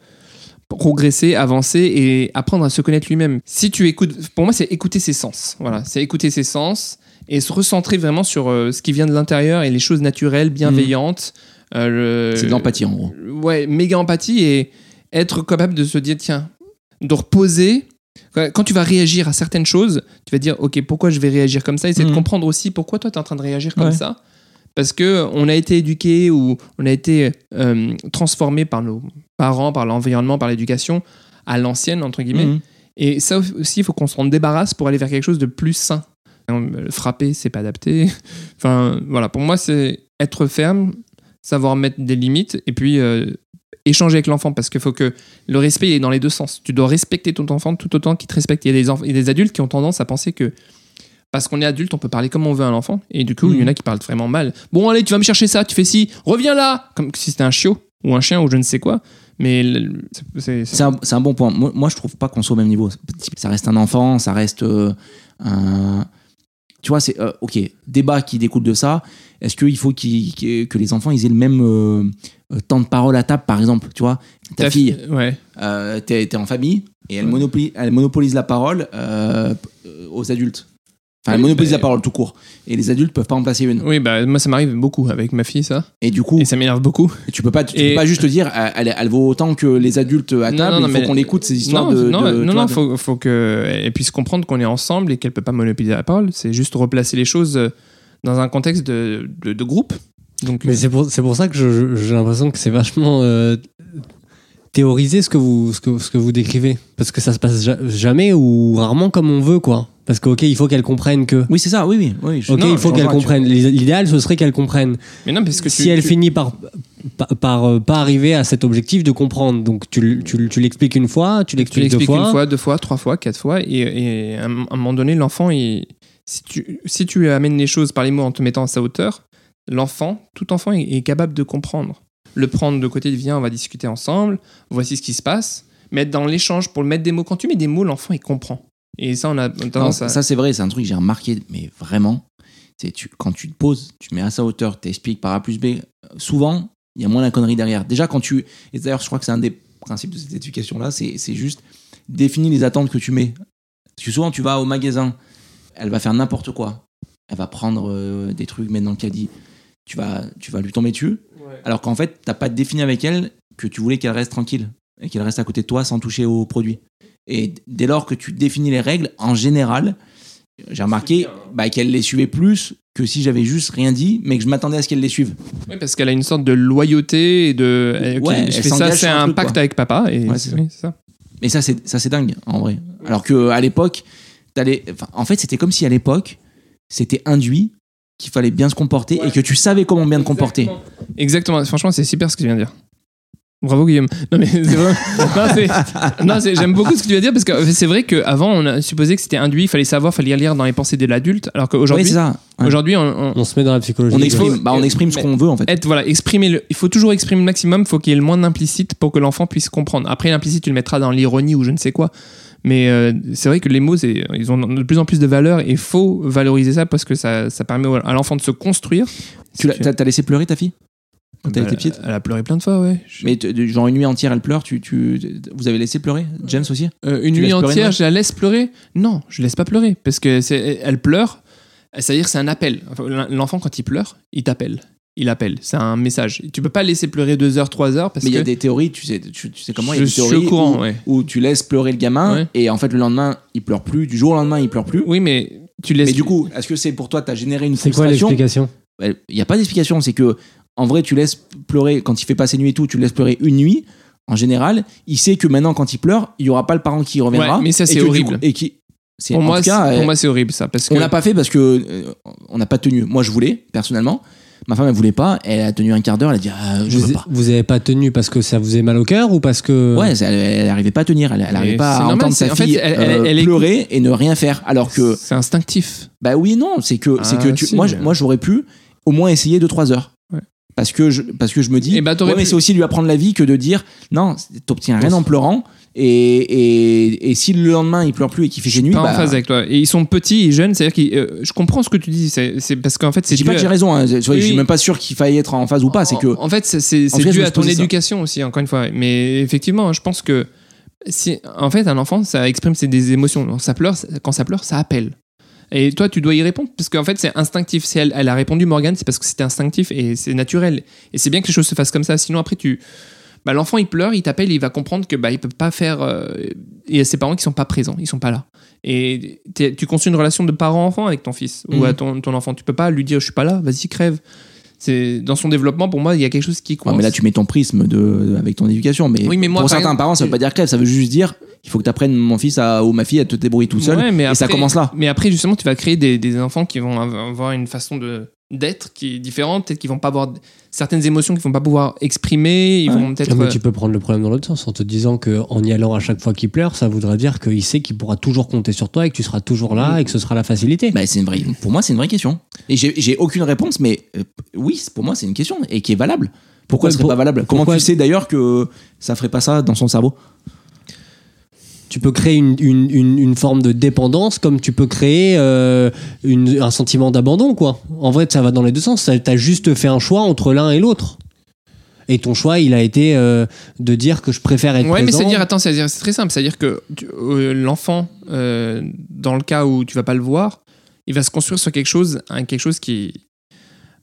[SPEAKER 1] progresser, avancer et apprendre à se connaître lui-même. Si tu écoutes, pour moi, c'est écouter ses sens. Voilà, c'est écouter ses sens et se recentrer vraiment sur euh, ce qui vient de l'intérieur et les choses naturelles, bienveillantes. Euh, le-
[SPEAKER 2] Mmh. C'est de l'empathie en gros.
[SPEAKER 1] ouais, méga empathie et être capable de se dire, tiens, de reposer. Quand quand tu vas réagir à certaines choses, tu vas dire, ok, pourquoi je vais réagir comme ça Essayer de
[SPEAKER 2] Mhm.
[SPEAKER 1] comprendre aussi pourquoi toi, tu es en train de réagir comme
[SPEAKER 2] Ouais.
[SPEAKER 1] ça. Parce que on a été éduqué ou on a été euh, transformé par nos parents, par l'environnement, par l'éducation, à l'ancienne, entre guillemets.
[SPEAKER 2] Mhm.
[SPEAKER 1] Et ça aussi, il faut qu'on s'en débarrasse pour aller vers quelque chose de plus sain. Euh, Frapper, c'est pas adapté. Enfin, voilà, pour moi, c'est être ferme, savoir mettre des limites et puis euh, échanger avec l'enfant parce qu'il faut que le respect il est dans les deux sens. Tu dois respecter ton enfant tout autant qu'il te respecte. Il y a des, enf- il y a des adultes qui ont tendance à penser que parce qu'on est adulte, on peut parler comme on veut à l'enfant. Et du coup, il y en a qui parlent vraiment mal. Bon, allez, tu vas me chercher ça, tu fais ci, reviens là Comme si c'était un chiot ou un chien ou je ne sais quoi. Mais le- c'est. c'est-
[SPEAKER 2] C'est un, c'est un bon point. Moi, moi, je trouve pas qu'on soit au même niveau. Ça reste un enfant, ça reste euh, un. Tu vois, c'est. euh, ok, débat qui découle de ça. Est-ce qu'il faut qu'il- qu'il- que les enfants ils aient le même euh, euh, temps de parole à table, par exemple Tu vois, ta,
[SPEAKER 1] Ta
[SPEAKER 2] fille,
[SPEAKER 1] Ouais.
[SPEAKER 2] euh, t'es t'es en famille et elle, monopolise, elle monopolise la parole euh, p- euh, aux adultes. Enfin, elle
[SPEAKER 1] Oui,
[SPEAKER 2] monopolise
[SPEAKER 1] bah-
[SPEAKER 2] la parole tout court. Et les adultes peuvent pas en placer une.
[SPEAKER 1] Oui, bah moi ça m'arrive beaucoup avec ma fille ça.
[SPEAKER 2] Et du coup,
[SPEAKER 1] Et ça m'énerve beaucoup.
[SPEAKER 2] tu peux pas, tu
[SPEAKER 1] et-
[SPEAKER 2] peux pas juste dire, euh, elle, elle vaut autant que les adultes à
[SPEAKER 1] Non,
[SPEAKER 2] table.
[SPEAKER 1] non, non,
[SPEAKER 2] il faut
[SPEAKER 1] mais-
[SPEAKER 2] qu'on écoute ces histoires
[SPEAKER 1] non,
[SPEAKER 2] de.
[SPEAKER 1] non,
[SPEAKER 2] de- tu
[SPEAKER 1] non,
[SPEAKER 2] vois,
[SPEAKER 1] non,
[SPEAKER 2] de-
[SPEAKER 1] faut, faut qu'elle puisse comprendre qu'on est ensemble et qu'elle peut pas monopoliser la parole. C'est juste replacer les choses euh, dans un contexte de, de, de groupe. Donc,
[SPEAKER 8] Mais c'est pour, c'est pour ça que je- je- j'ai l'impression que c'est vachement euh, théorisé ce que, vous, ce, que, ce que vous décrivez. Parce que ça se passe ja- jamais ou rarement comme on veut, quoi. Parce que, ok, il faut qu'elle comprenne que.
[SPEAKER 2] Oui, c'est ça, oui, oui. oui je-
[SPEAKER 8] Ok,
[SPEAKER 1] non,
[SPEAKER 8] il faut
[SPEAKER 2] je
[SPEAKER 8] qu'elle
[SPEAKER 2] comprends, tu-
[SPEAKER 8] comprenne. L'idéal, ce serait qu'elle comprenne.
[SPEAKER 1] mais non, parce que
[SPEAKER 8] si
[SPEAKER 1] tu-
[SPEAKER 8] elle
[SPEAKER 1] tu-
[SPEAKER 8] finit par pa- par euh, pas arriver à cet objectif de comprendre. Donc tu, l- tu, l- tu l'expliques une fois,
[SPEAKER 1] Tu
[SPEAKER 8] tu l'expliques deux
[SPEAKER 1] l'expliques
[SPEAKER 8] fois.
[SPEAKER 1] une fois, deux fois, trois fois, quatre fois, et, et à un à un moment donné, l'enfant, il- si, tu, si tu amènes les choses par les mots en te mettant à sa hauteur, l'enfant, tout enfant est, est capable de comprendre. Le prendre de côté, viens, on va discuter ensemble, voici ce qui se passe, mais être dans l'échange pour le mettre des mots. Quand tu mets des mots, l'enfant, il comprend. Et ça, on a
[SPEAKER 2] Non,
[SPEAKER 1] tendance à...
[SPEAKER 2] Ça, c'est vrai, c'est un truc que j'ai remarqué, mais vraiment, c'est tu, quand tu te poses, tu mets à sa hauteur, tu expliques par A plus B, euh, souvent, il y a moins la connerie derrière. Déjà, quand tu. Et d'ailleurs, je crois que c'est un des principes de cette éducation-là, c'est c'est juste définir les attentes que tu mets. Parce que souvent, tu vas au magasin, elle va faire n'importe quoi. Elle va prendre euh, des trucs, mettre dans le caddie. Tu vas, tu vas lui tomber dessus. Alors qu'en fait, t'as pas défini avec elle que tu voulais qu'elle reste tranquille et qu'elle reste à côté de toi sans toucher au produit. Et d- dès lors que tu définis les règles, en général, j'ai remarqué bah, qu'elle les suivait plus que si j'avais juste rien dit, mais que je m'attendais à ce qu'elle les suive.
[SPEAKER 1] Oui, parce qu'elle a une sorte de loyauté et de... elle-
[SPEAKER 2] Ouais,
[SPEAKER 1] ok, je fais
[SPEAKER 2] elle
[SPEAKER 1] ça,
[SPEAKER 2] s'engage
[SPEAKER 1] c'est
[SPEAKER 2] sur un
[SPEAKER 1] un
[SPEAKER 2] truc,
[SPEAKER 1] pacte
[SPEAKER 2] quoi.
[SPEAKER 1] avec papa, et
[SPEAKER 2] Ouais,
[SPEAKER 1] c'est
[SPEAKER 2] c'est ça.
[SPEAKER 1] oui, c'est ça.
[SPEAKER 2] Mais ça, c'est ça, c'est dingue, en vrai. Alors que à l'époque, t'allais- enfin, en fait, c'était comme si à l'époque, c'était induit qu'il fallait bien se comporter et que tu savais comment bien te comporter.
[SPEAKER 1] Exactement. Franchement, c'est super ce que tu viens de dire. Bravo Guillaume. Non mais c'est vrai. Non, c'est- non, c'est- j'aime beaucoup ce que tu viens de dire parce que c'est vrai qu'avant on a supposé que c'était induit, il fallait savoir, fallait lire dans les pensées de l'adulte, alors
[SPEAKER 2] Oui,
[SPEAKER 1] qu'aujourd'hui,
[SPEAKER 2] c'est ça. Ouais.
[SPEAKER 1] aujourd'hui, Eh, on, on-
[SPEAKER 8] On se met dans la psychologie.
[SPEAKER 2] On
[SPEAKER 8] de-
[SPEAKER 2] exprime, bah, on exprime ce qu'on veut, en fait.
[SPEAKER 1] être voilà, exprimer le- il faut toujours exprimer le maximum, faut qu'il y ait le moins d'implicite pour que l'enfant puisse comprendre. Après l'implicite, tu le mettras dans l'ironie ou je ne sais quoi. Mais euh, c'est vrai que les mots, c'est- ils ont de plus en plus de valeur et faut valoriser ça parce que ça, ça permet à l'enfant de se construire.
[SPEAKER 2] Tu l'as- t'as- t'as laissé pleurer ta fille quand elle
[SPEAKER 1] Bah,
[SPEAKER 2] était petite
[SPEAKER 1] elle a pleuré plein de fois, ouais. Je-
[SPEAKER 2] Mais t- de- genre une nuit entière, elle pleure. Tu, tu, vous avez laissé pleurer James aussi
[SPEAKER 1] Euh, une nuit
[SPEAKER 2] Tu laisses pleurer
[SPEAKER 1] entière,
[SPEAKER 2] Noël
[SPEAKER 1] je la laisse pleurer Non, je laisse pas pleurer parce que c'est, elle pleure. C'est-à-dire que c'est un appel. Enfin, l'en- L'enfant quand il pleure, il t'appelle. Il appelle. C'est un message. Tu peux pas laisser pleurer deux heures, trois heures parce
[SPEAKER 2] Mais il y
[SPEAKER 1] que
[SPEAKER 2] a des théories, tu sais, tu, tu sais comment il y
[SPEAKER 1] je
[SPEAKER 2] a des
[SPEAKER 1] suis
[SPEAKER 2] théories
[SPEAKER 1] au courant.
[SPEAKER 2] où,
[SPEAKER 1] ouais.
[SPEAKER 2] où tu laisses pleurer le gamin
[SPEAKER 1] Ouais.
[SPEAKER 2] et en fait le lendemain il pleure plus, du jour au lendemain il pleure plus.
[SPEAKER 1] Oui, mais tu laisses.
[SPEAKER 2] Mais du coup, est-ce que c'est pour toi, t'as généré une
[SPEAKER 8] C'est quoi
[SPEAKER 2] frustration
[SPEAKER 8] l'explication
[SPEAKER 2] Il n'y a pas d'explication, c'est que en vrai tu laisses pleurer, quand il fait pas ses nuits et tout, tu le laisses pleurer une nuit. En général, il sait que maintenant quand il pleure, il y aura pas le parent qui reviendra.
[SPEAKER 1] Ouais, mais ça,
[SPEAKER 2] et
[SPEAKER 1] c'est
[SPEAKER 2] que du
[SPEAKER 1] horrible.
[SPEAKER 2] coup- et qui, c'est-
[SPEAKER 1] pour
[SPEAKER 2] en
[SPEAKER 1] moi,
[SPEAKER 2] tout cas,
[SPEAKER 1] c'est,
[SPEAKER 2] euh,
[SPEAKER 1] pour moi, c'est horrible ça parce
[SPEAKER 2] On
[SPEAKER 1] que
[SPEAKER 2] l'a pas fait parce que euh, on n'a pas tenu. Moi, je voulais personnellement. Ma femme, elle voulait pas. Elle a tenu un quart d'heure. Elle a dit Ah, je
[SPEAKER 8] vous,
[SPEAKER 2] veux pas.
[SPEAKER 8] vous avez pas tenu parce que ça vous est mal au cœur ou parce que.
[SPEAKER 2] Ouais, c'est- elle, elle arrivait pas à tenir. Elle, elle arrivait
[SPEAKER 1] Mais Euh.
[SPEAKER 2] pas
[SPEAKER 1] c'est
[SPEAKER 2] à
[SPEAKER 1] normal,
[SPEAKER 2] entendre
[SPEAKER 1] c'est-
[SPEAKER 2] sa
[SPEAKER 1] en fait,
[SPEAKER 2] fille
[SPEAKER 1] elle- elle-
[SPEAKER 2] euh,
[SPEAKER 1] elle écoute.
[SPEAKER 2] pleurer et ne rien faire. Alors que
[SPEAKER 1] c'est instinctif.
[SPEAKER 2] bah oui, non, c'est que c'est
[SPEAKER 1] Ah,
[SPEAKER 2] que tu,
[SPEAKER 1] si,
[SPEAKER 2] moi,
[SPEAKER 1] mais-
[SPEAKER 2] je- moi, j'aurais pu au moins essayer 2-3 heures.
[SPEAKER 1] Ouais.
[SPEAKER 2] Parce que je parce que je me dis.
[SPEAKER 1] Eh ben, t'aurais
[SPEAKER 2] ouais, mais
[SPEAKER 1] pu-
[SPEAKER 2] c'est aussi lui apprendre la vie que de dire non, c'est- t'obtiens rien en pleurant. Et, et, et si le lendemain il pleure plus et qu'il fait ses nuits,
[SPEAKER 1] Pas
[SPEAKER 2] bah,
[SPEAKER 1] en phase avec toi. Et ils sont petits et jeunes, c'est-à-dire que je comprends ce que tu dis. C'est, c'est parce qu'en fait, c'est
[SPEAKER 2] je dis pas
[SPEAKER 1] dû
[SPEAKER 2] que
[SPEAKER 1] à-
[SPEAKER 2] j'ai raison. hein, je, je
[SPEAKER 1] Oui,
[SPEAKER 2] suis
[SPEAKER 1] oui. Oh,
[SPEAKER 2] même pas sûr qu'il faille être en phase ou pas. C'est
[SPEAKER 1] En-
[SPEAKER 2] que
[SPEAKER 1] En fait, c'est- c'est
[SPEAKER 2] tout
[SPEAKER 1] c'est
[SPEAKER 2] cas, je
[SPEAKER 1] dû
[SPEAKER 2] me
[SPEAKER 1] à ton
[SPEAKER 2] posais ça.
[SPEAKER 1] éducation aussi, encore une fois. Mais effectivement, je pense que si, en fait, un enfant, ça exprime ses, des émotions. Quand ça pleure, ça- quand ça pleure, ça appelle. Et toi, tu dois y répondre, parce qu'en fait, c'est instinctif. Si elle, elle a répondu Morgane, c'est parce que c'était instinctif et c'est naturel. Et c'est bien que les choses se fassent comme ça. Sinon, après, tu. Bah, L'enfant, il pleure, il t'appelle, il va comprendre que bah, il peut pas faire. euh, Il y a ses parents qui sont pas présents, ils sont pas là. Et t'es- tu construis une relation de parent-enfant avec ton fils ou
[SPEAKER 2] Mhm.
[SPEAKER 1] à ton, ton enfant. Tu peux pas lui dire je suis pas là, vas-y, crève. C'est dans son développement, pour moi, il y a quelque chose qui
[SPEAKER 2] Ouais,
[SPEAKER 1] coince.
[SPEAKER 2] mais là, tu mets ton prisme de, avec ton éducation. Mais,
[SPEAKER 1] Oui, mais moi,
[SPEAKER 2] pour
[SPEAKER 1] par
[SPEAKER 2] certains
[SPEAKER 1] exemple,
[SPEAKER 2] parents, ça veut
[SPEAKER 1] tu-
[SPEAKER 2] pas dire crève, ça veut juste dire il faut que tu apprennes mon fils à, ou ma fille à te débrouiller tout seul.
[SPEAKER 1] Ouais, mais
[SPEAKER 2] et ça
[SPEAKER 1] après-
[SPEAKER 2] commence là.
[SPEAKER 1] Mais après, justement, tu vas créer des, des enfants qui vont av- avoir une façon de d'être qui est différente, peut-être qu'ils vont pas avoir d- certaines émotions qu'ils vont pas pouvoir exprimer, ils
[SPEAKER 2] Ouais.
[SPEAKER 1] vont peut-être.
[SPEAKER 8] Ah, mais
[SPEAKER 1] euh,
[SPEAKER 8] tu peux prendre le problème dans l'autre sens en te disant que en y allant à chaque fois qu'il pleure, ça voudra dire qu'il sait qu'il pourra toujours compter sur toi et que tu seras toujours là et que ce sera la facilité.
[SPEAKER 2] Bah, c'est une vraie, pour moi, c'est une vraie question. Et j'ai j'ai aucune réponse, mais euh, oui, c'est- pour moi, c'est une question et qui est valable. Pourquoi
[SPEAKER 8] Ouais,
[SPEAKER 2] ce serait
[SPEAKER 8] pour-
[SPEAKER 2] pas valable Comment
[SPEAKER 8] pourquoi-
[SPEAKER 2] tu sais d'ailleurs que ça ferait pas ça dans son cerveau
[SPEAKER 8] Tu peux créer une, une- une- une forme de dépendance comme tu peux créer euh, une- un sentiment d'abandon quoi. En vrai, ça va dans les deux sens. Ça- T'as juste fait un choix entre l'un et l'autre. Et ton choix, il a été euh, de dire que je préfère être
[SPEAKER 1] Ouais, mais
[SPEAKER 8] présent.
[SPEAKER 1] c'est-à-dire, attends, c'est-à-dire- c'est très simple. C'est-à-dire que tu- euh, l'enfant, euh, dans le cas où tu vas pas le voir, il va se construire sur quelque chose, hein, quelque chose qui.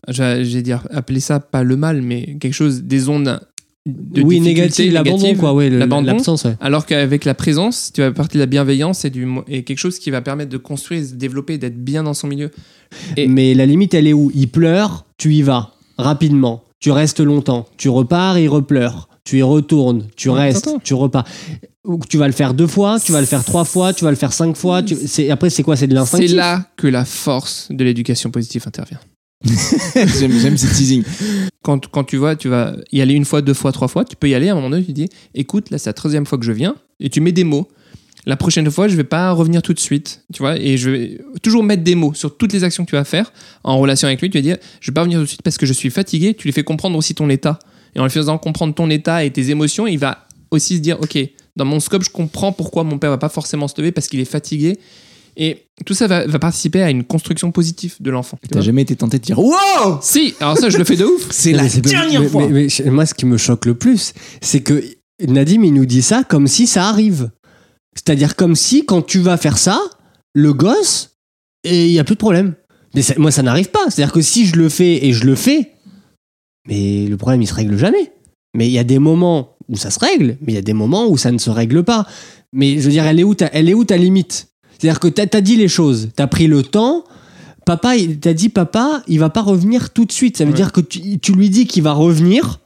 [SPEAKER 1] j'a- J'ai dire, appeler ça pas le mal, mais quelque chose, des ondes de
[SPEAKER 8] oui,
[SPEAKER 1] difficulté,
[SPEAKER 8] négatif, l'abandon
[SPEAKER 1] négatives.
[SPEAKER 8] quoi, ouais, le-
[SPEAKER 1] l'abandon.
[SPEAKER 8] l'absence. ouais.
[SPEAKER 1] Alors qu'avec la présence, tu vas partir de la bienveillance et, du, mo- et quelque chose qui va permettre de construire, de se développer, d'être bien dans son milieu. Et-
[SPEAKER 8] Mais la limite, elle est où Il pleure, tu y vas, rapidement. Tu restes longtemps. Tu repars, il repleure. Tu y retournes, tu
[SPEAKER 1] Ouais,
[SPEAKER 8] restes,
[SPEAKER 1] t'entends.
[SPEAKER 8] tu repars. Ou que Tu vas le faire deux fois, tu vas le faire trois fois, tu vas
[SPEAKER 1] Mmh.
[SPEAKER 8] le faire cinq fois. tu- c'est- Après, c'est quoi C'est de l'instinct
[SPEAKER 1] C'est là que la force de l'éducation positive intervient.
[SPEAKER 2] j'aime, j'aime ce teasing.
[SPEAKER 1] Quand, quand tu vois, tu vas y aller une fois, deux fois, trois fois, tu peux y aller à un moment donné, tu dis écoute, là c'est la troisième fois que je viens, et tu mets des mots. La prochaine fois, je vais pas revenir tout de suite, tu vois, et je vais toujours mettre des mots sur toutes les actions que tu vas faire en relation avec lui. Tu vas dire je vais pas revenir tout de suite parce que je suis fatigué. Tu lui fais comprendre aussi ton état, et en lui faisant comprendre ton état et tes émotions, il va aussi se dire ok, dans mon scope, je comprends pourquoi mon père va pas forcément se lever parce qu'il est fatigué. Et tout ça va, va participer à une construction positive de l'enfant. tu
[SPEAKER 2] T'as
[SPEAKER 1] vois.
[SPEAKER 2] jamais été tenté de dire Wow
[SPEAKER 1] Si, alors ça, je le fais de ouf.
[SPEAKER 2] C'est
[SPEAKER 8] Non,
[SPEAKER 2] la
[SPEAKER 8] mais c'est pas-
[SPEAKER 2] dernière
[SPEAKER 8] mais-
[SPEAKER 2] fois
[SPEAKER 8] mais- mais chez- moi, ce qui me choque le plus, c'est que Nadim, il nous dit ça comme si ça arrive. C'est-à-dire comme si, quand tu vas faire ça, le gosse, et il n'y a plus de problème. Mais ça- moi, ça n'arrive pas. C'est-à-dire que si je le fais et je le fais, mais le problème, il se règle jamais. Mais il y a des moments où ça se règle, mais il y a des moments où ça ne se règle pas. Mais je veux dire, elle est où ta, elle est où ta limite C'est-à-dire que t'as as dit les choses, t'as pris le temps. Papa, il- t'as dit papa, il va pas revenir tout de suite. Ça veut
[SPEAKER 1] Ouais.
[SPEAKER 8] dire que tu, tu lui dis qu'il va revenir.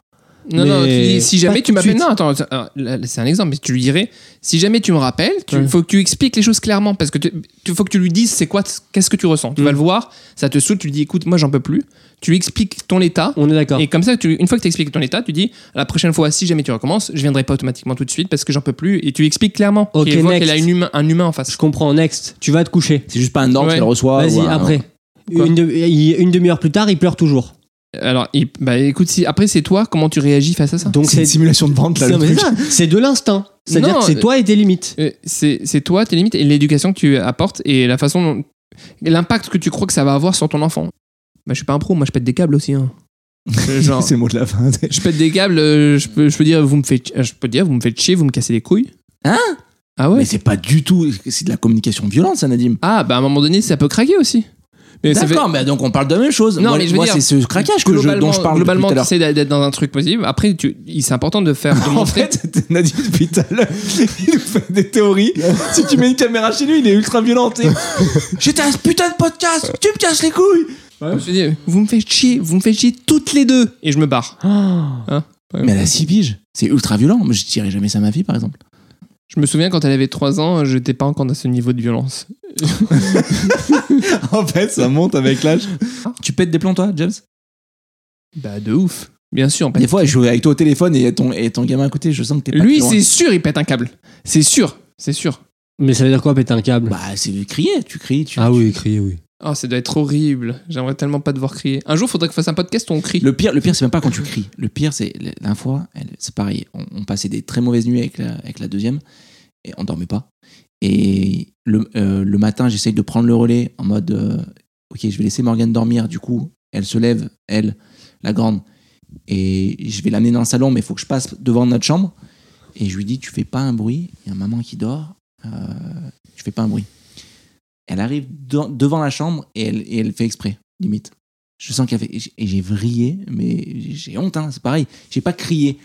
[SPEAKER 1] Non, non, tu
[SPEAKER 8] Mais
[SPEAKER 1] dis, si
[SPEAKER 8] pas
[SPEAKER 1] jamais
[SPEAKER 8] tout
[SPEAKER 1] tu
[SPEAKER 8] de
[SPEAKER 1] m'appelles.
[SPEAKER 8] suite.
[SPEAKER 1] Non, attends, attends, alors, là, là, c'est un exemple, mais tu lui dirais, si jamais tu me rappelles, il
[SPEAKER 8] Ouais.
[SPEAKER 1] faut que tu expliques les choses clairement, parce que tu, tu- faut que tu lui dises c'est quoi, qu'est-ce que tu ressens. Tu
[SPEAKER 8] Mm.
[SPEAKER 1] vas le voir, ça te saoule, tu lui dis écoute, moi j'en peux plus. Tu lui expliques ton état,
[SPEAKER 8] On est d'accord.
[SPEAKER 1] et comme ça, tu- une fois que tu expliques ton état, tu dis la prochaine fois, si jamais tu recommences, je viendrai pas automatiquement tout de suite parce que j'en peux plus, et tu lui expliques clairement
[SPEAKER 8] Ok,
[SPEAKER 1] qu'elle voit
[SPEAKER 8] next.
[SPEAKER 1] qu'elle a une humain- un humain en face.
[SPEAKER 8] Je comprends. Next, tu vas te coucher.
[SPEAKER 2] C'est juste pas un ordre
[SPEAKER 1] Ouais.
[SPEAKER 2] qu'elle reçoit.
[SPEAKER 8] Vas-y,
[SPEAKER 2] ou un-
[SPEAKER 8] après.
[SPEAKER 1] Quoi
[SPEAKER 8] Une, de- il- une demi-heure plus tard, il pleure toujours.
[SPEAKER 1] Alors, il- bah, écoute, si, après c'est toi, comment tu réagis face à ça
[SPEAKER 8] Donc
[SPEAKER 2] C'est
[SPEAKER 8] c'est
[SPEAKER 2] une simulation de vente, là,
[SPEAKER 8] c'est-
[SPEAKER 2] le
[SPEAKER 8] mais
[SPEAKER 2] truc.
[SPEAKER 8] ça, c'est de l'instinct. C'est-à-dire
[SPEAKER 1] Non,
[SPEAKER 8] que c'est
[SPEAKER 1] euh,
[SPEAKER 8] toi et tes limites.
[SPEAKER 1] Euh, c'est c'est toi tes limites et l'éducation que tu apportes et la façon dont- et l'impact que tu crois que ça va avoir sur ton enfant bah, je suis pas un pro moi je pète des câbles aussi hein. Euh, genre
[SPEAKER 2] C'est le mot de la fin.
[SPEAKER 1] je pète des câbles euh, je peux, je peux dire vous me faites euh, je peux dire vous me faites chier vous me cassez les couilles
[SPEAKER 2] Hein
[SPEAKER 1] ah ouais
[SPEAKER 2] Mais c'est pas du tout. C'est de la communication violente, ça, Nadim.
[SPEAKER 1] ah bah à un moment donné ça peut craquer aussi mais ça fait
[SPEAKER 2] D'accord, mais donc on parle de la même chose.
[SPEAKER 1] Non,
[SPEAKER 2] moi,
[SPEAKER 1] mais je veux
[SPEAKER 2] moi,
[SPEAKER 1] dire,
[SPEAKER 2] c'est ce craquage que je- dont je parle depuis
[SPEAKER 1] globalement
[SPEAKER 2] tout à l'heure.
[SPEAKER 1] tu essaies d'être dans un truc positif après tu, il- c'est important de faire de
[SPEAKER 2] En
[SPEAKER 1] montrer
[SPEAKER 2] fait, Nadim depuis tout à l'heure, il nous fait des théories. Si tu mets une caméra chez lui, il est ultra violent. tu sais. J'étais un putain de podcast, tu me casses les couilles.
[SPEAKER 1] Je me suis dit, vous me faites chier vous me faites chier toutes les deux et je me barre
[SPEAKER 2] Mais elle a 6 piges, c'est ultra violent. Moi, je dirais jamais ça à ma fille, par exemple.
[SPEAKER 1] je me souviens quand elle avait 3 ans j'étais pas encore à ce niveau de violence
[SPEAKER 2] En fait, ça monte avec l'âge. Tu pètes des plans, toi, James
[SPEAKER 1] Bah de ouf. Bien sûr. on pète-
[SPEAKER 2] Des fois, je joue avec toi au téléphone et ton, et ton gamin à côté, je sens que t'es pas
[SPEAKER 1] Lui,
[SPEAKER 2] très loin.
[SPEAKER 1] c'est sûr, il pète un câble. C'est sûr, c'est sûr.
[SPEAKER 8] Mais ça veut dire quoi, péter un câble
[SPEAKER 2] Bah, c'est crier, tu cries, tu.
[SPEAKER 8] Ah oui, crier, oui.
[SPEAKER 1] Oh, ça doit être horrible. J'aimerais tellement pas devoir crier. Un jour, faudrait que je fasse un podcast où on crie.
[SPEAKER 2] Le pire, le pire, c'est même pas quand tu cries. Le pire, c'est la dernière fois, elle- c'est pareil. On, on passait des très mauvaises nuits avec la, avec la deuxième et on dormait pas. Et le, euh, le matin, j'essaye de prendre le relais en mode euh, Ok, je vais laisser Morgane dormir. Du coup, elle se lève, elle, la grande, et je vais l'amener dans le salon, mais il faut que je passe devant notre chambre. Et je lui dis Tu fais pas un bruit. Il y a maman qui dort. Euh, tu fais pas un bruit. Elle arrive dans- devant la chambre et elle, et elle fait exprès, limite. Je sens qu'elle fait. et j'ai- Et j'ai vrillé, mais j'ai honte, hein, c'est pareil. J'ai pas crié.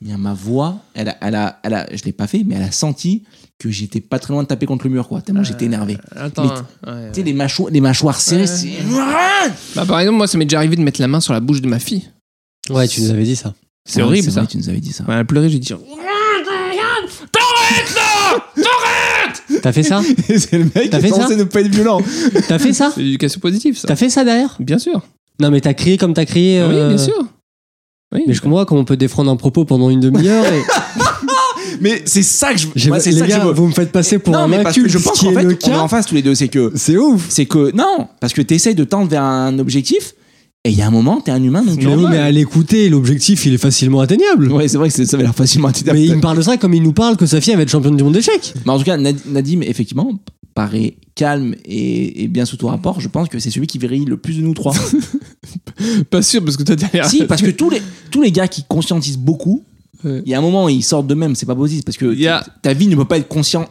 [SPEAKER 2] Mais ma voix, elle a, elle a, elle a- je l'ai pas fait, mais elle a senti que j'étais pas très loin de taper contre le mur, quoi. Tellement j'étais énervé.
[SPEAKER 1] Attends.
[SPEAKER 2] Mais-
[SPEAKER 1] hein. Ouais,
[SPEAKER 2] Tu sais,
[SPEAKER 1] ouais.
[SPEAKER 2] les, mâcho- les mâchoires serrées, c'est.
[SPEAKER 1] Bah, par exemple, moi, ça m'est déjà arrivé de mettre la main sur la bouche de ma fille.
[SPEAKER 8] Ouais, tu nous avais dit ça.
[SPEAKER 1] C'est
[SPEAKER 2] Ah,
[SPEAKER 1] horrible
[SPEAKER 2] vrai,
[SPEAKER 1] ça.
[SPEAKER 2] tu nous avais dit ça.
[SPEAKER 1] Ouais, elle a pleuré, j'ai dit.
[SPEAKER 8] T'as fait ça
[SPEAKER 2] c'est le mec
[SPEAKER 8] T'as fait ça
[SPEAKER 2] ne pas être violent.
[SPEAKER 8] T'as fait ça
[SPEAKER 1] C'est l'éducation positive, ça.
[SPEAKER 8] T'as fait ça derrière
[SPEAKER 1] Bien sûr.
[SPEAKER 8] Non, mais t'as crié comme t'as crié. euh,
[SPEAKER 1] Ah Oui, bien sûr. Oui.
[SPEAKER 8] Mais je comprends pas comment on peut défendre un propos pendant une demi-heure. et-
[SPEAKER 2] Mais c'est ça que je.
[SPEAKER 8] J'ai-
[SPEAKER 2] moi, c'est
[SPEAKER 8] les
[SPEAKER 2] ça que
[SPEAKER 8] gars,
[SPEAKER 2] je veux.
[SPEAKER 8] vous me faites passer pour
[SPEAKER 2] non,
[SPEAKER 8] un
[SPEAKER 2] mais parce que
[SPEAKER 8] inculte,
[SPEAKER 2] je
[SPEAKER 8] ce
[SPEAKER 2] pense
[SPEAKER 8] qui
[SPEAKER 2] qu'en
[SPEAKER 8] est
[SPEAKER 2] fait,
[SPEAKER 8] le
[SPEAKER 2] on est
[SPEAKER 8] cas.
[SPEAKER 2] en face tous les deux. C'est que.
[SPEAKER 8] C'est ouf.
[SPEAKER 2] C'est que. Non, parce que t'essayes de tendre vers un objectif, et il y a un moment, t'es un humain, donc tu
[SPEAKER 8] Mais oui, mais à l'écouter, l'objectif, il est facilement atteignable.
[SPEAKER 2] Ouais, c'est vrai que c'est- ça avait l'air facilement atteignable.
[SPEAKER 8] Mais il me parle de ça comme il nous parle que sa fille elle va être championne du monde d'échecs.
[SPEAKER 2] Mais en tout cas, Nad- Nadim, effectivement, p- paraît calme et, et bien sous tout rapport. Je pense que c'est celui qui vérifie le plus de nous trois.
[SPEAKER 1] Pas sûr parce que t'as derrière.
[SPEAKER 2] si, parce que tous les, tous les gars qui conscientisent beaucoup,
[SPEAKER 1] Ouais.
[SPEAKER 2] il y a un moment, ils sortent d'eux-mêmes. C'est pas possible parce que
[SPEAKER 1] Il y a-
[SPEAKER 2] t- ta vie ne peut pas être conscient,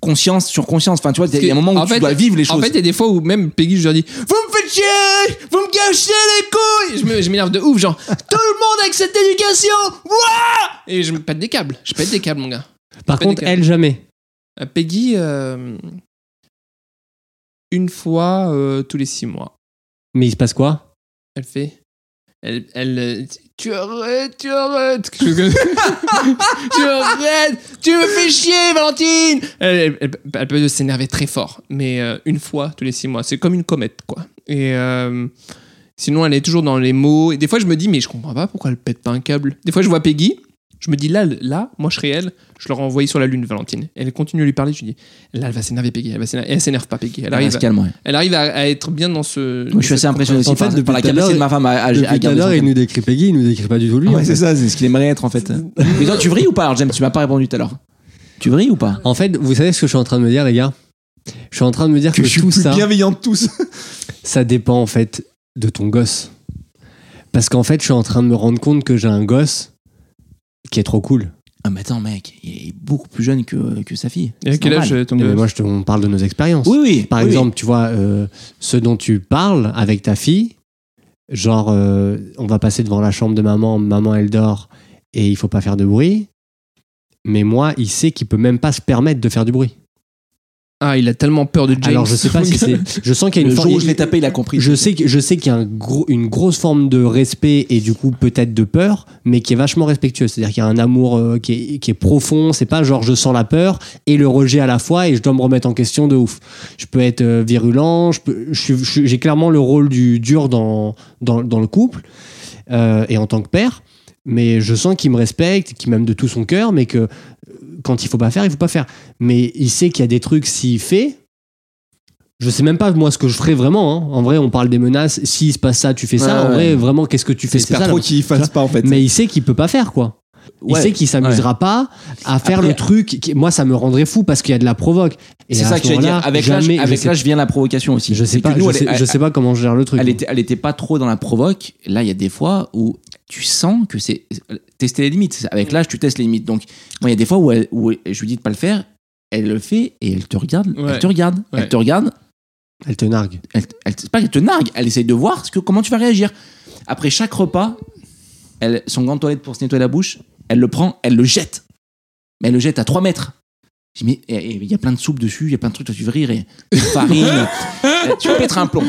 [SPEAKER 2] conscience sur conscience. Enfin, tu vois, il y a un moment où
[SPEAKER 1] en
[SPEAKER 2] tu
[SPEAKER 1] fait,
[SPEAKER 2] dois vivre les
[SPEAKER 1] En
[SPEAKER 2] choses.
[SPEAKER 1] fait, il y a des fois où même Peggy, je leur dis Vous me faites chier Vous me gâchez les couilles Je me- Je m'énerve de ouf, genre Tout le monde avec cette éducation Ouah Et je me pète des câbles. Je pète des câbles, mon gars.
[SPEAKER 8] Par
[SPEAKER 1] Pas des
[SPEAKER 8] contre,
[SPEAKER 1] câbles.
[SPEAKER 8] elle jamais.
[SPEAKER 1] Euh, Peggy, euh, une fois euh, tous les six mois,
[SPEAKER 8] Mais il se passe quoi
[SPEAKER 1] elle fait. Elle. elle euh, tu arrêtes, tu arrêtes Tu arrêtes Tu me fais chier, Valentine Elle, elle- elle peut s'énerver très fort, mais euh, une fois tous les six mois. C'est comme une comète, quoi. Et. euh, Sinon, elle est toujours dans les mots. Et des fois, je me dis, mais je comprends pas pourquoi elle pète pas un câble. Des fois, je vois Peggy, je me dis, là, là moi, je serais elle, je l'aurais envoyée sur la lune, Valentine. Elle continue à lui parler, je lui dis, là, elle va s'énerver, Peggy. Elle, va s'énerver. elle s'énerve pas, Peggy. Elle
[SPEAKER 2] Elle
[SPEAKER 1] arrive,
[SPEAKER 2] se calme, ouais.
[SPEAKER 1] elle arrive à, à être bien dans ce.
[SPEAKER 2] Moi, je suis assez impressionné aussi
[SPEAKER 8] En
[SPEAKER 2] par,
[SPEAKER 8] fait,
[SPEAKER 2] par la
[SPEAKER 8] depuis tout à
[SPEAKER 2] capacité de ma
[SPEAKER 8] l'heure,
[SPEAKER 2] femme à, à, à
[SPEAKER 8] Depuis tout à
[SPEAKER 2] garder
[SPEAKER 8] l'heure,
[SPEAKER 2] son
[SPEAKER 8] il
[SPEAKER 2] calme.
[SPEAKER 8] nous décrit Peggy, il nous décrit pas du tout lui. en
[SPEAKER 2] Ouais,
[SPEAKER 8] fait.
[SPEAKER 2] c'est ça, c'est ce qu'il aimerait être en fait. Mais toi, tu vrilles ou pas Alors, James, tu m'as pas répondu tout à l'heure. Tu vrilles ou pas
[SPEAKER 8] En fait, vous savez ce que je suis en train de me dire, les gars Je suis en train de me dire que, tout ça,
[SPEAKER 2] bienveillant de tous.
[SPEAKER 8] ça dépend en fait de ton gosse. Parce qu'en fait, je suis en train de me rendre compte que j'ai un gosse qui est trop cool.
[SPEAKER 2] Ah, mais attends, mec, il est beaucoup plus jeune que, que sa fille.
[SPEAKER 1] Et à
[SPEAKER 2] C'est
[SPEAKER 1] quel
[SPEAKER 2] normal.
[SPEAKER 1] âge euh, ton
[SPEAKER 8] Mais
[SPEAKER 1] gosse
[SPEAKER 8] moi, je te, on parle de nos expériences.
[SPEAKER 2] Oui, oui.
[SPEAKER 8] Par
[SPEAKER 2] oui, oui.
[SPEAKER 8] exemple, tu vois, euh, ce dont tu parles avec ta fille, genre, euh, on va passer devant la chambre de maman, maman elle dort et il faut pas faire de bruit. Mais moi, il sait qu'il peut même pas se permettre de faire du bruit.
[SPEAKER 1] Ah, il a tellement peur de James.
[SPEAKER 8] Alors, je sais pas si c'est. Je sens qu'il y a
[SPEAKER 2] le
[SPEAKER 8] une
[SPEAKER 2] jour
[SPEAKER 8] forme-
[SPEAKER 2] où je l'ai tapé, il a compris.
[SPEAKER 8] Je sais, que- je sais qu'il y a un gros- une grosse forme de respect et du coup peut-être de peur, mais qui est vachement respectueux. C'est-à-dire qu'il y a un amour euh, qui, est, qui est profond. C'est pas genre je sens la peur et le rejet à la fois et je dois me remettre en question de ouf. Je peux être euh, virulent, je peux- je suis- je suis- j'ai clairement le rôle du dur dans, dans, dans le couple euh, et en tant que père, mais je sens qu'il me respecte, qu'il m'aime de tout son cœur, mais que euh, quand il faut pas faire, il faut pas faire. Mais il sait qu'il y a des trucs s'il fait. Je sais même pas moi ce que je ferais vraiment. hein. En vrai, on parle des menaces. S'il se passe ça, tu fais ça.
[SPEAKER 2] Ouais,
[SPEAKER 8] en
[SPEAKER 2] ouais.
[SPEAKER 8] vrai, vraiment, qu'est-ce que tu fais C'est
[SPEAKER 2] J'espère
[SPEAKER 8] ça,
[SPEAKER 2] trop
[SPEAKER 8] là.
[SPEAKER 2] qu'il
[SPEAKER 8] Tu
[SPEAKER 2] fasse
[SPEAKER 8] vois
[SPEAKER 2] pas en fait.
[SPEAKER 8] Mais il sait qu'il peut pas faire quoi. Il
[SPEAKER 2] Ouais.
[SPEAKER 8] sait qu'il s'amusera pas à faire
[SPEAKER 2] Après-
[SPEAKER 8] le truc. qui- Moi, ça me rendrait fou parce qu'il y a de la provoque. Et
[SPEAKER 2] C'est
[SPEAKER 8] à
[SPEAKER 2] ça
[SPEAKER 8] ce
[SPEAKER 2] que j'allais dire.
[SPEAKER 8] moment-là,
[SPEAKER 2] Avec l'âge,
[SPEAKER 8] jamais- je
[SPEAKER 2] avec
[SPEAKER 8] sais-
[SPEAKER 2] l'âge vient la provocation aussi.
[SPEAKER 8] Je sais
[SPEAKER 2] C'est que
[SPEAKER 8] pas.
[SPEAKER 2] nous,
[SPEAKER 8] je
[SPEAKER 2] elle est-
[SPEAKER 8] sais- Je sais pas comment je gère le truc.
[SPEAKER 2] Elle était, elle était pas trop dans la provoque. Là, il y a des fois où tu sens que c'est tester les limites. Avec l'âge, tu testes les limites. Donc, moi, il y a des fois où, elle- où je lui dis de pas le faire, elle le fait et elle te regarde.
[SPEAKER 1] Ouais.
[SPEAKER 2] Elle te regarde.
[SPEAKER 1] Ouais.
[SPEAKER 2] Elle te regarde.
[SPEAKER 8] Elle te nargue.
[SPEAKER 2] Elle, elle- c'est pas qu'elle te nargue. Elle essaye de voir ce que, comment tu vas réagir. Après chaque repas, elle, son gant de toilette pour se nettoyer la bouche, elle le prend, elle le jette. Mais elle le jette à 3 mètres. Je dis, mais il y a plein de soupe dessus, il y a plein de trucs, toi tu veux rire, et une farine, euh, tu vas péter un plomb.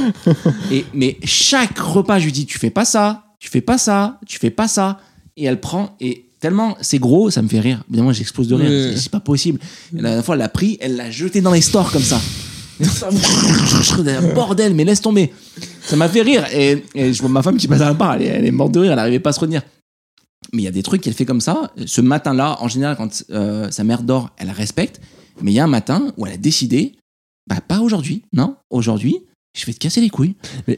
[SPEAKER 2] Et, mais chaque repas, je lui dis, tu fais pas ça, tu fais pas ça, tu fais pas ça. Et elle prend, et tellement c'est gros, ça me fait rire. Évidemment, j'explose de rire,
[SPEAKER 1] Ouais.
[SPEAKER 2] c'est- c'est pas possible. Et la dernière fois, elle l'a pris, elle l'a jeté dans les stores comme ça. Bordel, mais laisse tomber. Ça m'a fait rire. Et, et je vois ma femme qui passe à la barre, elle, est- elle est morte de rire, elle n'arrivait pas à se retenir. Mais il y a des trucs qu'elle fait comme ça. Ce matin-là, en général, quand euh, sa mère dort, elle la respecte. Mais il y a un matin où elle a décidé, bah pas aujourd'hui, non, aujourd'hui, je vais te casser les couilles.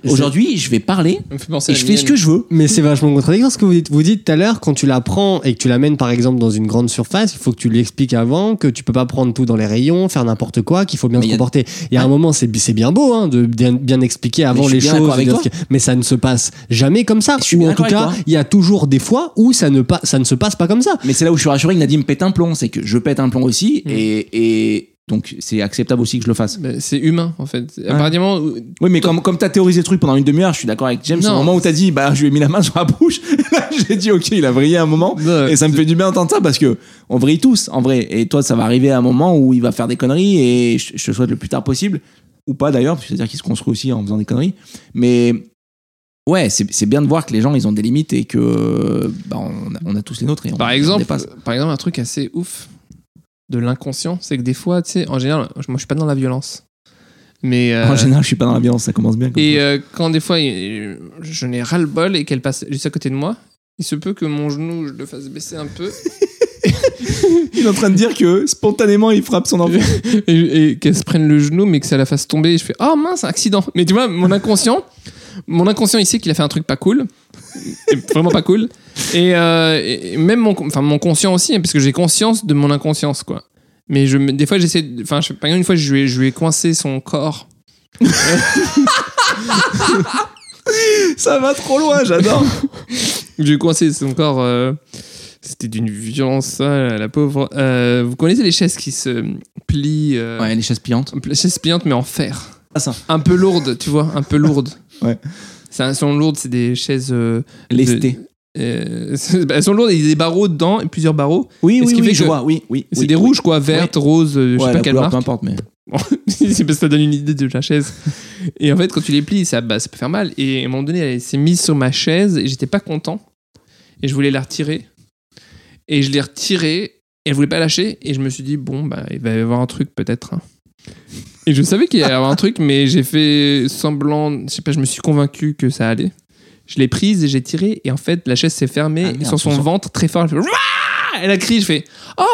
[SPEAKER 2] Aujourd'hui, je vais parler
[SPEAKER 1] Ça me fait penser
[SPEAKER 2] et
[SPEAKER 1] à
[SPEAKER 2] je
[SPEAKER 1] la
[SPEAKER 2] fais ce
[SPEAKER 1] mienne.
[SPEAKER 2] que je veux.
[SPEAKER 8] Mais c'est vachement contradictoire ce que vous dites. Vous dites tout à l'heure, quand tu la prends et que tu l'amènes par exemple dans une grande surface, il faut que tu lui expliques avant que tu peux pas prendre tout dans les rayons, faire n'importe quoi, qu'il faut bien
[SPEAKER 2] Mais
[SPEAKER 8] se
[SPEAKER 2] il y a-
[SPEAKER 8] comporter. Il y a un moment, c'est c'est bien beau hein, de bien, bien expliquer avant
[SPEAKER 2] je suis
[SPEAKER 8] les
[SPEAKER 2] bien
[SPEAKER 8] choses,
[SPEAKER 2] d'accord avec
[SPEAKER 8] de dire ce que- mais ça ne se passe jamais comme ça.
[SPEAKER 2] Je suis
[SPEAKER 8] Ou
[SPEAKER 2] bien
[SPEAKER 8] en tout
[SPEAKER 2] d'accord
[SPEAKER 8] cas,
[SPEAKER 2] avec toi.
[SPEAKER 8] il y a toujours des fois où ça ne, pas, ça ne se passe pas comme ça.
[SPEAKER 2] Mais c'est là où je suis rassuré que Nadim pète un plomb, c'est que je pète un plomb aussi. Et, et donc, c'est acceptable aussi que je le fasse.
[SPEAKER 1] Mais C'est humain, en fait. Apparemment, euh,
[SPEAKER 2] Oui, mais comme, comme t'as théorisé le truc pendant une demi-heure, je suis d'accord avec James.
[SPEAKER 1] Non.
[SPEAKER 2] Au moment où t'as dit, bah, je lui ai mis la main sur la bouche, là, j'ai dit, ok, il a vrillé un moment.
[SPEAKER 1] Ouais.
[SPEAKER 2] et ça me fait du bien d'entendre ça parce que on vrille tous, en vrai. Et toi, ça va arriver à un moment où il va faire des conneries et je, je te souhaite le plus tard possible. Ou pas d'ailleurs, parce que c'est-à-dire qu'il se construit aussi en faisant des conneries. Mais ouais, c'est c'est bien de voir que les gens, ils ont des limites et que, bah, on, a, on a tous les nôtres et on,
[SPEAKER 1] Par
[SPEAKER 2] on
[SPEAKER 1] exemple,
[SPEAKER 2] dépasse.
[SPEAKER 1] euh, par exemple, un truc assez ouf de l'inconscient, c'est que des fois, tu sais, en général, moi je suis pas dans la violence. Mais euh,
[SPEAKER 2] En général, je suis pas dans la violence, ça commence bien. comme
[SPEAKER 1] et
[SPEAKER 2] ça.
[SPEAKER 1] euh, quand des fois euh, je n'ai ras le bol et qu'elle passe juste à côté de moi, il se peut que mon genou je le fasse baisser un peu
[SPEAKER 2] Il est en train de dire que spontanément, il frappe son enfant.
[SPEAKER 1] euh, et, et qu'elle se prenne le genou mais que ça la fasse tomber et je fais "Oh mince, accident." Mais tu vois, mon inconscient mon inconscient il sait qu'il a fait un truc pas cool. vraiment pas cool. Et, euh, et- et même mon, con- enfin, mon conscient aussi, hein, parce que j'ai conscience de mon inconscience, quoi. Mais je, me- des fois, j'essaie. de- Enfin, je- par exemple, une fois, je lui ai, je lui ai coincé son corps.
[SPEAKER 2] ça va trop loin, j'adore.
[SPEAKER 1] Je lui ai coincé son corps. euh, c'était d'une violence, ça, la pauvre. Euh, vous connaissez les chaises qui se plient. euh,
[SPEAKER 2] Ouais, les chaises pliantes.
[SPEAKER 1] les Chaises pliantes, mais en fer.
[SPEAKER 2] Ah, ça.
[SPEAKER 1] Un peu lourdes, tu vois, un peu lourdes.
[SPEAKER 2] Ouais.
[SPEAKER 1] Ça, elles sont lourdes, c'est des chaises. euh,
[SPEAKER 2] Lesté.
[SPEAKER 1] euh, elles sont lourdes, il y a des barreaux dedans, et plusieurs barreaux.
[SPEAKER 2] Oui,
[SPEAKER 1] Et ce
[SPEAKER 2] oui,
[SPEAKER 1] qui
[SPEAKER 2] oui,
[SPEAKER 1] fait
[SPEAKER 2] je
[SPEAKER 1] que-
[SPEAKER 2] vois, oui, oui.
[SPEAKER 1] C'est
[SPEAKER 2] oui,
[SPEAKER 1] des
[SPEAKER 2] oui.
[SPEAKER 1] rouges, quoi, vertes, roses, euh, je
[SPEAKER 2] Ouais,
[SPEAKER 1] sais
[SPEAKER 2] la
[SPEAKER 1] pas quelle
[SPEAKER 2] couleur,
[SPEAKER 1] marque.
[SPEAKER 2] peu importe, mais.
[SPEAKER 1] c'est parce que ça donne une idée de la chaise. Et en fait, quand tu les plies, ça, bah, ça peut faire mal. Et à un moment donné, elle s'est mise sur ma chaise et j'étais pas content. Et je voulais la retirer. Et je l'ai retirée. Et elle voulait pas lâcher. Et je me suis dit, bon, bah, il va y avoir un truc peut-être. hein. Et je savais qu'il allait y avoir un truc, mais j'ai fait semblant. Je sais pas, je me suis convaincu que ça allait. Je l'ai prise et j'ai tiré. Et en fait, la chaise s'est fermée.
[SPEAKER 2] Ah,
[SPEAKER 1] et
[SPEAKER 2] merde,
[SPEAKER 1] sur son
[SPEAKER 2] tu sens-
[SPEAKER 1] ventre, très fort, elle fait Ouah Elle a crié. Je fais Oh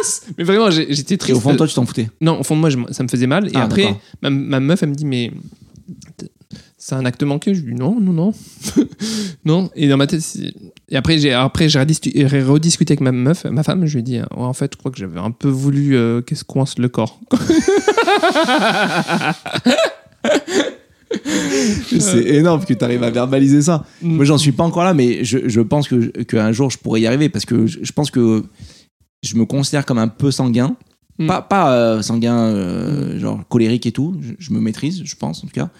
[SPEAKER 1] mince Mais vraiment, j'ai- j'étais
[SPEAKER 2] Et
[SPEAKER 1] triste.
[SPEAKER 2] au fond, toi, tu t'en foutais.
[SPEAKER 1] Non, au fond de moi, je- ça me faisait mal. Et
[SPEAKER 2] Ah,
[SPEAKER 1] après,
[SPEAKER 2] d'accord.
[SPEAKER 1] ma, ma meuf, elle me dit, mais t- c'est un acte manqué. Je lui dis, non, non, non. non. Et dans ma tête, c'est- et après, j'ai après, j'ai rediscu- j'ai rediscuté avec ma meuf, ma femme. Je lui ai dit, euh, ouais, en fait, je crois que j'avais un peu voulu euh, qu'elle se coince le corps.
[SPEAKER 2] C'est énorme que tu arrives à verbaliser ça.
[SPEAKER 1] Euh. Mm.
[SPEAKER 2] Moi, j'en suis pas encore là, mais je, je pense que qu'un jour, je pourrais y arriver parce que je, je pense que je me considère comme un peu sanguin.
[SPEAKER 1] Mm.
[SPEAKER 2] Pas, pas euh, sanguin, euh, genre colérique et tout. Je, je me maîtrise, je pense, en tout cas.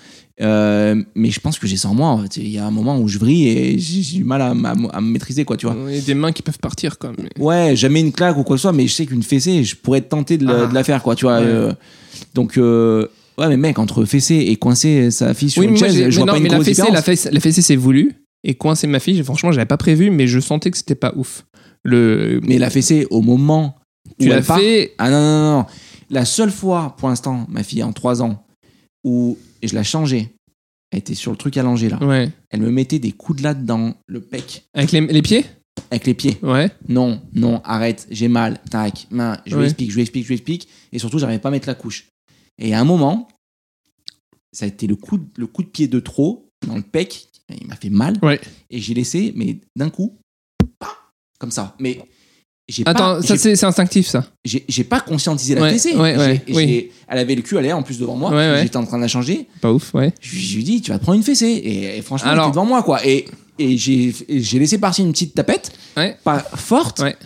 [SPEAKER 2] Euh, mais je pense que j'ai ça en moi. en fait. Il y a un moment où je vrille et j'ai j'ai du mal à, m'a- à me maîtriser, quoi, tu vois.
[SPEAKER 1] Et des mains qui peuvent partir, quand même.
[SPEAKER 2] Ouais, jamais une claque ou quoi que ce soit, mais je sais qu'une fessée, je pourrais être tenté de la,
[SPEAKER 1] Ah.
[SPEAKER 2] de la faire, quoi, tu vois.
[SPEAKER 1] Ouais.
[SPEAKER 2] euh, donc, euh, ouais, mais mec, entre fessée et coincer sa fille sur
[SPEAKER 1] Oui,
[SPEAKER 2] une
[SPEAKER 1] mais moi,
[SPEAKER 2] chaise,
[SPEAKER 1] j'ai-
[SPEAKER 2] je
[SPEAKER 1] mais
[SPEAKER 2] vois
[SPEAKER 1] non,
[SPEAKER 2] pas une
[SPEAKER 1] mais la
[SPEAKER 2] grosse
[SPEAKER 1] fessée,
[SPEAKER 2] différence.
[SPEAKER 1] la fessée, la fessée, c'est voulu. Et coincer ma fille, franchement, j'avais pas prévu, mais je sentais que c'était pas ouf. Le,
[SPEAKER 2] Mais la fessée, au moment où
[SPEAKER 1] tu l'as
[SPEAKER 2] elle part-
[SPEAKER 1] fait.
[SPEAKER 2] Ah non, non, non, non. La seule fois, pour l'instant, ma fille, en 3 ans, où je la changeais, elle était sur le truc à langer, là.
[SPEAKER 1] Ouais.
[SPEAKER 2] Elle me mettait des coups de latte dans le pec,
[SPEAKER 1] Avec les, les pieds
[SPEAKER 2] avec les pieds.
[SPEAKER 1] Ouais.
[SPEAKER 2] Non, non, arrête, j'ai mal, tac, main, je
[SPEAKER 1] Ouais.
[SPEAKER 2] lui explique, je lui explique, je lui explique, et surtout, j'arrivais pas à mettre la couche. Et à un moment, ça a été le coup, de- le coup de pied de trop dans le pec, il m'a fait mal,
[SPEAKER 1] Ouais.
[SPEAKER 2] et j'ai laissé, mais d'un coup, pam, comme ça. Mais j'ai pas-
[SPEAKER 1] Attends, ça
[SPEAKER 2] Ah, j'ai-
[SPEAKER 1] c'est c'est instinctif ça.
[SPEAKER 2] j'ai j'ai pas conscientisé la
[SPEAKER 1] Ouais,
[SPEAKER 2] fessée.
[SPEAKER 1] ouais, ouais,
[SPEAKER 2] J'ai-
[SPEAKER 1] oui.
[SPEAKER 2] j'ai- Elle avait le cul à l'air en plus devant moi,
[SPEAKER 1] Ouais, ouais.
[SPEAKER 2] j'étais en train de la changer.
[SPEAKER 1] Pas ouf, ouais.
[SPEAKER 2] Je lui- je lui dis, tu vas te prendre une fessée. Et, et franchement,
[SPEAKER 1] Alors-
[SPEAKER 2] elle était devant moi, quoi. Et, et j'ai et j'ai laissé partir une petite tapette,
[SPEAKER 1] Ouais.
[SPEAKER 2] pas forte,
[SPEAKER 1] Ouais.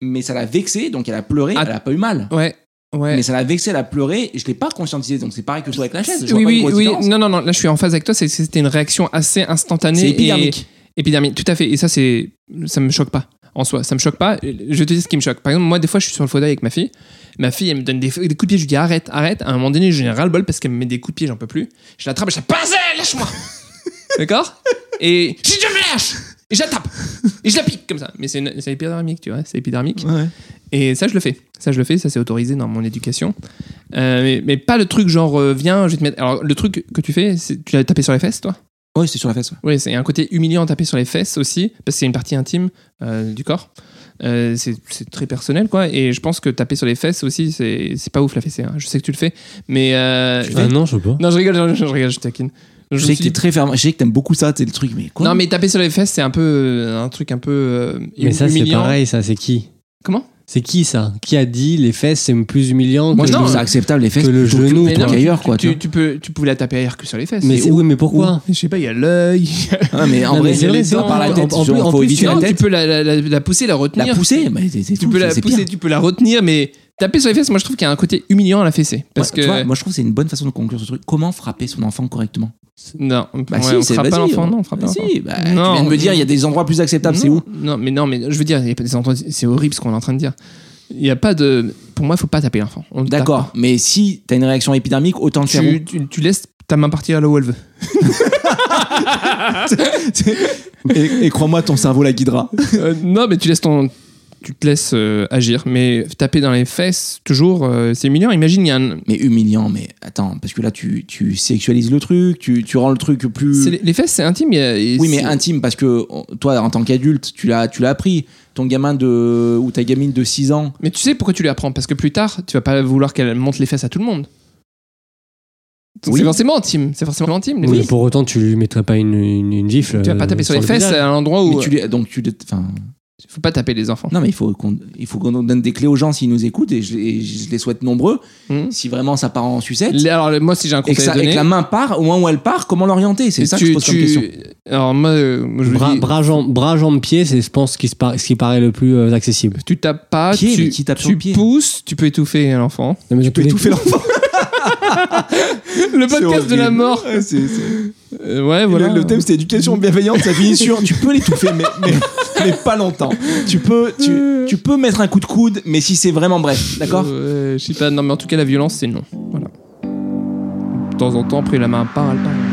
[SPEAKER 2] mais ça l'a vexée, donc elle a pleuré,
[SPEAKER 1] Ah.
[SPEAKER 2] elle a pas eu mal.
[SPEAKER 1] Ouais. Ouais.
[SPEAKER 2] Mais ça l'a vexée, elle a pleuré, et je l'ai pas conscientisé, donc c'est pareil que toi avec la chaise. je vois
[SPEAKER 1] oui,
[SPEAKER 2] pas une
[SPEAKER 1] oui,
[SPEAKER 2] grosse
[SPEAKER 1] oui.
[SPEAKER 2] différence.
[SPEAKER 1] Non, non, non. Là, je suis en phase avec toi. c'est que C'était une réaction assez instantanée.
[SPEAKER 2] C'est
[SPEAKER 1] et-
[SPEAKER 2] épidermique.
[SPEAKER 1] épidermique, tout à fait. Et ça, c'est, ça me choque pas. En soi, ça me choque pas. Je vais te dis ce qui me choque. Par exemple, moi, des fois, je suis sur le fauteuil avec ma fille. Ma fille, elle me donne des, des coups de pied. Je lui dis arrête, arrête. À un moment donné, je lui ras le bol parce qu'elle me met des coups de pied. J'en peux plus. Je l'attrape. Je dis pas elle, lâche-moi. D'accord Et je dis, je me lâche. Et je la tape. Et je la pique comme ça. Mais c'est une- c'est épidermique, tu vois. C'est épidermique. Et ça, je le fais. Ça, je le fais. Ça, c'est autorisé dans mon éducation. Euh, mais, mais pas le truc genre, euh, viens, je vais te mettre. Alors, le truc que tu fais, c'est tu l'as tapé sur les fesses, toi
[SPEAKER 2] Oui, c'est sur la fesse. ouais.
[SPEAKER 1] oui, c'est il y a un côté humiliant à taper sur les fesses aussi, parce que c'est une partie intime euh, du corps. Euh, c'est c'est très personnel, quoi. Et je pense que taper sur les fesses aussi, c'est c'est pas ouf la fessée. hein. Je sais que tu le fais, mais. euh,
[SPEAKER 8] Ah non, je sais pas.
[SPEAKER 1] Non, je rigole, je, je rigole, je taquine.
[SPEAKER 2] Je,
[SPEAKER 1] me
[SPEAKER 2] sais
[SPEAKER 1] suis
[SPEAKER 2] que t'es
[SPEAKER 1] dit-
[SPEAKER 2] très ferme, je sais que t'aimes beaucoup ça, c'est le truc, mais quoi
[SPEAKER 1] Non, mais taper sur les fesses, c'est un peu. euh, un truc un peu. euh,
[SPEAKER 8] Mais ça, c'est
[SPEAKER 1] humiliant.
[SPEAKER 8] pareil, ça, c'est qui
[SPEAKER 1] Comment
[SPEAKER 8] C'est qui ça Qui a dit les fesses, c'est plus humiliant
[SPEAKER 2] Moi,
[SPEAKER 8] que
[SPEAKER 2] je
[SPEAKER 8] le-
[SPEAKER 2] trouve ça acceptable, les fesses,
[SPEAKER 8] que le
[SPEAKER 2] plutôt
[SPEAKER 8] genou,
[SPEAKER 2] plutôt
[SPEAKER 1] Mais non,
[SPEAKER 2] qu'ailleurs, quoi. tu
[SPEAKER 1] tu, tu peux, tu pouvais la taper ailleurs que sur les fesses.
[SPEAKER 8] Mais c'est-
[SPEAKER 1] où
[SPEAKER 8] oui, mais pourquoi
[SPEAKER 1] Je sais pas, il y a l'œil.
[SPEAKER 2] vois. Ah, mais en
[SPEAKER 8] Non, mais
[SPEAKER 2] vrai,
[SPEAKER 8] c'est vrai,
[SPEAKER 1] c'est
[SPEAKER 2] à part la
[SPEAKER 1] vrai.
[SPEAKER 2] tête,
[SPEAKER 8] En- en plus-
[SPEAKER 2] genre,
[SPEAKER 8] en
[SPEAKER 2] faut
[SPEAKER 8] plus,
[SPEAKER 2] éviter la
[SPEAKER 1] Non, tu
[SPEAKER 2] tête.
[SPEAKER 1] peux la, la- la- la pousser, la retenir.
[SPEAKER 2] La pousser, mais c'est- c'est
[SPEAKER 1] Tu
[SPEAKER 2] tout,
[SPEAKER 1] peux la
[SPEAKER 2] c'est- c'est
[SPEAKER 1] pousser,
[SPEAKER 2] pire.
[SPEAKER 1] tu peux la retenir, mais taper sur les fesses, moi je trouve qu'il y a un côté humiliant à la fessée. Parce
[SPEAKER 2] Ouais,
[SPEAKER 1] que.
[SPEAKER 2] tu vois, moi je trouve que c'est une bonne façon de conclure ce truc. Comment frapper son enfant correctement
[SPEAKER 1] Non, on-
[SPEAKER 2] Bah
[SPEAKER 1] ouais,
[SPEAKER 2] si,
[SPEAKER 1] on
[SPEAKER 2] c'est-
[SPEAKER 1] frappe pas
[SPEAKER 2] vas-y,
[SPEAKER 1] l'enfant,
[SPEAKER 2] on-
[SPEAKER 1] non, on frappe pas
[SPEAKER 2] Bah
[SPEAKER 1] l'enfant.
[SPEAKER 2] si, bah,
[SPEAKER 1] Non.
[SPEAKER 2] tu viens de me dire, il y a des endroits plus acceptables, c'est
[SPEAKER 1] Non,
[SPEAKER 2] où
[SPEAKER 1] Non, mais non, mais je veux dire, il y a pas des endroits- c'est horrible ce qu'on est en train de dire. Il n'y a pas de. Pour moi, il faut pas taper l'enfant. On le tape
[SPEAKER 2] D'accord, mais si t'as une réaction épidermique, autant le
[SPEAKER 1] pas.
[SPEAKER 2] faire. où
[SPEAKER 1] Tu, tu, tu laisses ta main partir là où elle veut.
[SPEAKER 2] Et, et crois-moi, ton cerveau la guidera.
[SPEAKER 1] Euh, non, mais tu laisses ton. Tu te laisses euh, agir, mais taper dans les fesses, toujours, euh, c'est humiliant. Imagine, il y a un-
[SPEAKER 2] Mais humiliant, mais attends, parce que là tu, tu sexualises le truc, tu, tu rends le truc plus.
[SPEAKER 1] c'est- Les fesses, c'est intime. il y a- et
[SPEAKER 2] Oui, mais
[SPEAKER 1] c'est-
[SPEAKER 2] intime, parce que on- toi en tant qu'adulte, tu l'as tu l'as appris. Ton gamin de ou ta gamine de 6 ans.
[SPEAKER 1] Mais tu sais pourquoi tu lui apprends Parce que plus tard, tu vas pas vouloir qu'elle monte les fesses à tout le monde. Donc
[SPEAKER 2] Oui.
[SPEAKER 1] C'est forcément intime. C'est forcément intime. les
[SPEAKER 8] Oui, mais
[SPEAKER 1] fesses.
[SPEAKER 8] pour autant, tu lui mettrais pas une, une, une gifle.
[SPEAKER 1] Tu vas pas taper
[SPEAKER 8] euh,
[SPEAKER 1] sur les
[SPEAKER 8] le
[SPEAKER 1] fesses
[SPEAKER 8] visage.
[SPEAKER 1] à un endroit
[SPEAKER 2] Mais
[SPEAKER 1] où. euh,
[SPEAKER 2] tu les- donc tu les- enfin,
[SPEAKER 1] Faut pas taper les enfants.
[SPEAKER 2] Non, mais il faut qu'on il faut qu'on donne des clés aux gens s'ils nous écoutent et je, et je les souhaite nombreux.
[SPEAKER 1] Hmm.
[SPEAKER 2] Si vraiment ça part en sucette
[SPEAKER 1] Les- Alors, le- moi, si j'ai un
[SPEAKER 2] et que,
[SPEAKER 1] conseil
[SPEAKER 2] ça-
[SPEAKER 1] à donner.
[SPEAKER 2] et que la main part, au moment où elle part, comment l'orienter C'est ça que je pose comme question.
[SPEAKER 1] Alors, moi, euh, moi, je vous
[SPEAKER 8] Bras,
[SPEAKER 1] dis,
[SPEAKER 8] bras, jambes, bras, jambes, pieds, c'est, je pense, ce qui, se par- ce qui paraît le plus euh, accessible.
[SPEAKER 1] tu tapes pas,
[SPEAKER 2] Pied, mais
[SPEAKER 1] tu,
[SPEAKER 2] qui tape sur
[SPEAKER 1] tu
[SPEAKER 2] le pied
[SPEAKER 1] pousses, tu peux étouffer l'enfant.
[SPEAKER 8] Non, mais dans tous les-
[SPEAKER 2] l'enfant.
[SPEAKER 1] Le podcast de la mort. Euh, ouais, voilà.
[SPEAKER 2] c'était éducation bienveillante, ça finit sur tu peux l'étouffer, mais, mais, mais pas longtemps. Tu peux, tu, tu peux mettre un coup de coude, mais si c'est vraiment bref, d'accord
[SPEAKER 1] Euh, je sais pas, non, mais en tout cas, la violence, c'est non. Voilà. De temps en temps, après, la main part, elle part.